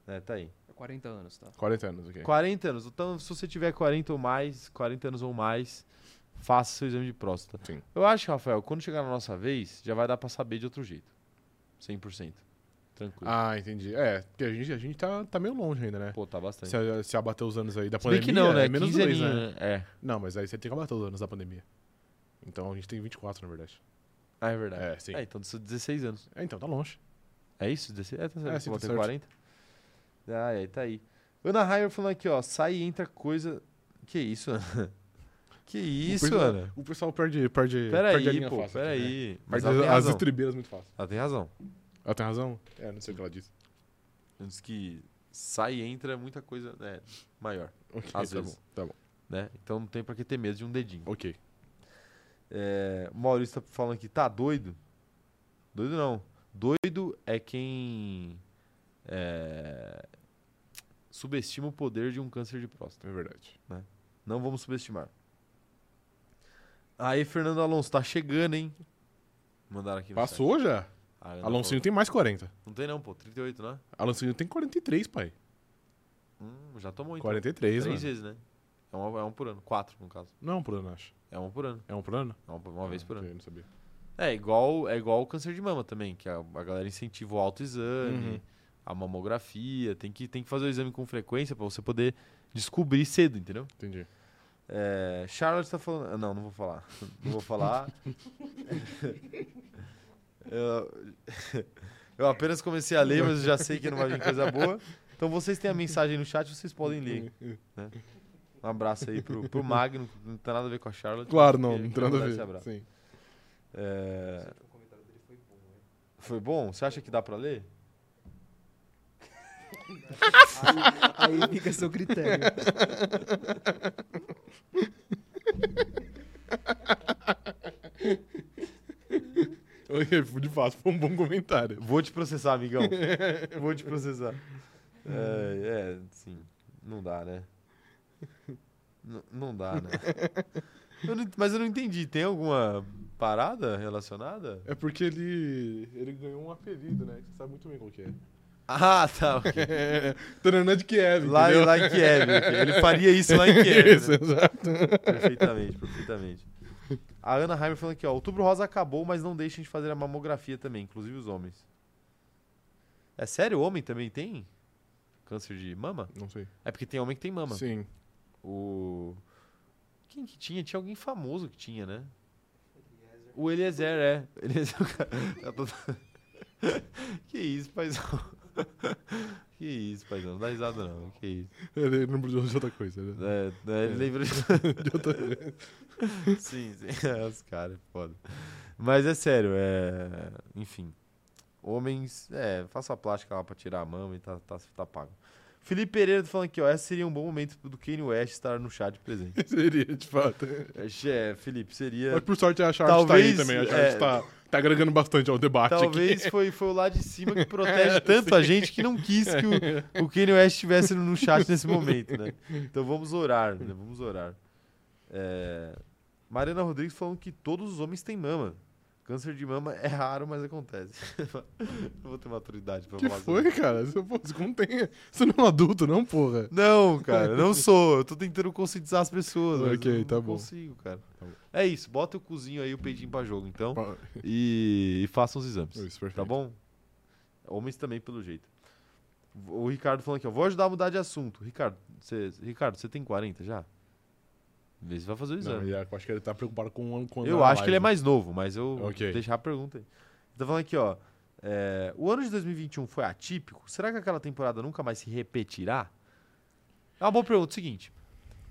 Speaker 1: É, tá aí.
Speaker 3: É 40 anos, tá?
Speaker 2: 40 anos, ok.
Speaker 1: 40 anos. Então, se você tiver 40 ou mais, 40 anos ou mais, faça seu exame de próstata.
Speaker 2: Sim.
Speaker 1: Eu acho, Rafael, quando chegar na nossa vez, já vai dar pra saber de outro jeito. 100%. Tranquilo.
Speaker 2: Ah, entendi. É, porque a gente, a gente tá, tá meio longe ainda, né?
Speaker 1: Pô, tá bastante.
Speaker 2: Se, a- se abater os anos aí da
Speaker 1: Se bem
Speaker 2: pandemia,
Speaker 1: que não, né?
Speaker 2: é menos dois,
Speaker 1: aninhos,
Speaker 2: né?
Speaker 1: né? É.
Speaker 2: Não, mas aí você tem que abater os anos da pandemia. Então a gente tem 24, na verdade.
Speaker 1: Ah, é verdade.
Speaker 2: É, sim.
Speaker 1: É, então são 16 anos.
Speaker 2: É, então tá longe.
Speaker 1: É isso? 16? É, tá certo.
Speaker 2: É,
Speaker 1: É,
Speaker 2: sim,
Speaker 1: vou
Speaker 2: tá
Speaker 1: ter
Speaker 2: certo.
Speaker 1: 40. Ah, é, tá aí. Ana Rayer falando aqui, ó. Sai e entra coisa. Que isso, Ana? Que
Speaker 2: o
Speaker 1: isso,
Speaker 2: pessoal,
Speaker 1: Ana?
Speaker 2: O pessoal perde, perde, né? perde a
Speaker 1: Peraí,
Speaker 2: linha
Speaker 1: pô,
Speaker 2: fácil aqui, né?
Speaker 1: peraí. Mas
Speaker 2: Perde
Speaker 1: ela tem
Speaker 2: as
Speaker 1: razão.
Speaker 2: estribeiras muito fácil.
Speaker 1: Ela tem razão.
Speaker 2: Ela tem razão? É, não sei o que ela disse.
Speaker 1: Ela diz que sai e entra muita coisa né, maior,
Speaker 2: Ok,
Speaker 1: Às
Speaker 2: tá
Speaker 1: vezes.
Speaker 2: bom. Tá bom.
Speaker 1: né? Então não tem pra que ter medo de um dedinho.
Speaker 2: Ok.
Speaker 1: É, o Maurício tá falando que tá doido. Doido não. Doido é quem é, subestima o poder de um câncer de próstata. Né?
Speaker 2: É verdade.
Speaker 1: Não vamos subestimar. Aí, Fernando Alonso, tá chegando, hein? Mandaram aqui no chat.
Speaker 2: Passou já?
Speaker 1: Ah, não,
Speaker 2: Alonsinho
Speaker 1: pô.
Speaker 2: tem mais 40.
Speaker 1: Não tem não, pô. 38, né?
Speaker 2: Alonsinho tem 43, pai.
Speaker 1: Hum, já tomou, então.
Speaker 2: 43,
Speaker 1: Três
Speaker 2: mano.
Speaker 1: vezes, né? É uma, é uma por ano. Quatro, no caso.
Speaker 2: Não é um por ano, acho.
Speaker 1: É uma por ano.
Speaker 2: É um por ano?
Speaker 1: É Uma, uma vez
Speaker 2: Ah,
Speaker 1: por ano.
Speaker 2: ok, eu Não sabia.
Speaker 1: É igual, é igual o câncer de mama também, que a, a galera incentiva o autoexame,
Speaker 2: Uhum.
Speaker 1: a mamografia, tem que, tem que fazer o exame com frequência pra você poder descobrir cedo, entendeu?
Speaker 2: Entendi.
Speaker 1: É, Charlotte tá falando. ah, Não, não vou falar. Não vou falar. eu, eu apenas comecei a ler, mas eu já sei que não vai vir coisa boa. Então vocês têm a mensagem no chat, vocês podem ler. né? Um abraço aí pro, pro Magno, que não tem nada a ver com a Charlotte.
Speaker 2: Claro, não.
Speaker 1: Queria-
Speaker 2: Não tem nada
Speaker 1: queria
Speaker 2: a
Speaker 1: mandar esse abraço.
Speaker 2: ver. Sim.
Speaker 1: É... Foi bom? Você acha que dá pra ler?
Speaker 3: Aí fica seu critério.
Speaker 2: Ok, De fato, foi um bom comentário.
Speaker 1: Vou te processar, amigão. Vou te processar. É, é, sim. Não dá, né? N- não dá, né? Eu não ent- mas eu não entendi. Tem alguma parada relacionada?
Speaker 2: É porque ele. ele ganhou um apelido, né? Que você sabe muito bem qual que é.
Speaker 1: Ah, tá. ok.
Speaker 2: Tananã de Kiev.
Speaker 1: Lá,
Speaker 2: entendeu?
Speaker 1: lá em Kiev. ok. Ele faria isso lá em Kiev.
Speaker 2: Isso,
Speaker 1: né?
Speaker 2: exato.
Speaker 1: Perfeitamente, perfeitamente. A Ana Heimer falando aqui, ó. Outubro Rosa acabou, mas não deixem de fazer a mamografia também, inclusive os homens. É sério, homem também tem câncer de mama?
Speaker 2: Não sei.
Speaker 1: É porque tem homem que tem mama.
Speaker 2: Sim.
Speaker 1: O. Quem que tinha? Tinha alguém famoso que tinha, né? O Eliezer, é. Eliezer, o cara- tá todo- que isso, paizão. que isso, paizão. Não dá risada, não. Que isso.
Speaker 2: Ele lembrou de outra coisa, né?
Speaker 1: É, né, ele
Speaker 2: É.
Speaker 1: lembra de
Speaker 2: De outra-
Speaker 1: Sim, sim. É, Os caras, foda. Mas é sério, é. Enfim. Homens, é, faça a plástica lá pra tirar a mama e tá, tá, tá pago. Felipe Pereira tá falando aqui, ó. Esse seria um bom momento do Kanye West estar no chat presente.
Speaker 2: Seria, de fato.
Speaker 1: É, Felipe, seria.
Speaker 2: Mas por sorte a Charles tá aí
Speaker 1: Talvez,
Speaker 2: também. A
Speaker 1: é.
Speaker 2: Charles tá, tá agregando bastante ao debate aqui.
Speaker 1: Talvez foi, foi o lá de cima que protege tanto a gente que não quis que o, o Kanye West estivesse no chat nesse momento, né? Então vamos orar, né? Vamos orar. É, Mariana Rodrigues falando que todos os homens têm mama. Câncer de mama é raro, mas acontece. não vou ter maturidade pra
Speaker 2: Que
Speaker 1: falar sobre
Speaker 2: foi, cara? Você, pô, se contenha. Você não é um adulto, não, porra.
Speaker 1: Não, cara, não sou. Eu tô tentando conscientizar as pessoas. mas
Speaker 2: Ok,
Speaker 1: eu não
Speaker 2: tá bom.
Speaker 1: consigo, cara.
Speaker 2: Tá bom.
Speaker 1: É isso, bota o cozinho aí, o peidinho pra jogo, então.
Speaker 2: Pa-
Speaker 1: E, e façam os exames.
Speaker 2: Isso, perfeito.
Speaker 1: Tá bom? Homens também, pelo jeito. O Ricardo falando aqui, ó. Vou ajudar a mudar de assunto. Ricardo, você Ricardo, você tem 40 já? Vê se vai fazer o
Speaker 2: Não,
Speaker 1: exame.
Speaker 2: ele- eu acho que ele tá preocupado com o ano com o
Speaker 1: eu
Speaker 2: ano
Speaker 1: acho que ele é
Speaker 2: live.
Speaker 1: mais novo, mas eu vou
Speaker 2: Ok.
Speaker 1: deixar a pergunta aí. Tá falando aqui, ó. é, o ano de 2021 foi atípico? Será que aquela temporada nunca mais se repetirá? É uma boa pergunta. Seguinte.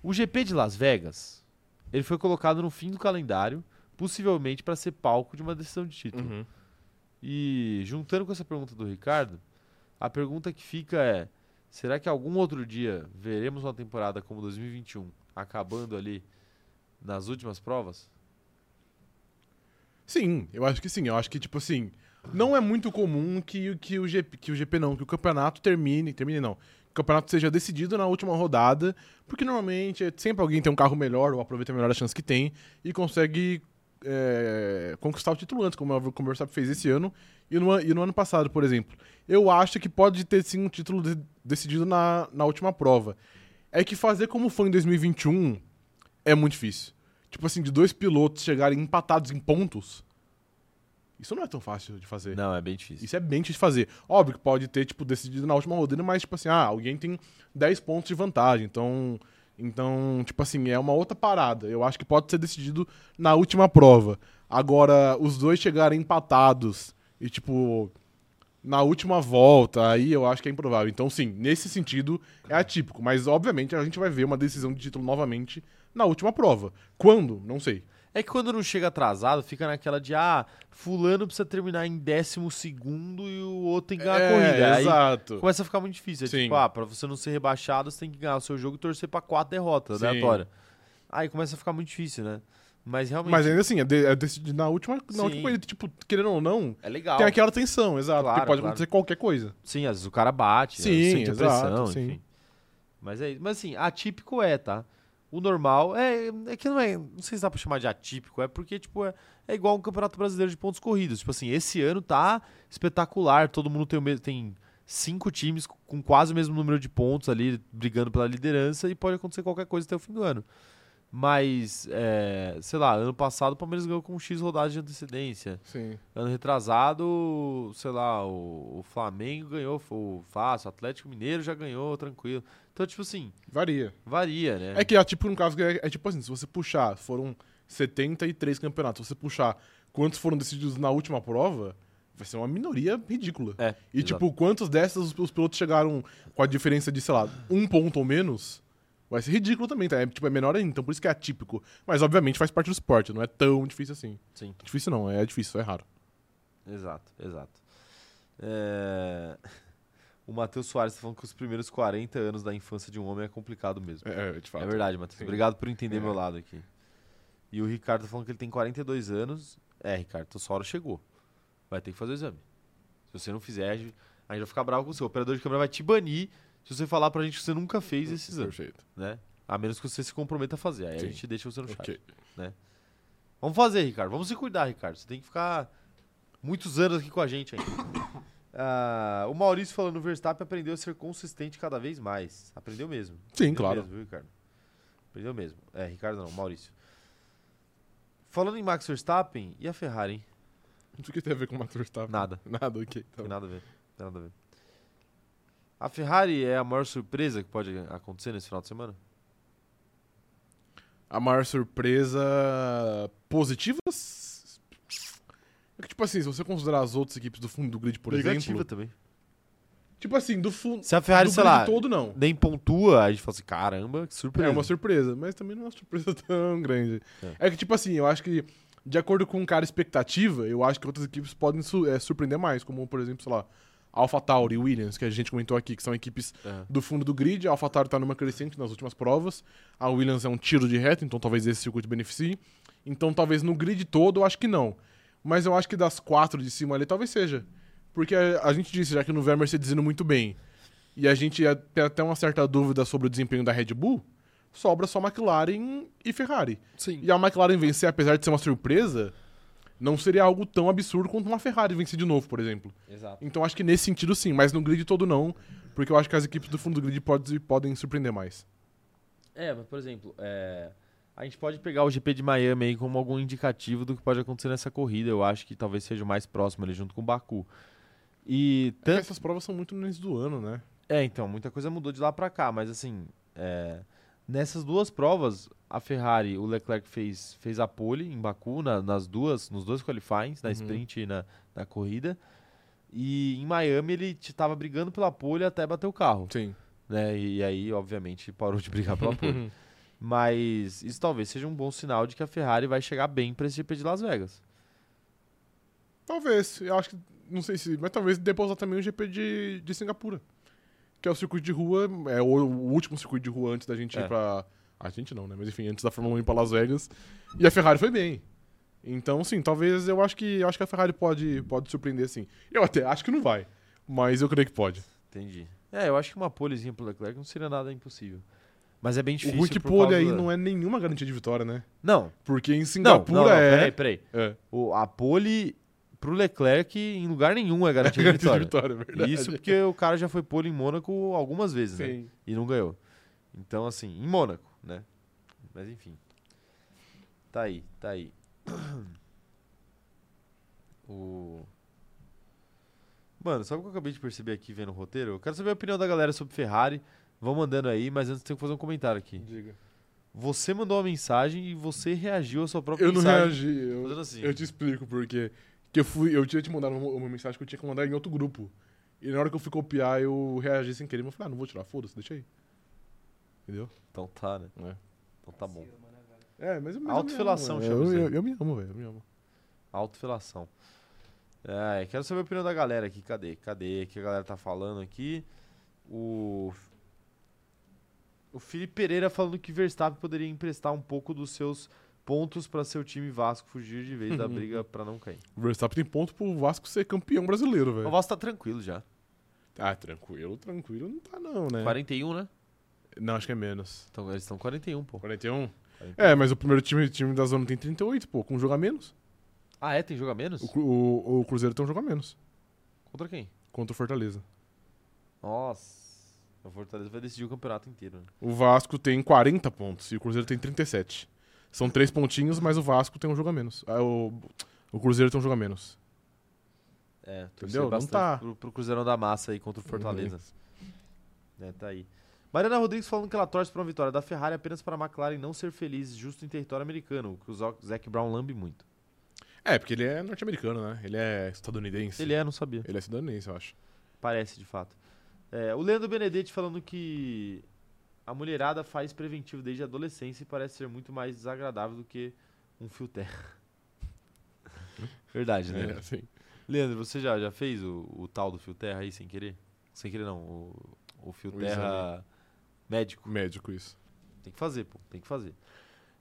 Speaker 1: O GP de Las Vegas, ele foi colocado no fim do calendário, possivelmente para ser palco de uma decisão de título.
Speaker 2: Uhum.
Speaker 1: E juntando com essa pergunta do Ricardo, a pergunta que fica é: será que algum outro dia veremos uma temporada como 2021 acabando ali nas últimas provas?
Speaker 2: Sim, eu acho que sim. Eu acho que, tipo assim, não é muito comum que, que, o, GP, que o GP não, que o campeonato termine, termine não, que o campeonato seja decidido na última rodada, porque normalmente é sempre alguém tem um carro melhor ou aproveita melhor a chance que tem e consegue é, conquistar o título antes, como a Verstappen fez esse ano e no, an- e no ano passado, por exemplo. Eu acho que pode ter sim um título de- decidido na, na última prova. É que fazer como foi em 2021 é muito difícil. Tipo assim, de dois pilotos chegarem empatados em pontos, isso não é tão fácil de fazer.
Speaker 1: Não, é bem difícil.
Speaker 2: Isso é bem difícil de fazer. Óbvio que pode ter, tipo, decidido na última rodada, mas, tipo assim, ah, alguém tem 10 pontos de vantagem. Então, então, tipo assim, é uma outra parada. Eu acho que pode ser decidido na última prova. Agora, os dois chegarem empatados e, tipo, na última volta, aí eu acho que é improvável. Então, sim, nesse sentido, é atípico. Mas, obviamente, a gente vai ver uma decisão de título novamente na última prova. Quando? Não sei.
Speaker 1: É que quando não chega atrasado, fica naquela de, ah, fulano precisa terminar em décimo segundo e o outro tem que ganhar a corrida. Aí
Speaker 2: É, Exato.
Speaker 1: começa a ficar muito difícil. É
Speaker 2: Sim.
Speaker 1: tipo, ah, pra você não ser rebaixado, você tem que ganhar o seu jogo e torcer pra quatro derrotas
Speaker 2: Sim.
Speaker 1: aleatória. Aí começa a ficar muito difícil, né? Mas realmente
Speaker 2: Mas ainda assim, é, de, é decidido na última, na última
Speaker 1: Sim.
Speaker 2: corrida. Tipo, querendo ou não,
Speaker 1: é legal.
Speaker 2: tem aquela tensão, exato.
Speaker 1: Claro,
Speaker 2: porque pode
Speaker 1: claro.
Speaker 2: acontecer qualquer coisa.
Speaker 1: Sim, às vezes o cara bate,
Speaker 2: Sim,
Speaker 1: sente a
Speaker 2: exato,
Speaker 1: pressão,
Speaker 2: sim.
Speaker 1: enfim. Mas é isso. Mas assim, atípico é, tá? O normal é, é que não é. Não sei se dá pra chamar de atípico, é porque, tipo, é, é igual um campeonato brasileiro de pontos corridos. Tipo assim, esse ano tá espetacular, todo mundo tem o mesmo. Tem cinco times co- com quase o mesmo número de pontos ali, brigando pela liderança, e pode acontecer qualquer coisa até o fim do ano. Mas, é, sei lá, ano passado o Palmeiras ganhou com X rodadas de antecedência.
Speaker 2: Sim.
Speaker 1: Ano retrasado, sei lá, o, o Flamengo ganhou, foi o fácil, o Atlético Mineiro já ganhou, tranquilo. Então, tipo assim,
Speaker 2: Varia.
Speaker 1: varia, né?
Speaker 2: É, que é tipo, no caso, é, é tipo assim, se você puxar, foram 73 campeonatos, se você puxar quantos foram decididos na última prova, vai ser uma minoria ridícula.
Speaker 1: É,
Speaker 2: E
Speaker 1: exato.
Speaker 2: tipo, quantos dessas os, os pilotos chegaram com a diferença de, sei lá, um ponto ou menos, vai ser ridículo também, tá? É, tipo, é menor ainda, então por isso que é atípico. Mas obviamente faz parte do esporte, não é tão difícil assim.
Speaker 1: Sim,
Speaker 2: Difícil não, é difícil, é raro.
Speaker 1: exato, exato. É, O Matheus Soares tá falando que os primeiros 40 anos da infância de um homem é complicado mesmo.
Speaker 2: É, de fato.
Speaker 1: É verdade, Matheus.
Speaker 2: Sim.
Speaker 1: Obrigado por entender
Speaker 2: É.
Speaker 1: meu lado aqui. E o Ricardo tá falando que ele tem 42 anos. É, Ricardo, tua sua hora chegou. Vai ter que fazer o exame. Se você não fizer, a gente a gente vai ficar bravo com você. O operador de câmera vai te banir se você falar pra gente que você nunca fez esse exame,
Speaker 2: Perfeito.
Speaker 1: né? A menos que você se comprometa a fazer. Aí
Speaker 2: Sim.
Speaker 1: a gente deixa você no chat.
Speaker 2: Ok.
Speaker 1: Vamos fazer, Ricardo. Vamos se cuidar, Ricardo. Você tem que ficar muitos anos aqui com a gente ainda. Ah, o Maurício falando, o Verstappen aprendeu a ser consistente cada vez mais. Aprendeu mesmo.
Speaker 2: Sim,
Speaker 1: Aprendeu
Speaker 2: claro.
Speaker 1: Mesmo, viu, Ricardo? Aprendeu mesmo. É, Ricardo não, Maurício. Falando em Max Verstappen e a Ferrari, hein?
Speaker 2: Não sei o que tem a ver com o Max Verstappen.
Speaker 1: Nada.
Speaker 2: Nada, ok. Tá
Speaker 1: Tem
Speaker 2: bom.
Speaker 1: nada a ver. Tem nada a ver. A Ferrari é a maior surpresa que pode acontecer nesse final de semana?
Speaker 2: A maior surpresa positiva? s- É que, tipo assim, se você considerar as outras equipes do fundo do grid, por
Speaker 1: Negativa
Speaker 2: exemplo.
Speaker 1: também.
Speaker 2: Tipo assim, do fundo.
Speaker 1: Se a Ferrari,
Speaker 2: do
Speaker 1: sei
Speaker 2: grid
Speaker 1: lá,
Speaker 2: todo, não.
Speaker 1: nem pontua, a gente fala assim, caramba, que surpresa.
Speaker 2: É uma surpresa, mas também não é uma surpresa tão grande. É. que, tipo assim, eu acho que, de acordo com o cara expectativa, eu acho que outras equipes podem su- é, surpreender mais, como, por exemplo, sei lá, AlphaTauri e Williams, que a gente comentou aqui, que são equipes
Speaker 1: É.
Speaker 2: do fundo do grid. A AlphaTauri tá numa crescente nas últimas provas. A Williams é um tiro de reta, então talvez esse circuito beneficie. Então, talvez no grid todo, eu acho que não. Mas eu acho que das quatro de cima ali, talvez seja. Porque a, a gente disse já que não vê a Mercedes indo muito bem. E a gente ia ter até uma certa dúvida sobre o desempenho da Red Bull. Sobra só McLaren e Ferrari.
Speaker 1: Sim.
Speaker 2: E a McLaren vencer, apesar de ser uma surpresa, não seria algo tão absurdo quanto uma Ferrari vencer de novo, por exemplo.
Speaker 1: Exato.
Speaker 2: Então acho que nesse sentido sim, mas no grid todo não, porque eu acho que as equipes do fundo do grid pode- podem surpreender mais.
Speaker 1: É, mas por exemplo, é, a gente pode pegar o GP de Miami aí como algum indicativo do que pode acontecer nessa corrida. Eu acho que talvez seja o mais próximo ali junto com o Baku. E
Speaker 2: É que
Speaker 1: tanto.
Speaker 2: Essas provas são muito no início do ano, né?
Speaker 1: É, então, muita coisa mudou de lá pra cá, mas assim, é, nessas duas provas, a Ferrari, o Leclerc fez, fez a pole em Baku, na- nas duas, nos dois qualifies, na
Speaker 2: Uhum.
Speaker 1: sprint e na, na corrida. E em Miami ele t- tava brigando pela pole até bater o carro,
Speaker 2: Sim.
Speaker 1: né? E aí, obviamente, parou de brigar pela pole. Mas isso talvez seja um bom sinal de que a Ferrari vai chegar bem pra esse GP de Las Vegas.
Speaker 2: Talvez, eu acho que, não sei se, mas talvez depois também o GP de, de Singapura, que é o circuito de rua, é o, o último circuito de rua antes da gente
Speaker 1: É.
Speaker 2: ir pra... A gente não, né? Mas enfim, antes da Fórmula 1 ir pra Las Vegas. E a Ferrari foi bem. Então, sim, talvez, eu acho que, eu acho que a Ferrari pode, pode surpreender, sim. Eu até acho que não vai, mas eu creio que pode.
Speaker 1: Entendi. É, eu acho que uma polezinha pro Leclerc não seria nada impossível. Mas é bem
Speaker 2: O
Speaker 1: difícil.
Speaker 2: ruim que
Speaker 1: por
Speaker 2: pole
Speaker 1: causa
Speaker 2: aí
Speaker 1: da-
Speaker 2: não é nenhuma garantia de vitória, né?
Speaker 1: Não,
Speaker 2: Porque em
Speaker 1: não, não,
Speaker 2: Singapura
Speaker 1: não,
Speaker 2: é.
Speaker 1: peraí, peraí.
Speaker 2: é
Speaker 1: O, a pole pro Leclerc em lugar nenhum é garantia de
Speaker 2: garantia de
Speaker 1: vitória.
Speaker 2: vitória, é verdade.
Speaker 1: Isso porque o cara já foi pole em Mônaco algumas vezes, né?
Speaker 2: Sim.
Speaker 1: E não ganhou. Então, assim, em Mônaco, né? Mas enfim. Tá aí, tá aí. O. Mano, sabe o que eu acabei de perceber aqui vendo o roteiro? Eu quero saber a opinião da galera sobre Ferrari. Vão mandando aí, mas antes tenho que fazer um comentário aqui.
Speaker 2: Diga.
Speaker 1: Você mandou uma mensagem e você reagiu à sua própria
Speaker 2: Eu não
Speaker 1: mensagem.
Speaker 2: reagi. Eu,
Speaker 1: Fazendo assim.
Speaker 2: eu te explico porque que eu fui, eu tinha te mandado uma, uma mensagem que eu tinha que mandar em outro grupo. E na hora que eu fui copiar, eu reagi sem querer, mas eu falei, ah, não vou tirar, foda-se, deixa aí. Entendeu?
Speaker 1: Então tá, né?
Speaker 2: É.
Speaker 1: Então tá bom.
Speaker 2: É, mas, mas eu me
Speaker 1: Autofilação
Speaker 2: amo,
Speaker 1: chama
Speaker 2: eu,
Speaker 1: isso aí.
Speaker 2: assim. eu, eu me amo, velho, eu me amo.
Speaker 1: Autofilação. É, quero saber a opinião da galera aqui. Cadê? Cadê? O que a galera tá falando aqui? O. O Felipe Pereira falando que Verstappen poderia emprestar um pouco dos seus pontos para seu time Vasco fugir de vez da briga para não cair.
Speaker 2: O Verstappen tem ponto pro Vasco ser campeão brasileiro,
Speaker 1: O
Speaker 2: velho.
Speaker 1: Vasco tá tranquilo já.
Speaker 2: Ah, tranquilo, tranquilo não tá não, né?
Speaker 1: 41, né?
Speaker 2: Não, acho que é menos.
Speaker 1: Então eles estão 41, pô.
Speaker 2: 41?
Speaker 1: 41.
Speaker 2: É, mas o primeiro time, time da zona tem 38, pô, com um jogo a menos.
Speaker 1: Ah, é? Tem jogo a menos?
Speaker 2: O, Cru- o- o Cruzeiro tem um jogo a menos
Speaker 1: Contra quem?
Speaker 2: contra o Fortaleza.
Speaker 1: Nossa. O Fortaleza vai decidir o campeonato inteiro. Né?
Speaker 2: O Vasco tem 40 pontos e o Cruzeiro tem 37. São três pontinhos, mas o Vasco tem um jogo a menos. Ah, o, o Cruzeiro tem um jogo a menos.
Speaker 1: É,
Speaker 2: Entendeu?
Speaker 1: torceu
Speaker 2: Não
Speaker 1: bastante
Speaker 2: tá.
Speaker 1: pro, pro Cruzeirão da Massa aí contra o Fortaleza.
Speaker 2: Uhum.
Speaker 1: É, tá aí. Mariana Rodrigues falando que ela torce para uma vitória da Ferrari apenas para a McLaren não ser feliz justo em território americano, o que o Zo- Zac Brown lambe muito.
Speaker 2: É, porque ele é norte-americano, né? Ele é estadunidense.
Speaker 1: Ele é, não sabia.
Speaker 2: Ele é estadunidense, eu acho.
Speaker 1: Parece, de fato. É, o Leandro Benedetti falando que a mulherada faz preventivo desde a adolescência e parece ser muito mais desagradável do que um fio terra. Verdade, né?
Speaker 2: É, assim.
Speaker 1: Leandro, você já, já fez o, o tal do fio terra aí sem querer? Sem querer não, o, o fio
Speaker 2: O
Speaker 1: terra
Speaker 2: né?
Speaker 1: médico.
Speaker 2: Médico, isso.
Speaker 1: Tem que fazer, pô. Tem que fazer.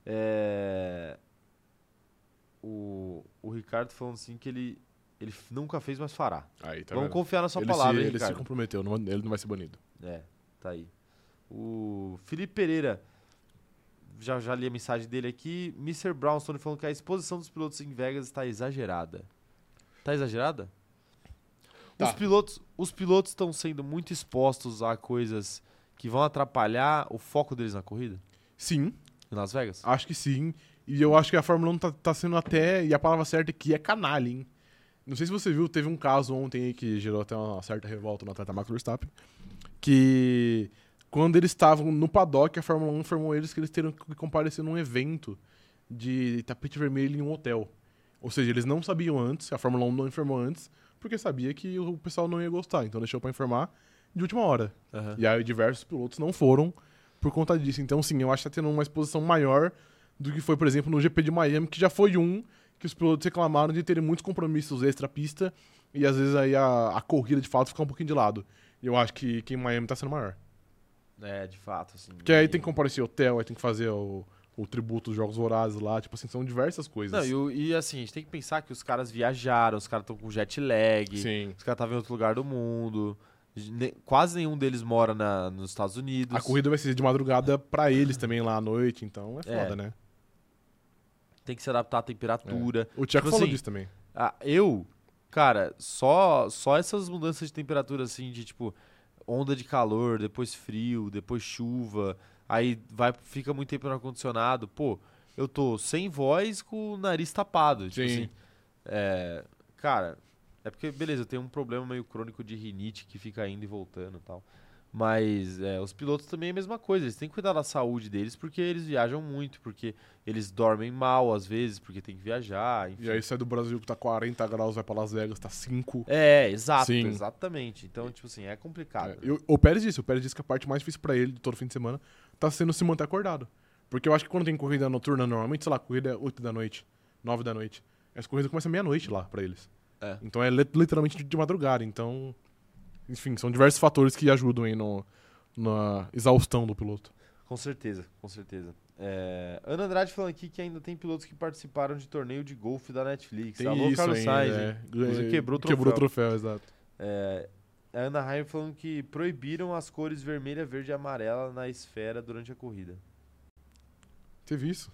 Speaker 1: É... O, o Ricardo falando assim que ele, ele f- nunca fez, mas fará.
Speaker 2: Aí, tá
Speaker 1: Vamos
Speaker 2: vendo?
Speaker 1: confiar na sua
Speaker 2: ele
Speaker 1: palavra,
Speaker 2: se,
Speaker 1: hein,
Speaker 2: ele se
Speaker 1: Ricardo.
Speaker 2: comprometeu, não- ele não vai ser banido.
Speaker 1: É, tá aí. O Felipe Pereira. Já, já li a mensagem dele aqui. Mr. Brownstone falando que a exposição dos pilotos em Vegas está exagerada. Tá exagerada? Os
Speaker 2: Tá.
Speaker 1: pilotos os pilotos estão sendo muito expostos a coisas que vão atrapalhar o foco deles na corrida
Speaker 2: Sim,
Speaker 1: em Las Vegas?
Speaker 2: Acho que sim. E eu acho que a Fórmula 1 tá, tá sendo até. E a palavra certa aqui é canalha, hein? Não sei se você viu, teve um caso ontem aí que gerou até uma certa revolta no atleta Max Verstappen. Que quando eles estavam no paddock, a Fórmula 1 informou eles que eles teriam que comparecer num evento de tapete vermelho em um hotel. Ou seja, eles não sabiam antes, a Fórmula 1 não informou antes, porque sabia que o pessoal não ia gostar. Então deixou pra informar de última hora.
Speaker 1: Aham.
Speaker 2: E aí diversos pilotos não foram por conta disso. Então, sim, eu acho que tá tendo uma exposição maior do que foi, por exemplo, no GP de Miami, que já foi um que os pilotos reclamaram de terem muitos compromissos extra-pista e às vezes aí a, a corrida de fato fica um pouquinho de lado. E eu acho que, que em Miami tá sendo maior.
Speaker 1: É, de fato, assim.
Speaker 2: Porque aí tem que comparecer hotel, aí tem que fazer o, o tributo dos Jogos Vorazes lá, tipo assim, são diversas coisas.
Speaker 1: Não, e, o- e assim, a gente tem que pensar que os caras viajaram, os caras estão com jet lag,
Speaker 2: Sim.
Speaker 1: os caras estavam em outro lugar do mundo. ne- quase nenhum deles mora na- nos Estados Unidos.
Speaker 2: A corrida vai ser de madrugada pra eles também lá à noite, então é
Speaker 1: É.
Speaker 2: foda, né?
Speaker 1: Tem que se adaptar à temperatura.
Speaker 2: O Tiago
Speaker 1: Tipo
Speaker 2: falou
Speaker 1: assim,
Speaker 2: disso também.
Speaker 1: Ah, eu, cara, só, só essas mudanças de temperatura, assim, de tipo, onda de calor, depois frio, depois chuva, aí vai, fica muito tempo no ar-condicionado, pô, eu tô sem voz com o nariz tapado. Tipo
Speaker 2: Sim.
Speaker 1: assim. É, cara, é porque, beleza, eu tenho um problema meio crônico de rinite que fica indo e voltando e tal. Mas é, os pilotos também é a mesma coisa, eles têm que cuidar da saúde deles porque eles viajam muito, porque eles dormem mal às vezes, porque tem que viajar, enfim.
Speaker 2: E aí sai do Brasil que tá 40 graus, vai pra Las Vegas, tá 5.
Speaker 1: É, exato,
Speaker 2: Sim.
Speaker 1: exatamente. Então, tipo assim, é complicado.
Speaker 2: É,
Speaker 1: né?
Speaker 2: e o- o Pérez disse, o Pérez disse que a parte mais difícil pra ele de todo fim de semana tá sendo se manter acordado. Porque eu acho que quando tem corrida noturna, normalmente, sei lá, corrida é 8 da noite, 9 da noite. As corridas começam meia-noite lá pra eles.
Speaker 1: É.
Speaker 2: Então é li- literalmente de- de madrugada. Então, enfim, são diversos fatores que ajudam aí no, na exaustão do piloto.
Speaker 1: Com certeza, com certeza. É, Ana Andrade falando aqui que ainda tem pilotos que participaram de torneio de golfe da Netflix.
Speaker 2: Tem
Speaker 1: Alô,
Speaker 2: isso
Speaker 1: Carlos
Speaker 2: ainda,
Speaker 1: Sainz, hein?
Speaker 2: é.
Speaker 1: Inclusive, quebrou o
Speaker 2: Quebrou o
Speaker 1: troféu.
Speaker 2: troféu, exato.
Speaker 1: É, a Ana Heim falando que proibiram as cores vermelha, verde e amarela na esfera durante a corrida.
Speaker 2: Teve isso?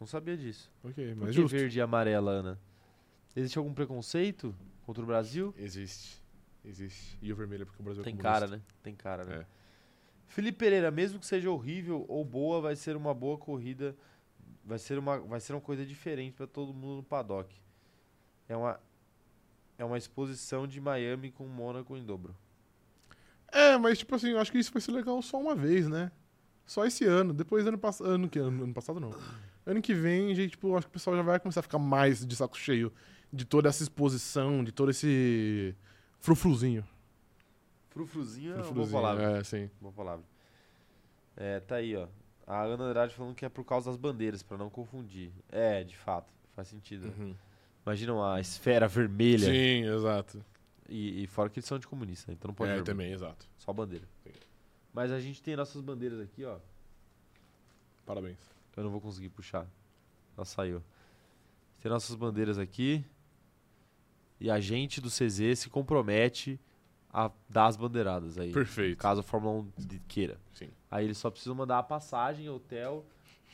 Speaker 1: Não sabia disso.
Speaker 2: Ok,
Speaker 1: Por
Speaker 2: mas
Speaker 1: que
Speaker 2: justo.
Speaker 1: verde e amarela, Ana? Existe algum preconceito contra o Brasil?
Speaker 2: Existe. Existe. E o vermelho, é porque o Brasil é
Speaker 1: Tem
Speaker 2: comunista.
Speaker 1: cara, né? Tem cara, né?
Speaker 2: É.
Speaker 1: Felipe Pereira, mesmo que seja horrível ou boa, vai ser uma boa corrida. Vai ser uma, vai ser uma coisa diferente para todo mundo no paddock. É uma, é uma exposição de Miami com Mônaco em dobro.
Speaker 2: É, mas tipo assim, eu acho que isso vai ser legal só uma vez, né? Só esse ano. Depois ano passado. Ano que ano, ano passado não. Ano que vem, gente, tipo, eu acho que o pessoal já vai começar a ficar mais de saco cheio de toda essa exposição, de todo esse frufruzinho.
Speaker 1: Frufruzinho é uma boa
Speaker 2: frufruzinho.
Speaker 1: palavra.
Speaker 2: É, sim.
Speaker 1: Boa palavra. É, tá aí, ó. A Ana Andrade falando que é por causa das bandeiras, pra não confundir. É, de fato. Faz sentido. né? Imaginam a esfera vermelha.
Speaker 2: Sim, exato.
Speaker 1: E, e fora que eles são de comunista, né? então não pode
Speaker 2: é,
Speaker 1: ver
Speaker 2: também, exato.
Speaker 1: só bandeira.
Speaker 2: Sim.
Speaker 1: Mas a gente tem nossas bandeiras aqui, ó.
Speaker 2: Parabéns.
Speaker 1: Eu não vou conseguir puxar. Ela saiu. Tem nossas bandeiras aqui. E a gente do CZ se compromete a dar as bandeiradas aí.
Speaker 2: Perfeito.
Speaker 1: Caso a Fórmula 1 de- queira.
Speaker 2: Sim.
Speaker 1: Aí eles só precisam mandar a passagem, hotel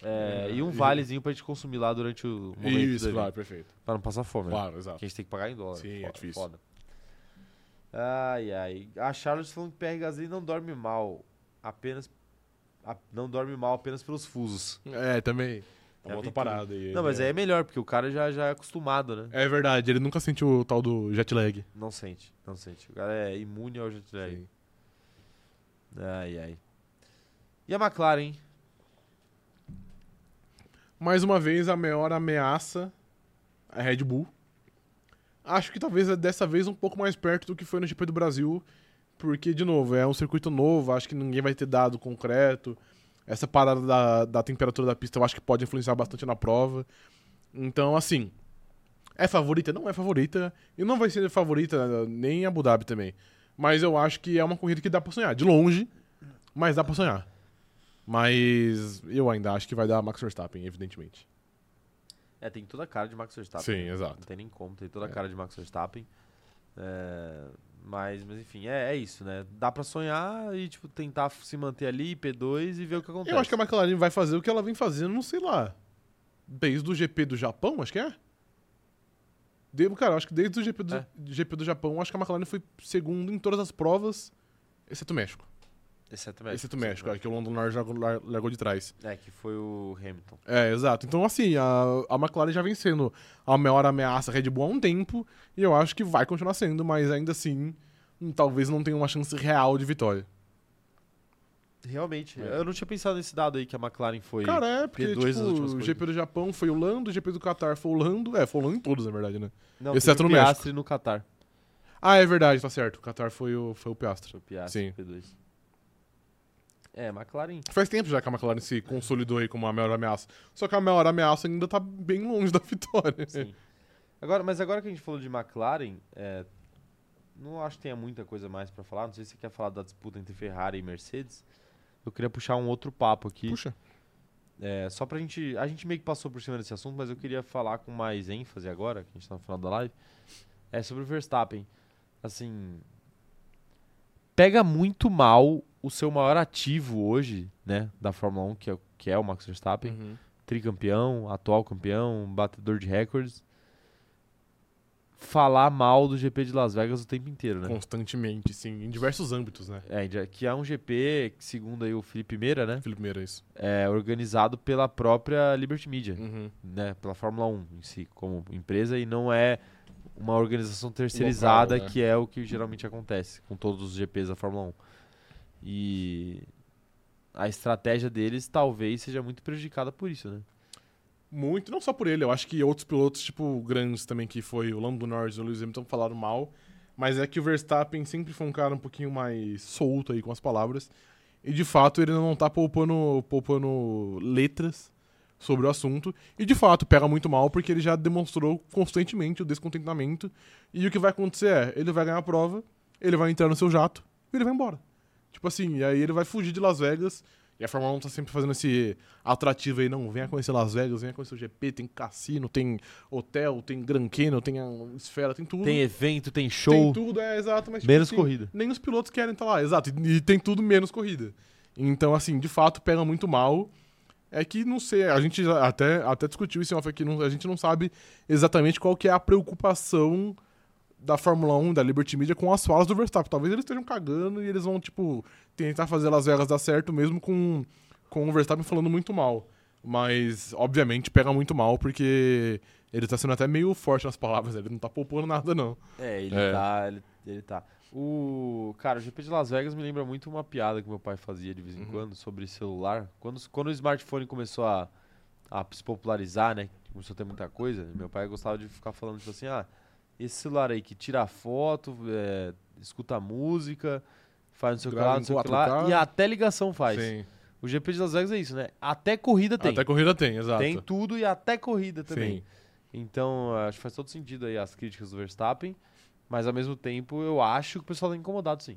Speaker 1: é,
Speaker 2: É,
Speaker 1: e um
Speaker 2: e-
Speaker 1: valezinho pra gente consumir lá durante o um momento do
Speaker 2: Isso,
Speaker 1: evento,
Speaker 2: claro, perfeito.
Speaker 1: Pra não passar fome, né?
Speaker 2: Claro, exato.
Speaker 1: Que a gente tem que pagar em dólar.
Speaker 2: Sim, é
Speaker 1: foda,
Speaker 2: difícil.
Speaker 1: Foda. Ai, ai. A Charles falando que PR Gasly não dorme mal. Apenas. a- não dorme mal apenas pelos fusos.
Speaker 2: É, também. É
Speaker 1: É
Speaker 2: uma outra
Speaker 1: aventura.
Speaker 2: parada. aí,
Speaker 1: Não, mas aí é melhor, porque o cara já, já é acostumado, né?
Speaker 2: É verdade, ele nunca sentiu o tal do jet lag.
Speaker 1: Não sente, não sente. O cara é imune ao jet lag.
Speaker 2: Sim.
Speaker 1: Ai, ai. E a McLaren, hein?
Speaker 2: Mais uma vez, a maior ameaça é a Red Bull. Acho que talvez é dessa vez um pouco mais perto do que foi no GP do Brasil, porque, de novo, é um circuito novo, acho que ninguém vai ter dado concreto. Essa parada da, da temperatura da pista eu acho que pode influenciar bastante na prova. Então, assim, é favorita? Não é favorita, e não vai ser favorita né, nem em Abu Dhabi também. Mas eu acho que é uma corrida que dá pra sonhar, de longe, mas dá pra sonhar. Mas eu ainda acho que vai dar Max Verstappen, evidentemente.
Speaker 1: É, tem toda a cara de Max Verstappen.
Speaker 2: Sim,
Speaker 1: né?
Speaker 2: exato.
Speaker 1: Não tem nem como, tem toda a
Speaker 2: É.
Speaker 1: cara de Max Verstappen. É, mas, mas enfim, é, é isso, né? Dá pra sonhar e, tipo, tentar f- se manter ali, P2 e ver o que acontece.
Speaker 2: Eu acho que é a McLaren vai fazer o que ela vem fazendo, não sei lá. Desde o GP do Japão, acho que é? De, cara, acho que desde o GP do,
Speaker 1: É.
Speaker 2: GP do Japão, acho que a McLaren foi segundo em todas as provas, exceto o México.
Speaker 1: Exceto o México.
Speaker 2: exceto o é México, acho que o London Norris largou, lar- largou de trás.
Speaker 1: né? É, que foi o Hamilton.
Speaker 2: É, exato. Então, assim, a, a McLaren já vem sendo a maior ameaça à Red Bull há um tempo, e eu acho que vai continuar sendo, mas ainda assim, hum, talvez não tenha uma chance real de vitória.
Speaker 1: Realmente,
Speaker 2: É.
Speaker 1: eu não tinha pensado nesse dado aí que a McLaren foi.
Speaker 2: Cara, é, porque
Speaker 1: P2 nas últimas
Speaker 2: tipo, o GP
Speaker 1: corridas.
Speaker 2: do Japão foi Holanda, o GP do Qatar foi Holanda. É, foi Holanda em todos, na verdade, né?
Speaker 1: não,
Speaker 2: exceto
Speaker 1: teve
Speaker 2: no
Speaker 1: o Piastri no Qatar.
Speaker 2: Ah, é verdade, tá certo. O Qatar foi o, foi o Piastre.
Speaker 1: Foi o Piastri
Speaker 2: Sim.
Speaker 1: P2. É, McLaren.
Speaker 2: Faz tempo já que a McLaren se consolidou aí como a maior ameaça. Só que a maior ameaça ainda tá bem longe da vitória.
Speaker 1: Sim. Agora, mas agora que a gente falou de McLaren, é, não acho que tenha muita coisa mais pra falar. Não sei se você quer falar da disputa entre Ferrari e Mercedes. Eu queria puxar um outro papo aqui.
Speaker 2: Puxa.
Speaker 1: É, só pra gente. A gente meio que passou por cima desse assunto, mas eu queria falar com mais ênfase agora, que a gente tá no final da live. É sobre o Verstappen. Assim. Pega muito mal o seu maior ativo hoje, né? Da Fórmula 1, que é, que é o Max Verstappen
Speaker 2: Uhum.
Speaker 1: tricampeão, atual campeão, batedor de recordes, falar mal do GP de Las Vegas o tempo inteiro, né?
Speaker 2: Constantemente, sim. Em diversos âmbitos, né?
Speaker 1: É, já- que é um GP, que, segundo aí o Felipe Meira, né?
Speaker 2: Felipe Meira, isso.
Speaker 1: É organizado pela própria Liberty Media,
Speaker 2: Uhum.
Speaker 1: né? Pela Fórmula 1 em si, como empresa, e não é uma organização terceirizada,
Speaker 2: Local, né?
Speaker 1: que é o que geralmente acontece com todos os GPs da Fórmula 1. E a estratégia deles talvez seja muito prejudicada por isso, né?
Speaker 2: Muito, não só por ele, eu acho que outros pilotos, tipo, grandes também, que foi o Lando Norris e o Lewis Hamilton, falaram mal. Mas é que o Verstappen sempre foi um cara um pouquinho mais solto aí com as palavras. E de fato ele não tá poupando, poupando letras sobre o assunto. E de fato pega muito mal porque ele já demonstrou constantemente o descontentamento. E o que vai acontecer é: ele vai ganhar a prova, ele vai entrar no seu jato e ele vai embora. Tipo assim, e aí ele vai fugir de Las Vegas E a Fórmula 1 tá sempre fazendo esse atrativo aí, não, venha conhecer Las Vegas, venha conhecer o GP, tem cassino, tem hotel, tem Gran Canyon, tem a esfera, tem tudo.
Speaker 5: Tem evento, tem show.
Speaker 2: Uhum. Tem tudo, é exato, mas tipo,
Speaker 1: Menos
Speaker 2: assim,
Speaker 1: corrida.
Speaker 2: Nem os pilotos querem estar lá, exato. E, e tem tudo menos corrida. Então, assim, de fato, pega muito mal. É que, não sei, a gente já até, até discutiu isso em off aqui, não- a gente não sabe exatamente qual que é a preocupação da Fórmula 1, da Liberty Media, com as falas do Verstappen. Talvez eles estejam cagando e eles vão, tipo, tentar fazer Las Vegas dar certo, mesmo com, com o Verstappen falando muito mal. Mas, obviamente, pega muito mal, porque ele tá sendo até meio forte nas palavras, ele não tá poupando nada, não.
Speaker 5: É, ele
Speaker 2: É.
Speaker 5: tá. Ele, ele tá.
Speaker 1: O. Cara, o GP de Las Vegas me lembra muito uma piada que meu pai fazia de vez
Speaker 2: Uhum.
Speaker 1: em quando sobre celular. Quando, quando o smartphone começou a, a se popularizar, né? Começou a ter muita coisa. Meu pai gostava de ficar falando, tipo assim, ah, esse celular aí que tira foto, é, escuta música, faz não sei o que lá,
Speaker 2: Grava
Speaker 1: não sei
Speaker 2: em
Speaker 1: o que lá.
Speaker 2: 4K.
Speaker 1: E até ligação faz.
Speaker 2: Sim.
Speaker 1: O GP de Las Vegas é isso, né? Até corrida tem.
Speaker 2: Até corrida tem, exato.
Speaker 1: Tem tudo e até corrida também.
Speaker 2: Sim.
Speaker 1: Então, acho que faz todo sentido aí as críticas do Verstappen, mas ao mesmo tempo eu acho que o pessoal tá incomodado sim.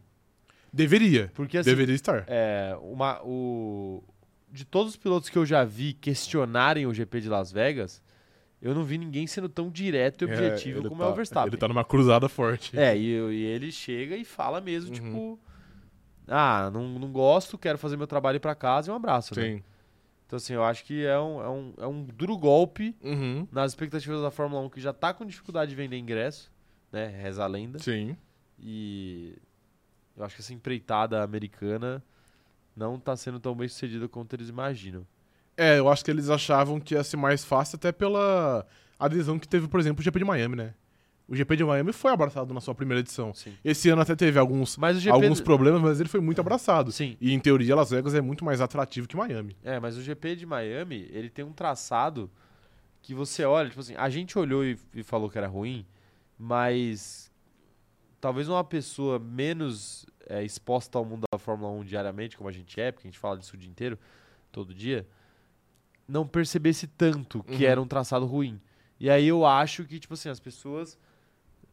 Speaker 2: Deveria.
Speaker 1: Porque assim,
Speaker 2: Deveria estar.
Speaker 1: é, uma, o, de todos os pilotos que eu já vi questionarem o GP de Las Vegas, eu não vi ninguém sendo tão direto e objetivo
Speaker 2: ele
Speaker 1: como
Speaker 2: tá-
Speaker 1: é o Verstappen.
Speaker 2: Ele tá numa cruzada forte.
Speaker 1: É, e, e ele chega e fala mesmo,
Speaker 2: Uhum.
Speaker 1: tipo, ah, não, não gosto, quero fazer meu trabalho e ir pra casa e um abraço, né?
Speaker 2: Sim.
Speaker 1: Então assim, eu acho que é um, é um, é um duro golpe
Speaker 2: Uhum.
Speaker 1: nas expectativas da Fórmula 1, que já tá com dificuldade de vender ingresso, né? Reza a lenda.
Speaker 2: Sim.
Speaker 1: E eu acho que essa empreitada americana não tá sendo tão bem sucedida quanto eles imaginam.
Speaker 2: É, eu acho que eles achavam que ia ser mais fácil até pela adesão que teve, por exemplo, o GP de Miami, né? O GP de Miami foi abraçado na sua primeira edição.
Speaker 1: Sim.
Speaker 2: Esse ano até teve alguns,
Speaker 1: Mas o GP.
Speaker 2: alguns problemas, mas ele foi muito abraçado.
Speaker 1: Sim.
Speaker 2: E em teoria, Las Vegas é muito mais atrativo que Miami.
Speaker 1: É, mas o GP de Miami, ele tem um traçado que você olha, tipo assim, a gente olhou e, e falou que era ruim, mas talvez uma pessoa menos é, exposta ao mundo da Fórmula 1 diariamente, como a gente é, porque a gente fala disso o dia inteiro, todo dia, não percebesse tanto que
Speaker 2: Uhum.
Speaker 1: era um traçado ruim. E aí eu acho que, tipo assim, as pessoas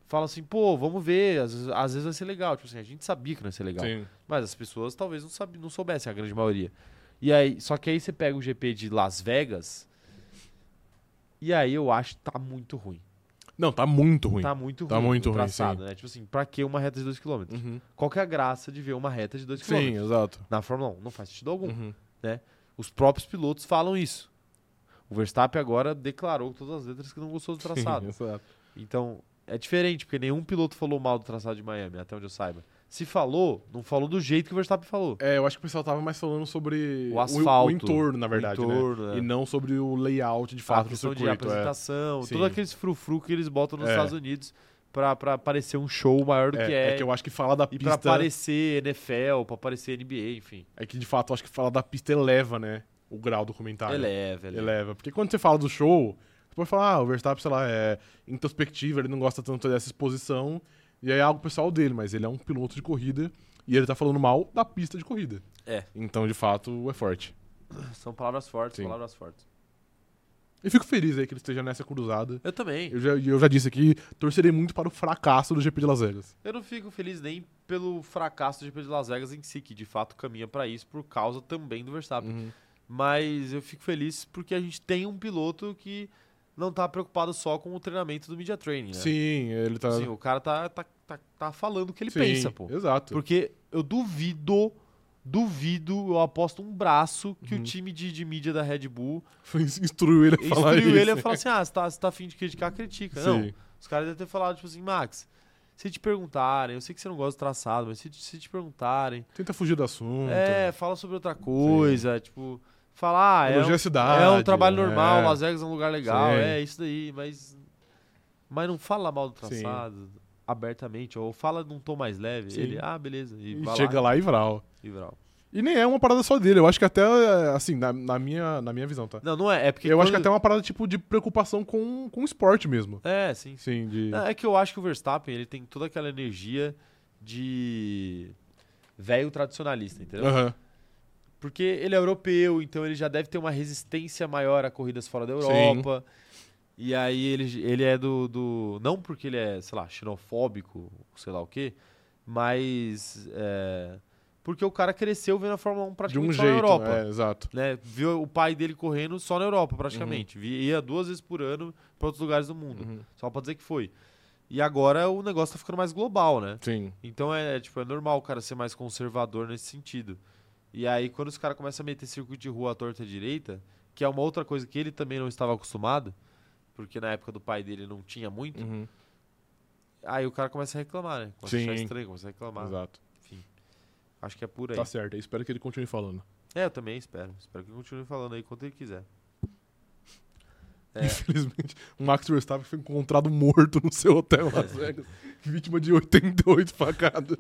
Speaker 1: falam assim, pô, vamos ver, às vezes, às vezes vai ser legal. Tipo assim, a gente sabia que não ia ser legal.
Speaker 2: Sim.
Speaker 1: Mas as pessoas talvez não, sabe, não soubessem, a grande maioria. E aí, só que aí você pega o GP de Las Vegas. E aí eu acho que tá muito ruim.
Speaker 2: Não, tá muito ruim.
Speaker 1: Tá muito ruim.
Speaker 2: Tá muito
Speaker 1: o
Speaker 2: ruim,
Speaker 1: traçado, né? Tipo assim, pra que uma reta de 2km?
Speaker 2: Uhum.
Speaker 1: Qual que é a graça de ver uma reta de 2km?
Speaker 2: Sim, exato.
Speaker 1: Na Fórmula 1, não faz sentido algum.
Speaker 2: Uhum.
Speaker 1: Os próprios pilotos falam isso. O Verstappen agora declarou com todas as letras que não gostou do traçado.
Speaker 2: Sim, exato.
Speaker 1: Então, é diferente, porque nenhum piloto falou mal do traçado de Miami, até onde eu saiba. Se falou, não falou do jeito que o Verstappen falou.
Speaker 2: É, eu acho que o pessoal tava mais falando sobre
Speaker 1: O asfalto,
Speaker 2: entorno, na verdade,
Speaker 1: o
Speaker 2: né?
Speaker 1: entorno, é.
Speaker 2: E não sobre o layout de
Speaker 1: a
Speaker 2: fato do
Speaker 1: questão
Speaker 2: circuito.
Speaker 1: de
Speaker 2: é.
Speaker 1: apresentação,
Speaker 2: Sim.
Speaker 1: todos aqueles frufru que eles botam nos
Speaker 2: É.
Speaker 1: Estados Unidos pra, pra parecer um show maior do
Speaker 2: É,
Speaker 1: que
Speaker 2: é
Speaker 1: é.
Speaker 2: que eu acho que falar da
Speaker 1: E
Speaker 2: pista.
Speaker 1: pra parecer NFL, pra parecer NBA, enfim.
Speaker 2: É que de fato eu acho que falar da pista eleva, né? O grau do comentário.
Speaker 1: Eleva, eleva.
Speaker 2: Eleva. Porque quando você fala do show, você pode falar, ah, o Verstappen, sei lá, é introspectivo, ele não gosta tanto dessa exposição. E aí é algo pessoal dele, mas ele é um piloto de corrida e ele tá falando mal da pista de corrida.
Speaker 5: É.
Speaker 2: Então, de fato, é forte.
Speaker 1: São palavras fortes,
Speaker 2: Sim.
Speaker 1: palavras fortes.
Speaker 2: E fico feliz aí que ele esteja nessa cruzada.
Speaker 5: Eu também.
Speaker 2: Eu já, eu já disse aqui, torcerei muito para o fracasso do GP de Las Vegas.
Speaker 1: Eu não fico feliz nem pelo fracasso do GP de Las Vegas em si, que de fato caminha pra isso por causa também do Verstappen.
Speaker 2: Uhum.
Speaker 1: Mas eu fico feliz porque a gente tem um piloto que não tá preocupado só com o treinamento do media training, né?
Speaker 2: Sim, ele tá.
Speaker 1: Assim, o cara tá, tá, tá, tá falando o que ele
Speaker 2: Sim,
Speaker 1: pensa, pô.
Speaker 2: Exato.
Speaker 1: Porque eu duvido, duvido, eu aposto um braço que
Speaker 2: Uhum.
Speaker 1: o time de, de mídia da Red Bull
Speaker 2: Foi- Instruiu ele a falar
Speaker 1: instruiu
Speaker 2: isso. né?
Speaker 1: ele a falar assim: ah, você tá, você tá afim de criticar, critica. Não.
Speaker 2: Sim.
Speaker 1: Os caras devem ter falado, tipo assim, Max, se te perguntarem, eu sei que você não gosta do traçado, mas se, te- se te perguntarem,
Speaker 2: Tenta fugir do assunto.
Speaker 1: é, fala sobre outra coisa, tipo, falar, ah, é,
Speaker 2: Elogia
Speaker 1: um,
Speaker 2: a cidade.
Speaker 1: é um trabalho
Speaker 2: é.
Speaker 1: normal, Las Vegas é um lugar legal,
Speaker 2: Sim.
Speaker 1: é isso daí, mas. Mas não fala mal do
Speaker 2: Sim.
Speaker 1: traçado abertamente, ou fala num tom mais leve.
Speaker 2: Sim.
Speaker 1: Ele, ah, beleza, e,
Speaker 2: E
Speaker 1: vai
Speaker 2: chega
Speaker 1: lá.
Speaker 2: lá e vral.
Speaker 1: E vai lá.
Speaker 2: E nem é uma parada só dele. Eu acho que até, é, assim, na, na minha, na minha visão, tá?
Speaker 1: Não, não é. É porque
Speaker 2: eu acho que
Speaker 1: quando-
Speaker 2: até é uma parada, tipo, de preocupação com, com o esporte mesmo.
Speaker 1: É, sim. sim.
Speaker 2: Sim, de...
Speaker 1: Não, É que eu acho que o Verstappen ele tem toda aquela energia de velho tradicionalista, entendeu?
Speaker 2: Aham,
Speaker 1: Porque ele é europeu, então ele já deve ter uma resistência maior a corridas fora da Europa. E aí ele, ele é do, do. Não porque ele é, sei lá, xenofóbico, sei lá o quê, mas. é, porque o cara cresceu vendo a Fórmula 1
Speaker 2: De
Speaker 1: praticamente
Speaker 2: um
Speaker 1: só
Speaker 2: jeito,
Speaker 1: na Europa.
Speaker 2: é, exato.
Speaker 1: Né? Viu o pai dele correndo só na Europa, praticamente. Vi- Ia duas vezes por ano pra outros lugares do mundo.
Speaker 2: Uhum.
Speaker 1: Só pra dizer que foi. E agora o negócio tá ficando mais global, né?
Speaker 2: Sim.
Speaker 1: Então é, é, tipo, é normal o cara ser mais conservador nesse sentido. E aí, quando os caras começam a meter circuito de rua à torta e à direita, que é uma outra coisa que ele também não estava acostumado, porque na época do pai dele não tinha muito,
Speaker 2: Uhum.
Speaker 1: aí o cara começa a reclamar, né? Começa a achar
Speaker 2: Sim.
Speaker 1: estranho, começa a reclamar.
Speaker 2: Exato.
Speaker 1: Acho que é por aí.
Speaker 2: Tá certo. Eu espero que ele continue falando.
Speaker 1: É, eu também espero. Espero que ele continue falando aí quanto ele quiser. É.
Speaker 2: Infelizmente, o Max Verstappen foi encontrado morto no seu hotel em
Speaker 1: É.
Speaker 2: Las Vegas, vítima de 88 facadas.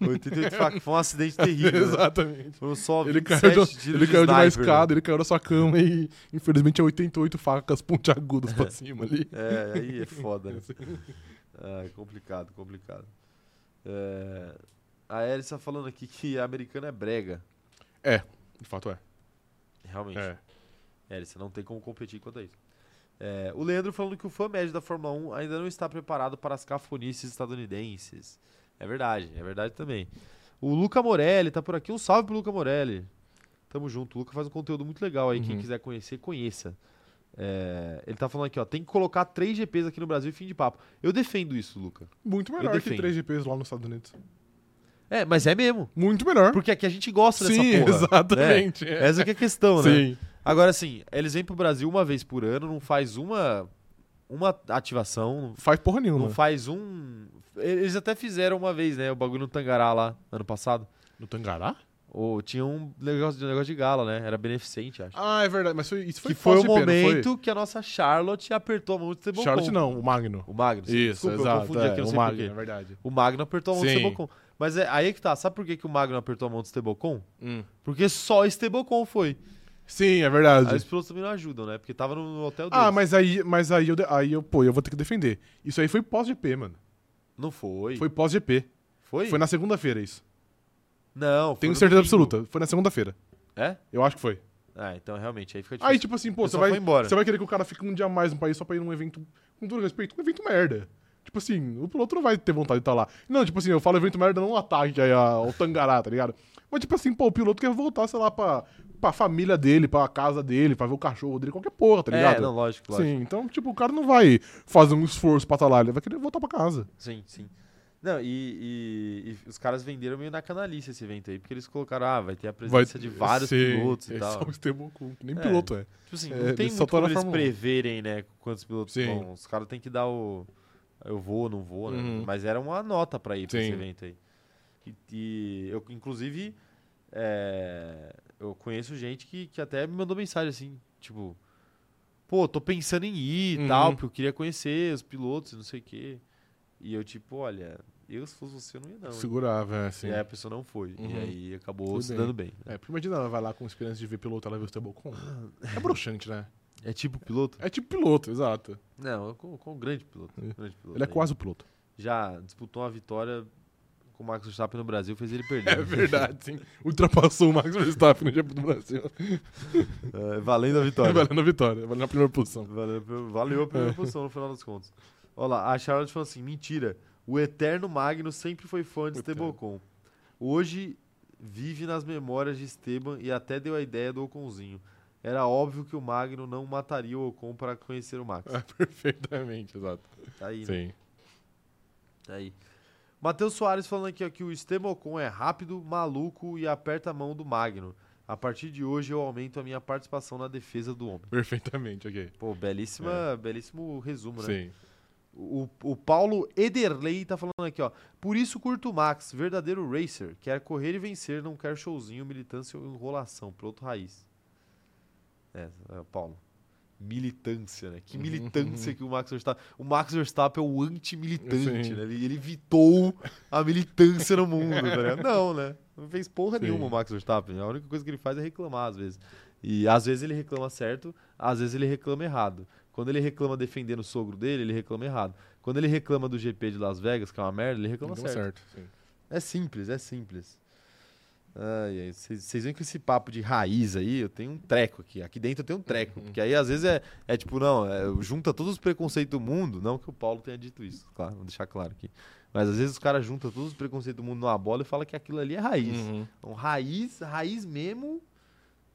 Speaker 1: 88 faca, foi um acidente terrível. né?
Speaker 2: Exatamente.
Speaker 1: Foram só
Speaker 2: Ele
Speaker 1: 27
Speaker 2: caiu, do-
Speaker 1: tiros
Speaker 2: ele caiu de uma
Speaker 1: sniper, né?
Speaker 2: escada, ele caiu da sua cama e, infelizmente, é 88 facas pontiagudas pra cima ali.
Speaker 1: É, aí é foda, né? É, complicado, complicado. É, a Alice tá falando aqui que americano é brega.
Speaker 2: De fato é.
Speaker 1: Realmente.
Speaker 2: É.
Speaker 1: Alice, não tem como competir quanto a isso. É, o Leandro falando que o fã médio da Fórmula 1 ainda não está preparado para as cafonices estadunidenses. É verdade, é verdade também. O Luca Morelli tá por aqui. Um salve pro Luca Morelli. Tamo junto. O Luca faz um conteúdo muito legal aí. Quem
Speaker 2: Uhum.
Speaker 1: quiser conhecer, conheça. É, ele tá falando aqui, ó. Tem que colocar três GPs aqui no Brasil e fim de papo. Eu defendo isso, Luca.
Speaker 2: Muito
Speaker 1: Eu
Speaker 2: melhor que
Speaker 1: defendo.
Speaker 2: 3 GPs lá nos Estados Unidos.
Speaker 1: É, mas é mesmo.
Speaker 2: Muito melhor.
Speaker 1: Porque aqui a gente gosta dessa
Speaker 2: Sim,
Speaker 1: porra.
Speaker 2: exatamente.
Speaker 1: né? Essa que é a questão, né?
Speaker 2: Sim.
Speaker 1: Agora, assim, eles vêm pro Brasil uma vez por ano, não faz uma, uma ativação,
Speaker 2: Faz porra
Speaker 1: não,
Speaker 2: nenhuma.
Speaker 1: faz um... Eles até fizeram uma vez, né? O bagulho no Tangará lá, ano passado.
Speaker 2: No Tangará?
Speaker 1: Ou tinha um negócio, um negócio de gala, né? Era beneficente, acho.
Speaker 2: Ah, é verdade. Mas foi- isso foi
Speaker 1: que foi o
Speaker 2: pós-GP, não
Speaker 1: momento que a nossa Charlotte apertou a mão do Cebocon.
Speaker 2: Charlotte não, o Magno.
Speaker 1: O Magno. sim.
Speaker 2: Isso,
Speaker 1: Desculpa,
Speaker 2: exato.
Speaker 1: eu confundi aqui,
Speaker 2: é,
Speaker 1: não
Speaker 2: o
Speaker 1: sei
Speaker 2: Magno,
Speaker 1: porquê.
Speaker 2: é verdade.
Speaker 1: O Magno apertou a mão
Speaker 2: Sim.
Speaker 1: do Cebocon. Mas é, aí é que tá. Sabe por que, que o Magno apertou a mão do Cebocon?
Speaker 2: Hum.
Speaker 1: Porque só Estebocon foi.
Speaker 2: Sim, é verdade.
Speaker 1: Aí os pilotos também não ajudam, né? Porque tava no no hotel deles.
Speaker 2: Ah, mas aí, mas aí, eu, de- aí eu, pô, eu vou ter que defender. Isso aí foi pós-GP, mano.
Speaker 1: Não foi.
Speaker 2: Foi pós-GP.
Speaker 1: Foi?
Speaker 2: Foi na segunda-feira isso.
Speaker 1: Não, foi
Speaker 2: Tenho
Speaker 1: no
Speaker 2: certeza
Speaker 1: domingo.
Speaker 2: absoluta. Foi na segunda-feira.
Speaker 1: É?
Speaker 2: Eu acho que foi.
Speaker 1: Ah, então realmente, aí fica difícil.
Speaker 2: Aí, tipo assim, pô,
Speaker 1: O
Speaker 2: você
Speaker 1: pessoal
Speaker 2: vai,
Speaker 1: foi embora.
Speaker 2: você vai querer que o cara fique um dia a mais no país só pra ir num evento, com todo respeito, um evento merda. Tipo assim, o piloto não vai ter vontade de estar lá. Não, tipo assim, eu falo evento merda, não ataque aí ao Tangará, tá ligado? Mas, tipo assim, pô, o piloto quer voltar, sei lá, pra, pra família dele, pra casa dele, pra ver o cachorro dele, qualquer porra, tá ligado?
Speaker 1: É, não, lógico, lógico.
Speaker 2: Sim, então, tipo, o cara não vai fazer um esforço pra estar lá, ele vai querer voltar pra casa.
Speaker 1: Sim, sim. Não, e, e- e os caras venderam meio na canalice esse evento aí, porque eles colocaram, ah, vai ter a presença de vários
Speaker 2: Sim,
Speaker 1: pilotos e
Speaker 2: é
Speaker 1: tal.
Speaker 2: Só um stablecoin, que nem
Speaker 1: É.
Speaker 2: piloto é.
Speaker 1: Tipo assim,
Speaker 2: É,
Speaker 1: não tem
Speaker 2: eles
Speaker 1: muito
Speaker 2: só tão
Speaker 1: como
Speaker 2: na
Speaker 1: eles
Speaker 2: Fórmula 1.
Speaker 1: preverem, né, quantos pilotos
Speaker 2: Sim.
Speaker 1: vão. Os caras têm que dar o... Eu vou, não vou, né?
Speaker 2: Uhum.
Speaker 1: Mas era uma nota pra ir pra esse
Speaker 2: Sim.
Speaker 1: evento aí. E, e eu, inclusive, é, eu conheço gente que, que até me mandou mensagem assim, tipo... Pô, tô pensando em ir e
Speaker 2: Uhum.
Speaker 1: tal, porque eu queria conhecer os pilotos e não sei o quê. E eu, tipo, olha, eu se fosse você, eu não ia não. hein?
Speaker 2: Segurava, é, assim.
Speaker 1: E aí a pessoa não foi. E
Speaker 2: Uhum.
Speaker 1: aí acabou
Speaker 2: Tudo
Speaker 1: se
Speaker 2: bem.
Speaker 1: dando bem. né?
Speaker 2: É, porque imagina ela vai lá com experiência de ver piloto, ela vê o stablecoin. É bruxante, né?
Speaker 1: É tipo piloto?
Speaker 2: É tipo piloto, exato.
Speaker 1: Não, é com, com um grande piloto. grande piloto
Speaker 2: Ele é
Speaker 1: aí.
Speaker 2: quase o piloto.
Speaker 1: já disputou uma vitória com o Max Verstappen no Brasil, fez ele perder.
Speaker 2: É verdade, sim. Ultrapassou o Max Verstappen no GP do Brasil.
Speaker 1: É, valendo a vitória.
Speaker 2: Valendo a vitória, valendo a primeira posição.
Speaker 1: Valeu, pe- valeu a
Speaker 2: É.
Speaker 1: primeira posição no final das contas. Olha lá, a Charlotte falou assim: mentira, o eterno Magno sempre foi fã de
Speaker 2: Eterno.
Speaker 1: Estebocon. Hoje vive nas memórias de Esteban e até deu a ideia do Oconzinho. Era óbvio que o Magno não mataria o Ocon para conhecer o Max.
Speaker 2: É, perfeitamente, exato.
Speaker 1: Tá aí, né?
Speaker 2: Sim.
Speaker 1: Tá aí. Matheus Soares falando aqui ó, que o Estemocon é rápido, maluco e aperta a mão do Magno. A partir de hoje eu aumento a minha participação na defesa do homem.
Speaker 2: Perfeitamente, ok.
Speaker 1: Pô, belíssima, belíssimo resumo, né?
Speaker 2: Sim.
Speaker 1: O, o Paulo Ederley tá falando aqui, ó. Por isso curto o Max, verdadeiro racer. Quer correr e vencer, não quer showzinho, militância ou enrolação. Piloto raiz. É, é, Paulo. Militância, né?
Speaker 2: Uhum.
Speaker 1: Que militância que o Max Verstappen. O Max Verstappen é o anti-militante,
Speaker 2: Sim.
Speaker 1: né? Ele, ele evitou a militância no mundo, tá ligado? Não, né? Não fez porra
Speaker 2: Sim.
Speaker 1: nenhuma o Max Verstappen. A única coisa que ele faz é reclamar, às vezes. E às vezes ele reclama certo, às vezes ele reclama errado. Quando ele reclama defendendo o sogro dele, ele reclama errado. Quando ele reclama do GP de Las Vegas, que é uma merda, ele reclama
Speaker 2: Então,
Speaker 1: certo.
Speaker 2: certo. Sim.
Speaker 1: É simples, é simples. Ai, ai, Vocês vocês veem com esse papo de raiz aí, eu tenho um treco aqui. Aqui dentro eu tenho um treco. Porque aí às vezes é, é tipo, não, é, junta todos os preconceitos do mundo. Não que o Paulo tenha dito isso, claro, vou deixar claro aqui. Mas às vezes os caras juntam todos os preconceitos do mundo numa bola e falam que aquilo ali é raiz.
Speaker 2: Uhum.
Speaker 1: Então, raiz, raiz mesmo.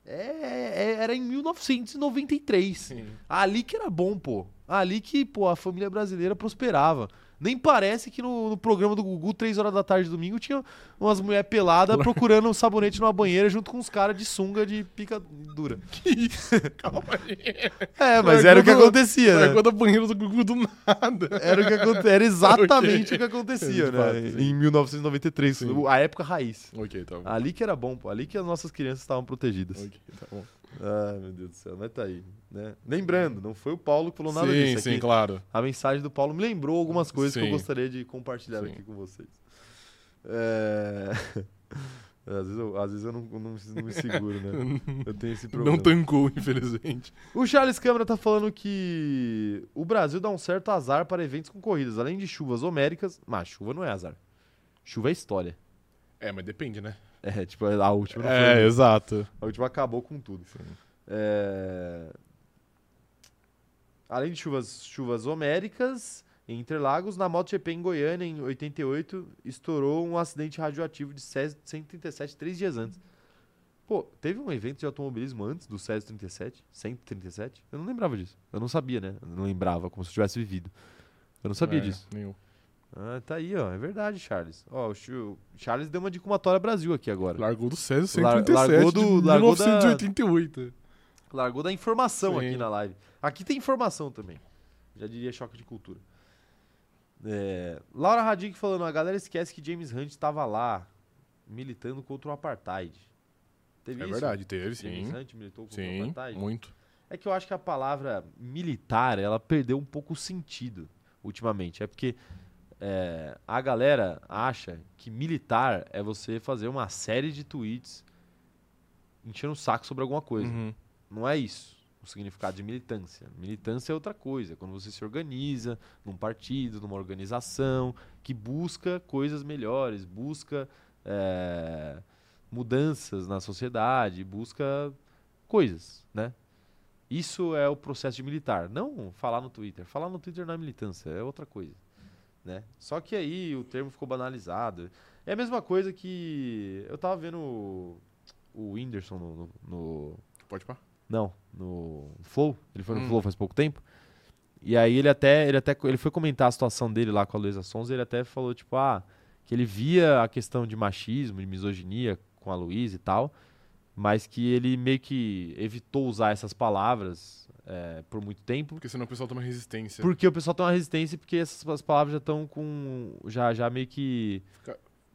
Speaker 1: é- é- era em 1993. Ali que era bom, pô. Ali que, pô, a família brasileira prosperava. Nem parece que no, no programa do Gugu, três horas da tarde, domingo, tinha umas mulheres peladas procurando um sabonete numa banheira junto com uns caras de sunga de pica dura.
Speaker 2: Que isso? Calma aí.
Speaker 1: É, mas era o que
Speaker 2: Largou do-
Speaker 1: acontecia, né?
Speaker 2: Largou da banheira do Gugu do nada.
Speaker 1: Era, o que aconte- era exatamente
Speaker 2: Ok.
Speaker 1: o que acontecia,
Speaker 2: De
Speaker 1: né?
Speaker 2: fato, sim.
Speaker 1: Em 1993,
Speaker 2: Sim.
Speaker 1: a época raiz.
Speaker 2: Ok, tá bom.
Speaker 1: Ali que era bom, pô. Ali que as nossas crianças estavam protegidas.
Speaker 2: Ok, tá bom.
Speaker 1: Ai, meu Deus do céu, mas tá aí, né? Lembrando, não foi o Paulo que falou nada
Speaker 2: sim,
Speaker 1: disso É
Speaker 2: sim,
Speaker 1: aqui.
Speaker 2: claro.
Speaker 1: A mensagem do Paulo me lembrou algumas coisas que eu
Speaker 2: Sim.
Speaker 1: gostaria de compartilhar
Speaker 2: Sim.
Speaker 1: aqui com vocês. É, Às vezes eu, às vezes eu não, não me- não me seguro, né? Eu tenho esse problema.
Speaker 2: Não tancou, infelizmente.
Speaker 1: O Charles Câmara tá falando que o Brasil dá um certo azar para eventos com corridas, além de chuvas homéricas. Mas chuva não é azar. Chuva é história.
Speaker 2: É, mas depende, né?
Speaker 1: É, tipo, a última não foi.
Speaker 2: É, exato.
Speaker 1: A última acabou com tudo. É, Além de chuvas, chuvas homéricas em Interlagos, na MotoGP em Goiânia, em 88, estourou um acidente radioativo de Césio 137 três dias antes. Pô, teve um evento de automobilismo antes do Césio 37? 137? Eu não lembrava disso. Eu não sabia, né? Eu não lembrava, como se eu tivesse vivido. Eu não sabia
Speaker 2: É,
Speaker 1: disso.
Speaker 2: nenhum.
Speaker 1: Ah, tá aí, ó. É verdade, Charles. Ó, o Chu- Charles deu uma dicumatória Brasil aqui agora.
Speaker 2: Largou do César
Speaker 1: Lar-
Speaker 2: 137
Speaker 1: largou do-
Speaker 2: de
Speaker 1: largou da-
Speaker 2: 1988.
Speaker 1: Largou da informação
Speaker 2: Sim.
Speaker 1: aqui na live. Aqui tem informação também. Já diria choque de cultura. É, Laura Radic falando, a galera esquece que James Hunt estava lá militando contra o apartheid. Teve
Speaker 2: É
Speaker 1: isso?
Speaker 2: verdade, teve,
Speaker 1: James
Speaker 2: sim.
Speaker 1: Hunt militou contra o
Speaker 2: Sim,
Speaker 1: apartheid?
Speaker 2: muito.
Speaker 1: É que eu acho que a palavra militar, ela perdeu um pouco o sentido ultimamente. É porque é, a galera acha que militar é você fazer uma série de tweets enchendo o saco sobre alguma coisa.
Speaker 2: Uhum.
Speaker 1: Não é isso o significado de militância. Militância é outra coisa, é quando você se organiza num partido, numa organização, que busca coisas melhores, busca eh, mudanças na sociedade, busca coisas, né? Isso é o processo de militar, não falar no Twitter. Falar no Twitter não é militância, é outra coisa, né? Só que aí o termo ficou banalizado. É a mesma coisa que eu tava vendo o, o Whindersson no- no- no
Speaker 2: Pode pá.
Speaker 1: não, no Flow. Ele foi no
Speaker 2: Hum.
Speaker 1: Flow faz pouco tempo. E aí ele até, ele até ele foi comentar a situação dele lá com a Luísa Sons, e ele até falou, tipo, ah, que ele via a questão de machismo, de misoginia com a Luísa e tal, mas que ele meio que evitou usar essas palavras eh, por muito tempo,
Speaker 2: Porque senão o pessoal toma resistência.
Speaker 1: porque o pessoal tem uma resistência, porque essas palavras já estão com. já, já meio que.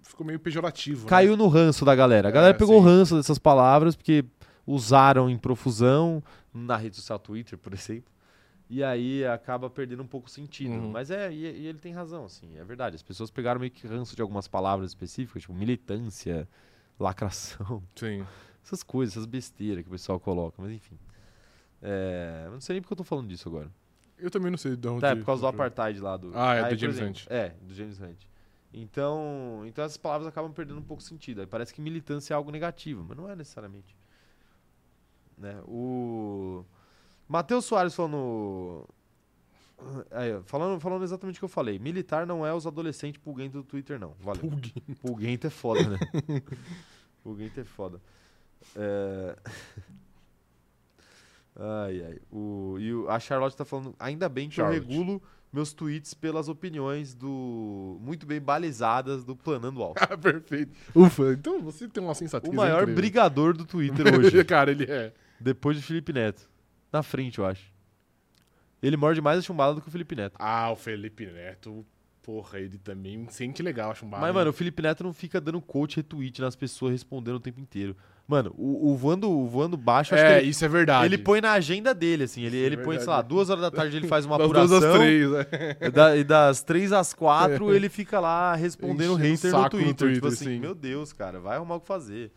Speaker 2: Ficou meio pejorativo. né?
Speaker 1: Caiu no ranço da galera. A galera
Speaker 2: É,
Speaker 1: pegou
Speaker 2: sim.
Speaker 1: o ranço dessas palavras, porque usaram em profusão na rede social Twitter, por exemplo. E aí acaba perdendo um pouco o sentido.
Speaker 2: Uhum.
Speaker 1: Mas é, e, e ele tem razão, assim, é verdade. As pessoas pegaram meio que ranço de algumas palavras específicas, tipo militância, lacração,
Speaker 2: né? Sim.
Speaker 1: essas coisas, essas besteiras que o pessoal coloca, mas enfim. É, eu não sei nem porque eu tô falando disso agora.
Speaker 2: Eu também não sei de onde.
Speaker 1: Tá, é por causa do apartheid lá do.
Speaker 2: Ah, é do
Speaker 1: por
Speaker 2: James
Speaker 1: exemplo,
Speaker 2: Hunt.
Speaker 1: É, do James Hunt. Então, então essas palavras acabam perdendo um pouco de sentido. Aí parece que militância é algo negativo, mas não é necessariamente. Né? O Matheus Soares falando Aí, ó, falando, falando exatamente o que eu falei. Militar não é os adolescentes pulguentos do Twitter, não. Valeu.
Speaker 2: Pug.
Speaker 1: Pulguento é foda, né? Pulguento é foda. É... Ai, ai. O... E o- a Charlotte tá falando, ainda bem que
Speaker 2: Charlotte.
Speaker 1: eu regulo meus tweets pelas opiniões do... Muito bem balizadas do Planando Alto.
Speaker 2: Ah, perfeito. Ufa, então você tem uma sensatez.
Speaker 1: O maior
Speaker 2: incrível.
Speaker 1: brigador do Twitter hoje.
Speaker 2: Cara, ele é.
Speaker 1: depois de Felipe Neto. Na frente, eu acho. Ele morde mais a chumbada do que o Felipe Neto.
Speaker 2: Ah, o Felipe Neto, porra, ele também sente legal um a chumbada.
Speaker 1: Mas, mano, o Felipe Neto não fica dando coach, retweet nas pessoas respondendo o tempo inteiro. Mano, o, o voando, o voando baixo, acho que
Speaker 2: é,
Speaker 1: ele-
Speaker 2: isso é verdade.
Speaker 1: Ele põe na agenda dele, assim. Ele,
Speaker 2: Isso é
Speaker 1: ele põe, sei
Speaker 2: verdade.
Speaker 1: lá, duas horas da tarde ele faz uma
Speaker 2: das
Speaker 1: apuração.
Speaker 2: duas às três, né?
Speaker 1: e da- e das três às quatro ele fica lá respondendo
Speaker 2: Enchendo o
Speaker 1: hater no
Speaker 2: saco no
Speaker 1: Twitter. tipo
Speaker 2: Twitter,
Speaker 1: assim,
Speaker 2: sim.
Speaker 1: meu Deus, cara, vai arrumar o que fazer.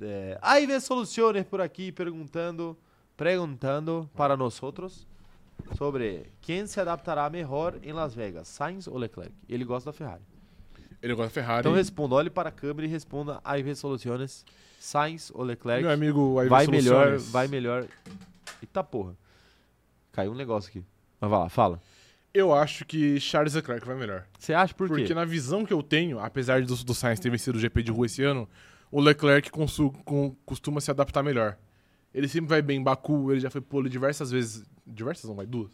Speaker 1: É, aí vê Solutioner por aqui perguntando, perguntando para nós outros sobre quem se adaptará melhor em Las Vegas, Sainz ou Leclerc? Ele gosta da Ferrari.
Speaker 2: Ele gosta da Ferrari.
Speaker 1: Então responda, olhe para a câmera e responda aí resoluções Sainz ou Leclerc.
Speaker 2: Meu amigo, aí
Speaker 1: vai
Speaker 2: soluções.
Speaker 1: melhor, né? vai melhor. Eita porra. Caiu um negócio aqui. Mas vai lá, fala.
Speaker 2: Eu acho que Charles Leclerc vai melhor.
Speaker 1: Você acha por
Speaker 2: Porque
Speaker 1: quê?
Speaker 2: na visão que eu tenho, apesar do, do Sainz ter vencido o GP de rua esse ano, o Leclerc consu- com- costuma se adaptar melhor. Ele sempre vai bem em Baku, ele já foi pole diversas vezes. Diversas não, mas duas.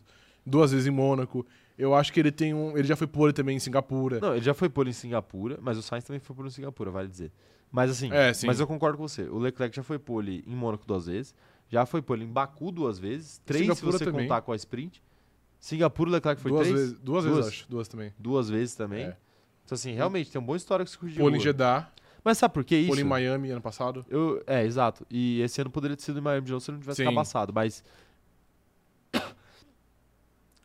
Speaker 2: Duas vezes em Mônaco. Eu acho que ele tem um. Ele já foi pole também em Singapura.
Speaker 1: Não, ele já foi por em Singapura, mas o Sainz também foi por em Singapura, vale dizer. Mas assim,
Speaker 2: É, sim.
Speaker 1: mas eu concordo com você. O Leclerc já foi pole em Mônaco duas vezes, já foi pole em Baku duas vezes, três
Speaker 2: Singapura
Speaker 1: se você
Speaker 2: também.
Speaker 1: contar com a sprint. Singapura o Leclerc foi
Speaker 2: duas
Speaker 1: três,
Speaker 2: vezes, duas,
Speaker 1: Duas.
Speaker 2: vezes, acho. Duas também.
Speaker 1: duas vezes também.
Speaker 2: É.
Speaker 1: Então assim, realmente tem um bom histórico com de
Speaker 2: Pole em
Speaker 1: rua.
Speaker 2: Jeddah,
Speaker 1: Mas sabe por que isso?
Speaker 2: pole em Miami ano passado.
Speaker 1: Eu, é, exato. E esse ano poderia ter sido em Miami de novo se ele não tivesse
Speaker 2: Sim.
Speaker 1: cabaçado, mas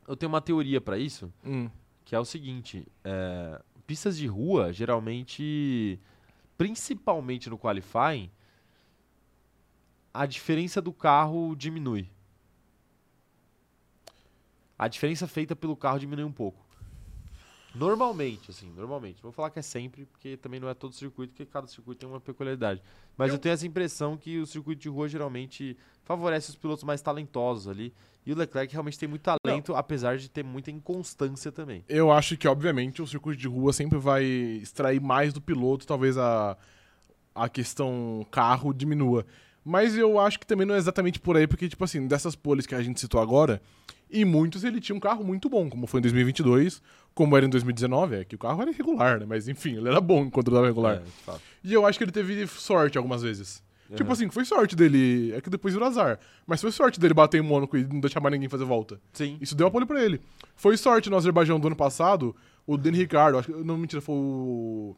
Speaker 1: eu tenho uma teoria pra isso,
Speaker 2: Hum.
Speaker 1: que é o seguinte, é, pistas de rua geralmente, principalmente no qualifying, a diferença do carro diminui. A diferença feita pelo carro diminui um pouco. Normalmente, assim, normalmente. Vou falar que é sempre, porque também não é todo circuito, porque cada circuito tem uma peculiaridade. Mas eu, tenho essa impressão que o circuito de rua geralmente favorece os pilotos mais talentosos ali. E o Leclerc realmente tem muito talento, apesar de ter muita inconstância também.
Speaker 2: Eu acho que, obviamente, o circuito de rua sempre vai extrair mais do piloto, talvez a, a questão carro diminua. Mas eu acho que também não é exatamente por aí, porque, tipo assim, dessas poles que a gente citou agora, e muitos ele tinha um carro muito bom, como foi em 2022, como era em 2019, é que o carro era irregular, né? Mas enfim, ele era bom enquanto ele era regular.
Speaker 1: É, de fato.
Speaker 2: E eu acho que ele teve sorte algumas vezes. Tipo
Speaker 1: Aham.
Speaker 2: assim, foi sorte dele. É que depois virou azar. Mas foi sorte dele bater em Mônaco e não deixar mais ninguém fazer volta.
Speaker 1: Sim.
Speaker 2: Isso deu apoio pra ele. Foi sorte no Azerbaijão do ano passado, o Dani Ricardo, acho que, não, mentira, foi o.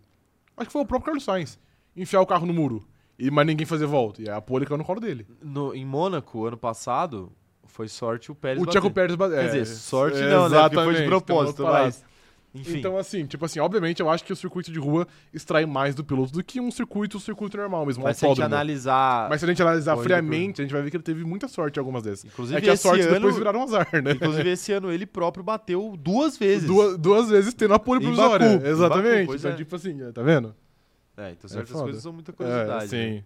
Speaker 2: Acho que foi o próprio Carlos Sainz. Enfiar o carro no muro. E, mas ninguém fazer volta. E a pole caiu no colo dele.
Speaker 1: No- em Mônaco, ano passado, foi sorte o Pérez
Speaker 2: o Tcheco
Speaker 1: bater.
Speaker 2: Pérez. bate-
Speaker 1: Quer
Speaker 2: é,
Speaker 1: dizer, sorte
Speaker 2: é,
Speaker 1: não, né? Porque foi de
Speaker 2: exatamente,
Speaker 1: propósito,
Speaker 2: tem uma parada.
Speaker 1: mas... Enfim,
Speaker 2: Então, assim, tipo assim, obviamente eu acho que o circuito de rua extrai mais do piloto do que um circuito, um circuito normal mesmo, um
Speaker 1: mas se a gente
Speaker 2: autódromo.
Speaker 1: analisar...
Speaker 2: Mas se a gente analisar
Speaker 1: Corrida por-
Speaker 2: friamente, a gente vai ver que ele teve muita sorte em algumas dessas.
Speaker 1: Inclusive
Speaker 2: é que as
Speaker 1: esse
Speaker 2: sortes
Speaker 1: ano-
Speaker 2: depois viraram azar, né?
Speaker 1: Inclusive, esse ano ele próprio bateu duas vezes.
Speaker 2: Duas, duas vezes tendo a pole
Speaker 1: Em
Speaker 2: provisória.
Speaker 1: Baku, em
Speaker 2: Exatamente.
Speaker 1: Baku, pois
Speaker 2: então,
Speaker 1: é.
Speaker 2: tipo assim, é, tá vendo?
Speaker 1: É, então certas
Speaker 2: foda.
Speaker 1: coisas são muita curiosidade.
Speaker 2: É,
Speaker 1: né?
Speaker 2: sim.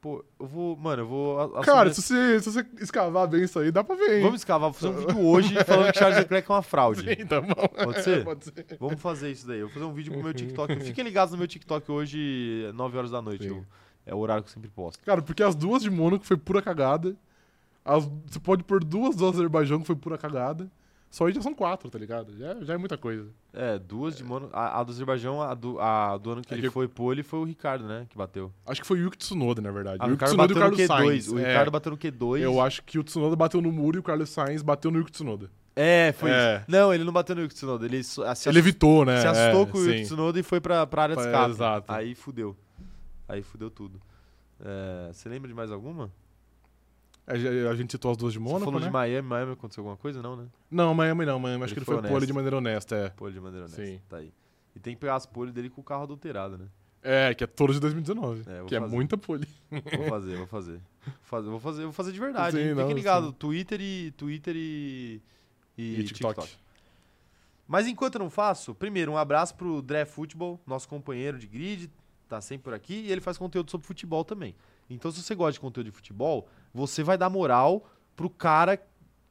Speaker 1: Pô, eu vou... Mano, eu vou... a-
Speaker 2: Cara,
Speaker 1: assumir-
Speaker 2: se você, se você escavar bem isso aí, dá pra ver, hein?
Speaker 1: Vamos escavar, vou fazer um vídeo hoje falando que Charles Leclerc é uma fraude.
Speaker 2: Sim, tá bom.
Speaker 1: Pode ser?
Speaker 2: Pode ser.
Speaker 1: Vamos fazer isso daí. Eu vou fazer um vídeo pro meu TikTok. Fiquem ligados no meu TikTok hoje, 9 horas da noite.
Speaker 2: Sim.
Speaker 1: eu- é o horário que eu sempre posto.
Speaker 2: Cara, porque as duas de Mônaco foi pura cagada. As- você pode pôr duas do Azerbaijão que foi pura cagada. Só aí já são quatro, tá ligado? Já, já é muita coisa.
Speaker 1: É, duas de Mono. A, a do Azerbaijão, a do, a do ano que
Speaker 2: É
Speaker 1: ele
Speaker 2: que eu-
Speaker 1: foi pole foi o Ricardo, né? Que bateu.
Speaker 2: Acho que foi o Yuki Tsunoda, na verdade.
Speaker 1: Ah,
Speaker 2: o
Speaker 1: o
Speaker 2: Yuki
Speaker 1: Ricardo
Speaker 2: Tsunoda
Speaker 1: bateu
Speaker 2: e o
Speaker 1: no
Speaker 2: Carlos
Speaker 1: Q2.
Speaker 2: Sainz.
Speaker 1: O
Speaker 2: É,
Speaker 1: Ricardo bateu no Q2.
Speaker 2: eu acho que o Tsunoda bateu no muro e o Carlos Sainz bateu no Yuki Tsunoda.
Speaker 1: É, foi
Speaker 2: É.
Speaker 1: isso. Não, ele não bateu no Yuki Tsunoda. Ele so- se,
Speaker 2: Ele
Speaker 1: assust-
Speaker 2: evitou, né?
Speaker 1: se assustou
Speaker 2: É,
Speaker 1: com o Yuki
Speaker 2: sim.
Speaker 1: Tsunoda e foi pra, pra área de
Speaker 2: É,
Speaker 1: escape.
Speaker 2: exato.
Speaker 1: Aí fudeu. Aí fudeu tudo. É, você lembra de mais alguma?
Speaker 2: É, já- A gente citou as duas de
Speaker 1: você
Speaker 2: Mônaco,
Speaker 1: falou
Speaker 2: né?
Speaker 1: de Miami. Miami aconteceu alguma coisa? Não, né?
Speaker 2: Não, Miami não. Miami acho
Speaker 1: Ele
Speaker 2: que ele
Speaker 1: foi
Speaker 2: foi, pole
Speaker 1: honesto.
Speaker 2: de maneira honesta, é.
Speaker 1: Pole de maneira honesta.
Speaker 2: Sim.
Speaker 1: Tá aí. E tem que pegar as pole dele com o carro adulterado, né?
Speaker 2: É, que é touro de 2019.
Speaker 1: É, vou
Speaker 2: que é
Speaker 1: fazer.
Speaker 2: muita pole.
Speaker 1: Vou fazer, vou fazer. Vou fazer, vou fazer, vou fazer de verdade.
Speaker 2: Sim,
Speaker 1: hein?
Speaker 2: não,
Speaker 1: Fiquem ligados. Twitter e. Twitter e. E, TikTok. Mas enquanto eu não faço, primeiro, um abraço pro Dre Futebol, nosso companheiro de grid, tá sempre por aqui, e ele faz conteúdo sobre futebol também. Então, se você gosta de conteúdo de futebol, você vai dar moral pro cara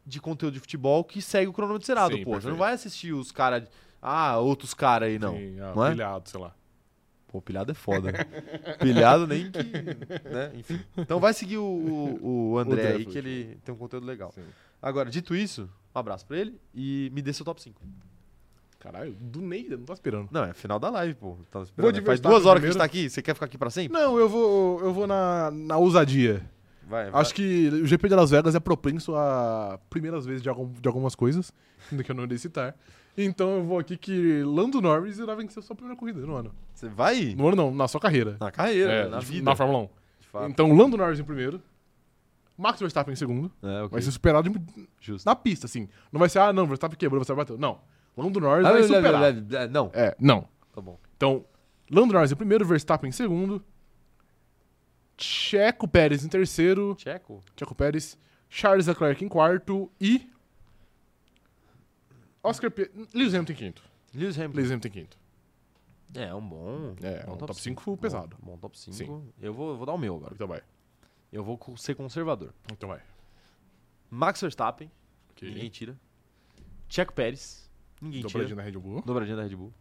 Speaker 1: de conteúdo de futebol que segue o cronômetro zerado,
Speaker 2: Sim,
Speaker 1: pô. Você não
Speaker 2: perfeito.
Speaker 1: vai assistir os caras. Ah, outros caras aí, não.
Speaker 2: Sim, ah,
Speaker 1: não é?
Speaker 2: pilhado, sei lá.
Speaker 1: Pô, pilhado é foda. né? pilhado nem que. Né? Enfim. Então vai seguir o, o, o André
Speaker 2: André
Speaker 1: aí, que
Speaker 2: Fute.
Speaker 1: ele tem um conteúdo legal.
Speaker 2: Sim.
Speaker 1: Agora, dito isso, um abraço pra ele e me dê seu top 5.
Speaker 2: Caralho, do Neida, não tô esperando.
Speaker 1: Não, é final da live, pô. Tava
Speaker 2: Vou
Speaker 1: esperando. né?
Speaker 2: de
Speaker 1: Faz
Speaker 2: Verstappen
Speaker 1: duas horas que a gente
Speaker 2: primeiro.
Speaker 1: tá aqui. Você quer ficar aqui pra sempre?
Speaker 2: Não, eu vou, eu vou na, na ousadia.
Speaker 1: Vai, vai.
Speaker 2: Acho que o GP de Las Vegas é propenso a primeiras vezes de, algum- de algumas coisas, ainda que eu não irei citar. Então eu vou aqui que Lando Norris irá vencer sua primeira corrida no ano.
Speaker 1: Você vai
Speaker 2: No ano não, na sua carreira.
Speaker 1: na carreira,
Speaker 2: É,
Speaker 1: né? na
Speaker 2: de-
Speaker 1: vida.
Speaker 2: Na Fórmula 1.
Speaker 1: De fato.
Speaker 2: Então Lando Norris em primeiro, Max Verstappen em segundo,
Speaker 1: É, ok.
Speaker 2: vai ser superado de-
Speaker 1: Justo.
Speaker 2: na pista, assim. Não vai ser, ah, não, Verstappen quebrou, Verstappen bateu. Não. Lando Norris vai superar.
Speaker 1: Ah, É, Não,
Speaker 2: É, não.
Speaker 1: tá bom.
Speaker 2: Então, Lando Norris em primeiro, Verstappen em segundo, Checo Pérez em terceiro,
Speaker 1: Tcheco?
Speaker 2: Checo Pérez, Charles Leclerc em quarto e Oscar P... Lewis Hamilton em quinto.
Speaker 1: Lewis Hamilton.
Speaker 2: Lewis Hamilton em quinto.
Speaker 1: É, é um bom.
Speaker 2: É,
Speaker 1: bom
Speaker 2: um top 5 foi
Speaker 1: Bom-
Speaker 2: pesado.
Speaker 1: Bom, top 5.
Speaker 2: Sim.
Speaker 1: Eu vou, eu vou dar o meu agora.
Speaker 2: Então vai.
Speaker 1: Eu vou co- ser conservador.
Speaker 2: Então vai.
Speaker 1: Max Verstappen,
Speaker 2: Ok.
Speaker 1: ninguém tira. Checo Pérez, ninguém
Speaker 2: Dobradinha
Speaker 1: tira.
Speaker 2: na Red Bull.
Speaker 1: Dobradinha da Red Bull.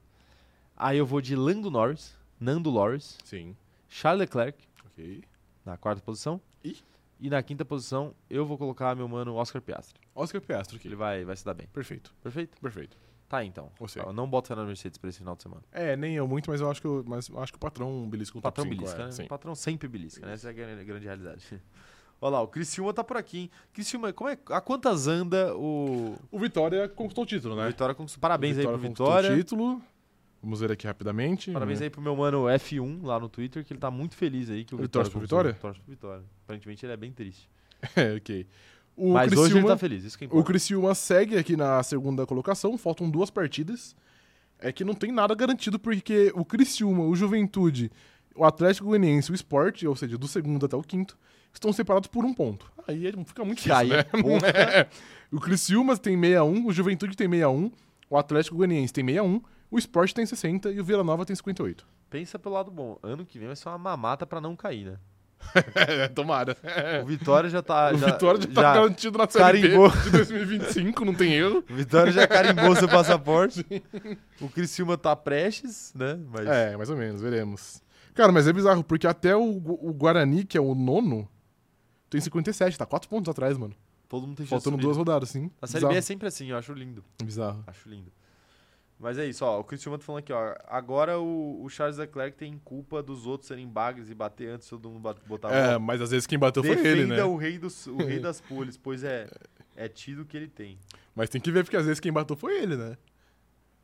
Speaker 1: Aí eu vou de Lando Norris, Nando Norris,
Speaker 2: Sim.
Speaker 1: Charles Leclerc,
Speaker 2: Ok.
Speaker 1: na quarta posição.
Speaker 2: Ih.
Speaker 1: E na quinta posição, eu vou colocar meu mano Oscar Piastri.
Speaker 2: Oscar Piastro
Speaker 1: Ele
Speaker 2: aqui.
Speaker 1: vai, vai se dar bem.
Speaker 2: Perfeito.
Speaker 1: Perfeito?
Speaker 2: Perfeito.
Speaker 1: Tá, então.
Speaker 2: Você.
Speaker 1: Eu não boto fé na Mercedes pra esse final de semana.
Speaker 2: É, nem eu muito, mas eu acho que, eu, mas eu acho que o patrão belisca
Speaker 1: O
Speaker 2: um
Speaker 1: patrão
Speaker 2: top 5.
Speaker 1: belisca,
Speaker 2: é,
Speaker 1: né?
Speaker 2: sim.
Speaker 1: O patrão sempre belisca, né? Essa é a grande, grande realidade. Olha lá, o Criciúma tá por aqui, hein? Criciúma, como é, a quantas anda o
Speaker 2: O Vitória conquistou o título, né?
Speaker 1: Vitória? Conquistou? Parabéns
Speaker 2: O
Speaker 1: aí pro
Speaker 2: conquistou
Speaker 1: Vitória.
Speaker 2: O título. Vamos ver aqui rapidamente.
Speaker 1: Parabéns aí pro meu mano F1 lá no Twitter, que ele tá muito feliz aí que o
Speaker 2: Ele
Speaker 1: Vitória
Speaker 2: torce pro
Speaker 1: conquistou.
Speaker 2: Vitória?
Speaker 1: Torce pro Vitória. Aparentemente ele é bem triste.
Speaker 2: É, ok. O
Speaker 1: Mas hoje ele
Speaker 2: Criciúma-
Speaker 1: tá feliz, isso que
Speaker 2: O
Speaker 1: importa.
Speaker 2: Criciúma segue aqui na segunda colocação, faltam duas partidas. É que não tem nada garantido, porque o Criciúma, o Juventude, o Atlético Goianiense e o Sport, ou seja, do segundo até o quinto, estão separados por um ponto. Aí fica muito
Speaker 1: Que
Speaker 2: difícil,
Speaker 1: aí,
Speaker 2: né?
Speaker 1: porra.
Speaker 2: É. O Criciúma tem 61, o Juventude tem 61, o Atlético Goianiense tem 61, o Sport tem 60 e o Vila Nova tem 58.
Speaker 1: Pensa pelo lado bom. Ano que vem vai ser uma mamata pra não cair, né?
Speaker 2: Tomara.
Speaker 1: O Vitória já tá.
Speaker 2: É. o
Speaker 1: já,
Speaker 2: Vitória já, tá garantido na Série B
Speaker 1: carimbou.
Speaker 2: de 2025, não tem erro.
Speaker 1: O Vitória já carimbou seu passaporte. O Criciúma tá prestes, né? Mas
Speaker 2: É, mais ou menos, veremos. Cara, mas é bizarro, porque até o, Gu- o Guarani, que é o nono, tem 57, tá 4 pontos atrás, mano.
Speaker 1: todo mundo tem chance de
Speaker 2: Faltando
Speaker 1: subir.
Speaker 2: duas rodadas, sim.
Speaker 1: A Série B é sempre assim, eu acho lindo.
Speaker 2: é bizarro.
Speaker 1: Acho lindo. Mas é isso, ó. O Cristiano tá falando aqui, ó. Agora o, o Charles Leclerc tem culpa dos outros serem bagres e bater antes todo mundo bat- botar a
Speaker 2: É,
Speaker 1: bola.
Speaker 2: mas às vezes quem bateu
Speaker 1: Tá Defenda
Speaker 2: foi ele, né?
Speaker 1: o rei, dos, o rei das poles, pois é, é tido que ele tem.
Speaker 2: Mas tem que ver, porque às vezes quem bateu foi ele, né?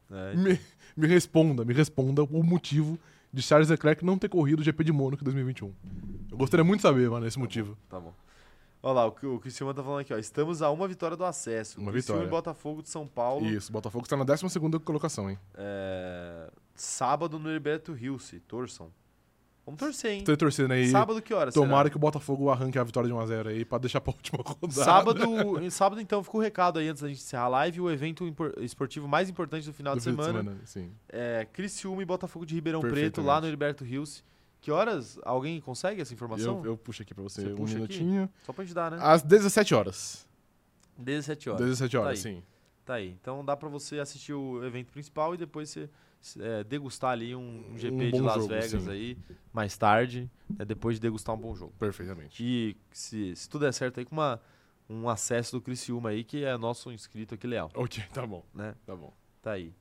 Speaker 1: né?
Speaker 2: Me, me responda, me responda o motivo de Charles Leclerc não ter corrido o GP de Mônaco em 2021. Eu gostaria muito de saber, mano, esse motivo.
Speaker 1: Tá bom. Olha lá, o, que- o Cristiano tá falando aqui, ó. Estamos a uma vitória do acesso.
Speaker 2: Uma
Speaker 1: Criciúma
Speaker 2: vitória.
Speaker 1: e Botafogo de São Paulo.
Speaker 2: Isso, o Botafogo está na 12ª colocação, hein?
Speaker 1: É, sábado no Heriberto Rilse. Torçam. Vamos torcer, hein?
Speaker 2: Tô torcendo aí.
Speaker 1: Sábado que horas?
Speaker 2: Tomara
Speaker 1: será?
Speaker 2: que o Botafogo arranque a vitória de 1x0 aí pra deixar pra última rodada.
Speaker 1: Sábado, em sábado, então, fica o recado aí antes da gente encerrar a live. O evento impor- esportivo mais importante do final
Speaker 2: do
Speaker 1: de
Speaker 2: fim
Speaker 1: semana,
Speaker 2: Sim.
Speaker 1: é Criciúma e Botafogo de Ribeirão Preto, lá no
Speaker 2: Perfeitamente.
Speaker 1: Heriberto Rios. Que horas alguém consegue essa informação?
Speaker 2: Eu, Ah. eu puxo aqui pra você,
Speaker 1: Você
Speaker 2: um
Speaker 1: puxa aqui?
Speaker 2: minutinho.
Speaker 1: Só pra te dar, né?
Speaker 2: Às 17 horas.
Speaker 1: 17 horas.
Speaker 2: 17
Speaker 1: Tá
Speaker 2: horas,
Speaker 1: aí.
Speaker 2: sim.
Speaker 1: Tá aí. Então dá pra você assistir o evento principal e depois você é, degustar ali um, um GP
Speaker 2: Um
Speaker 1: de
Speaker 2: bom
Speaker 1: Las
Speaker 2: jogo,
Speaker 1: Vegas
Speaker 2: sim.
Speaker 1: aí mais tarde, né, depois de degustar um bom jogo.
Speaker 2: Perfeitamente.
Speaker 1: E se, se tudo der certo aí com uma, um acesso do Criciúma aí, que é nosso inscrito aqui leal,
Speaker 2: Ok, tá bom,
Speaker 1: né?
Speaker 2: tá bom.
Speaker 1: Tá aí.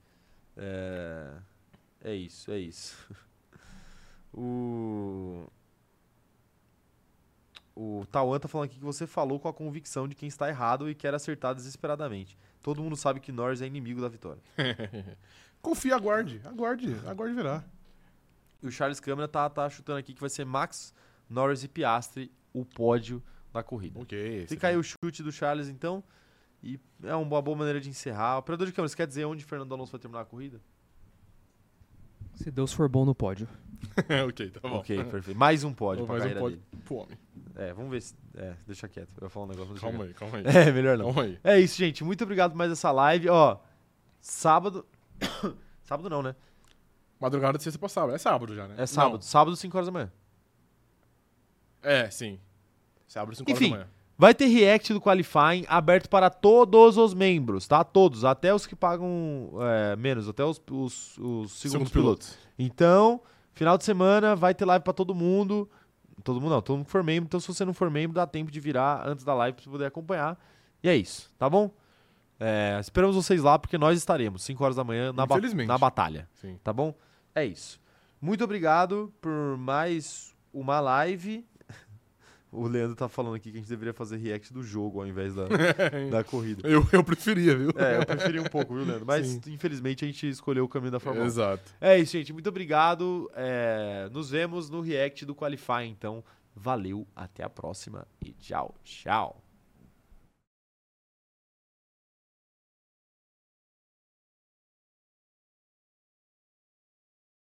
Speaker 1: É, é isso, é isso. O. O Tauan tá falando aqui que você falou com a convicção de quem está errado e quer acertar desesperadamente. Todo mundo sabe que Norris é inimigo da vitória.
Speaker 2: Confia, aguarde, aguarde, aguarde virar.
Speaker 1: E o Charles Câmara tá, tá chutando aqui que vai ser Max, Norris e Piastri o pódio da corrida.
Speaker 2: Ok.
Speaker 1: Fica aí o chute do Charles, então. E é uma boa maneira de encerrar. Operador de câmera, você quer dizer onde Fernando Alonso vai terminar a corrida?
Speaker 3: Se Deus for bom no pódio.
Speaker 2: ok, tá bom.
Speaker 1: Ok, perfeito. Mais um pódio
Speaker 2: Vou
Speaker 1: pra
Speaker 2: mais um
Speaker 1: carreira
Speaker 2: pódio
Speaker 1: dele.
Speaker 2: pro homem.
Speaker 1: É, vamos ver se... É, deixa quieto. Eu ia falar um negócio. mas
Speaker 2: Calma
Speaker 1: deixa
Speaker 2: aí, calma aí.
Speaker 1: quieto. É, melhor não.
Speaker 2: Calma aí.
Speaker 1: É isso, gente. Muito obrigado por mais essa live. Ó, sábado... sábado não, né?
Speaker 2: Madrugada de sexta pra sábado. É sábado já, né?
Speaker 1: É sábado. Sábado, 5 horas da manhã.
Speaker 2: Não. É, sim. Sábado, 5 horas
Speaker 1: Enfim.
Speaker 2: da manhã.
Speaker 1: Vai ter react do Qualifying aberto para todos os membros, tá? Todos, até os que pagam é, menos, até os, os, os segundos pilotos. Então, final de semana vai ter live pra todo mundo. Todo mundo não, todo mundo que for membro. Então, se você não for membro, dá tempo de virar antes da live pra você poder acompanhar. E é isso, tá bom? É, esperamos vocês lá, porque nós estaremos 5 horas da manhã na, ba-
Speaker 2: Infelizmente.
Speaker 1: na batalha,
Speaker 2: Sim.
Speaker 1: tá bom? É isso. Muito obrigado por mais uma live. O Leandro tá falando aqui que a gente deveria fazer react do jogo ao invés da, da corrida.
Speaker 2: É, Eu, eu preferia, viu?
Speaker 1: É, eu preferi um pouco, viu, Leandro? Mas,
Speaker 2: Sim.
Speaker 1: infelizmente, a gente escolheu o caminho da Fórmula 1.
Speaker 2: Exato.
Speaker 1: É isso, gente. Muito obrigado. É, Nos vemos no react do Qualify, então. Valeu, até a próxima e tchau, tchau.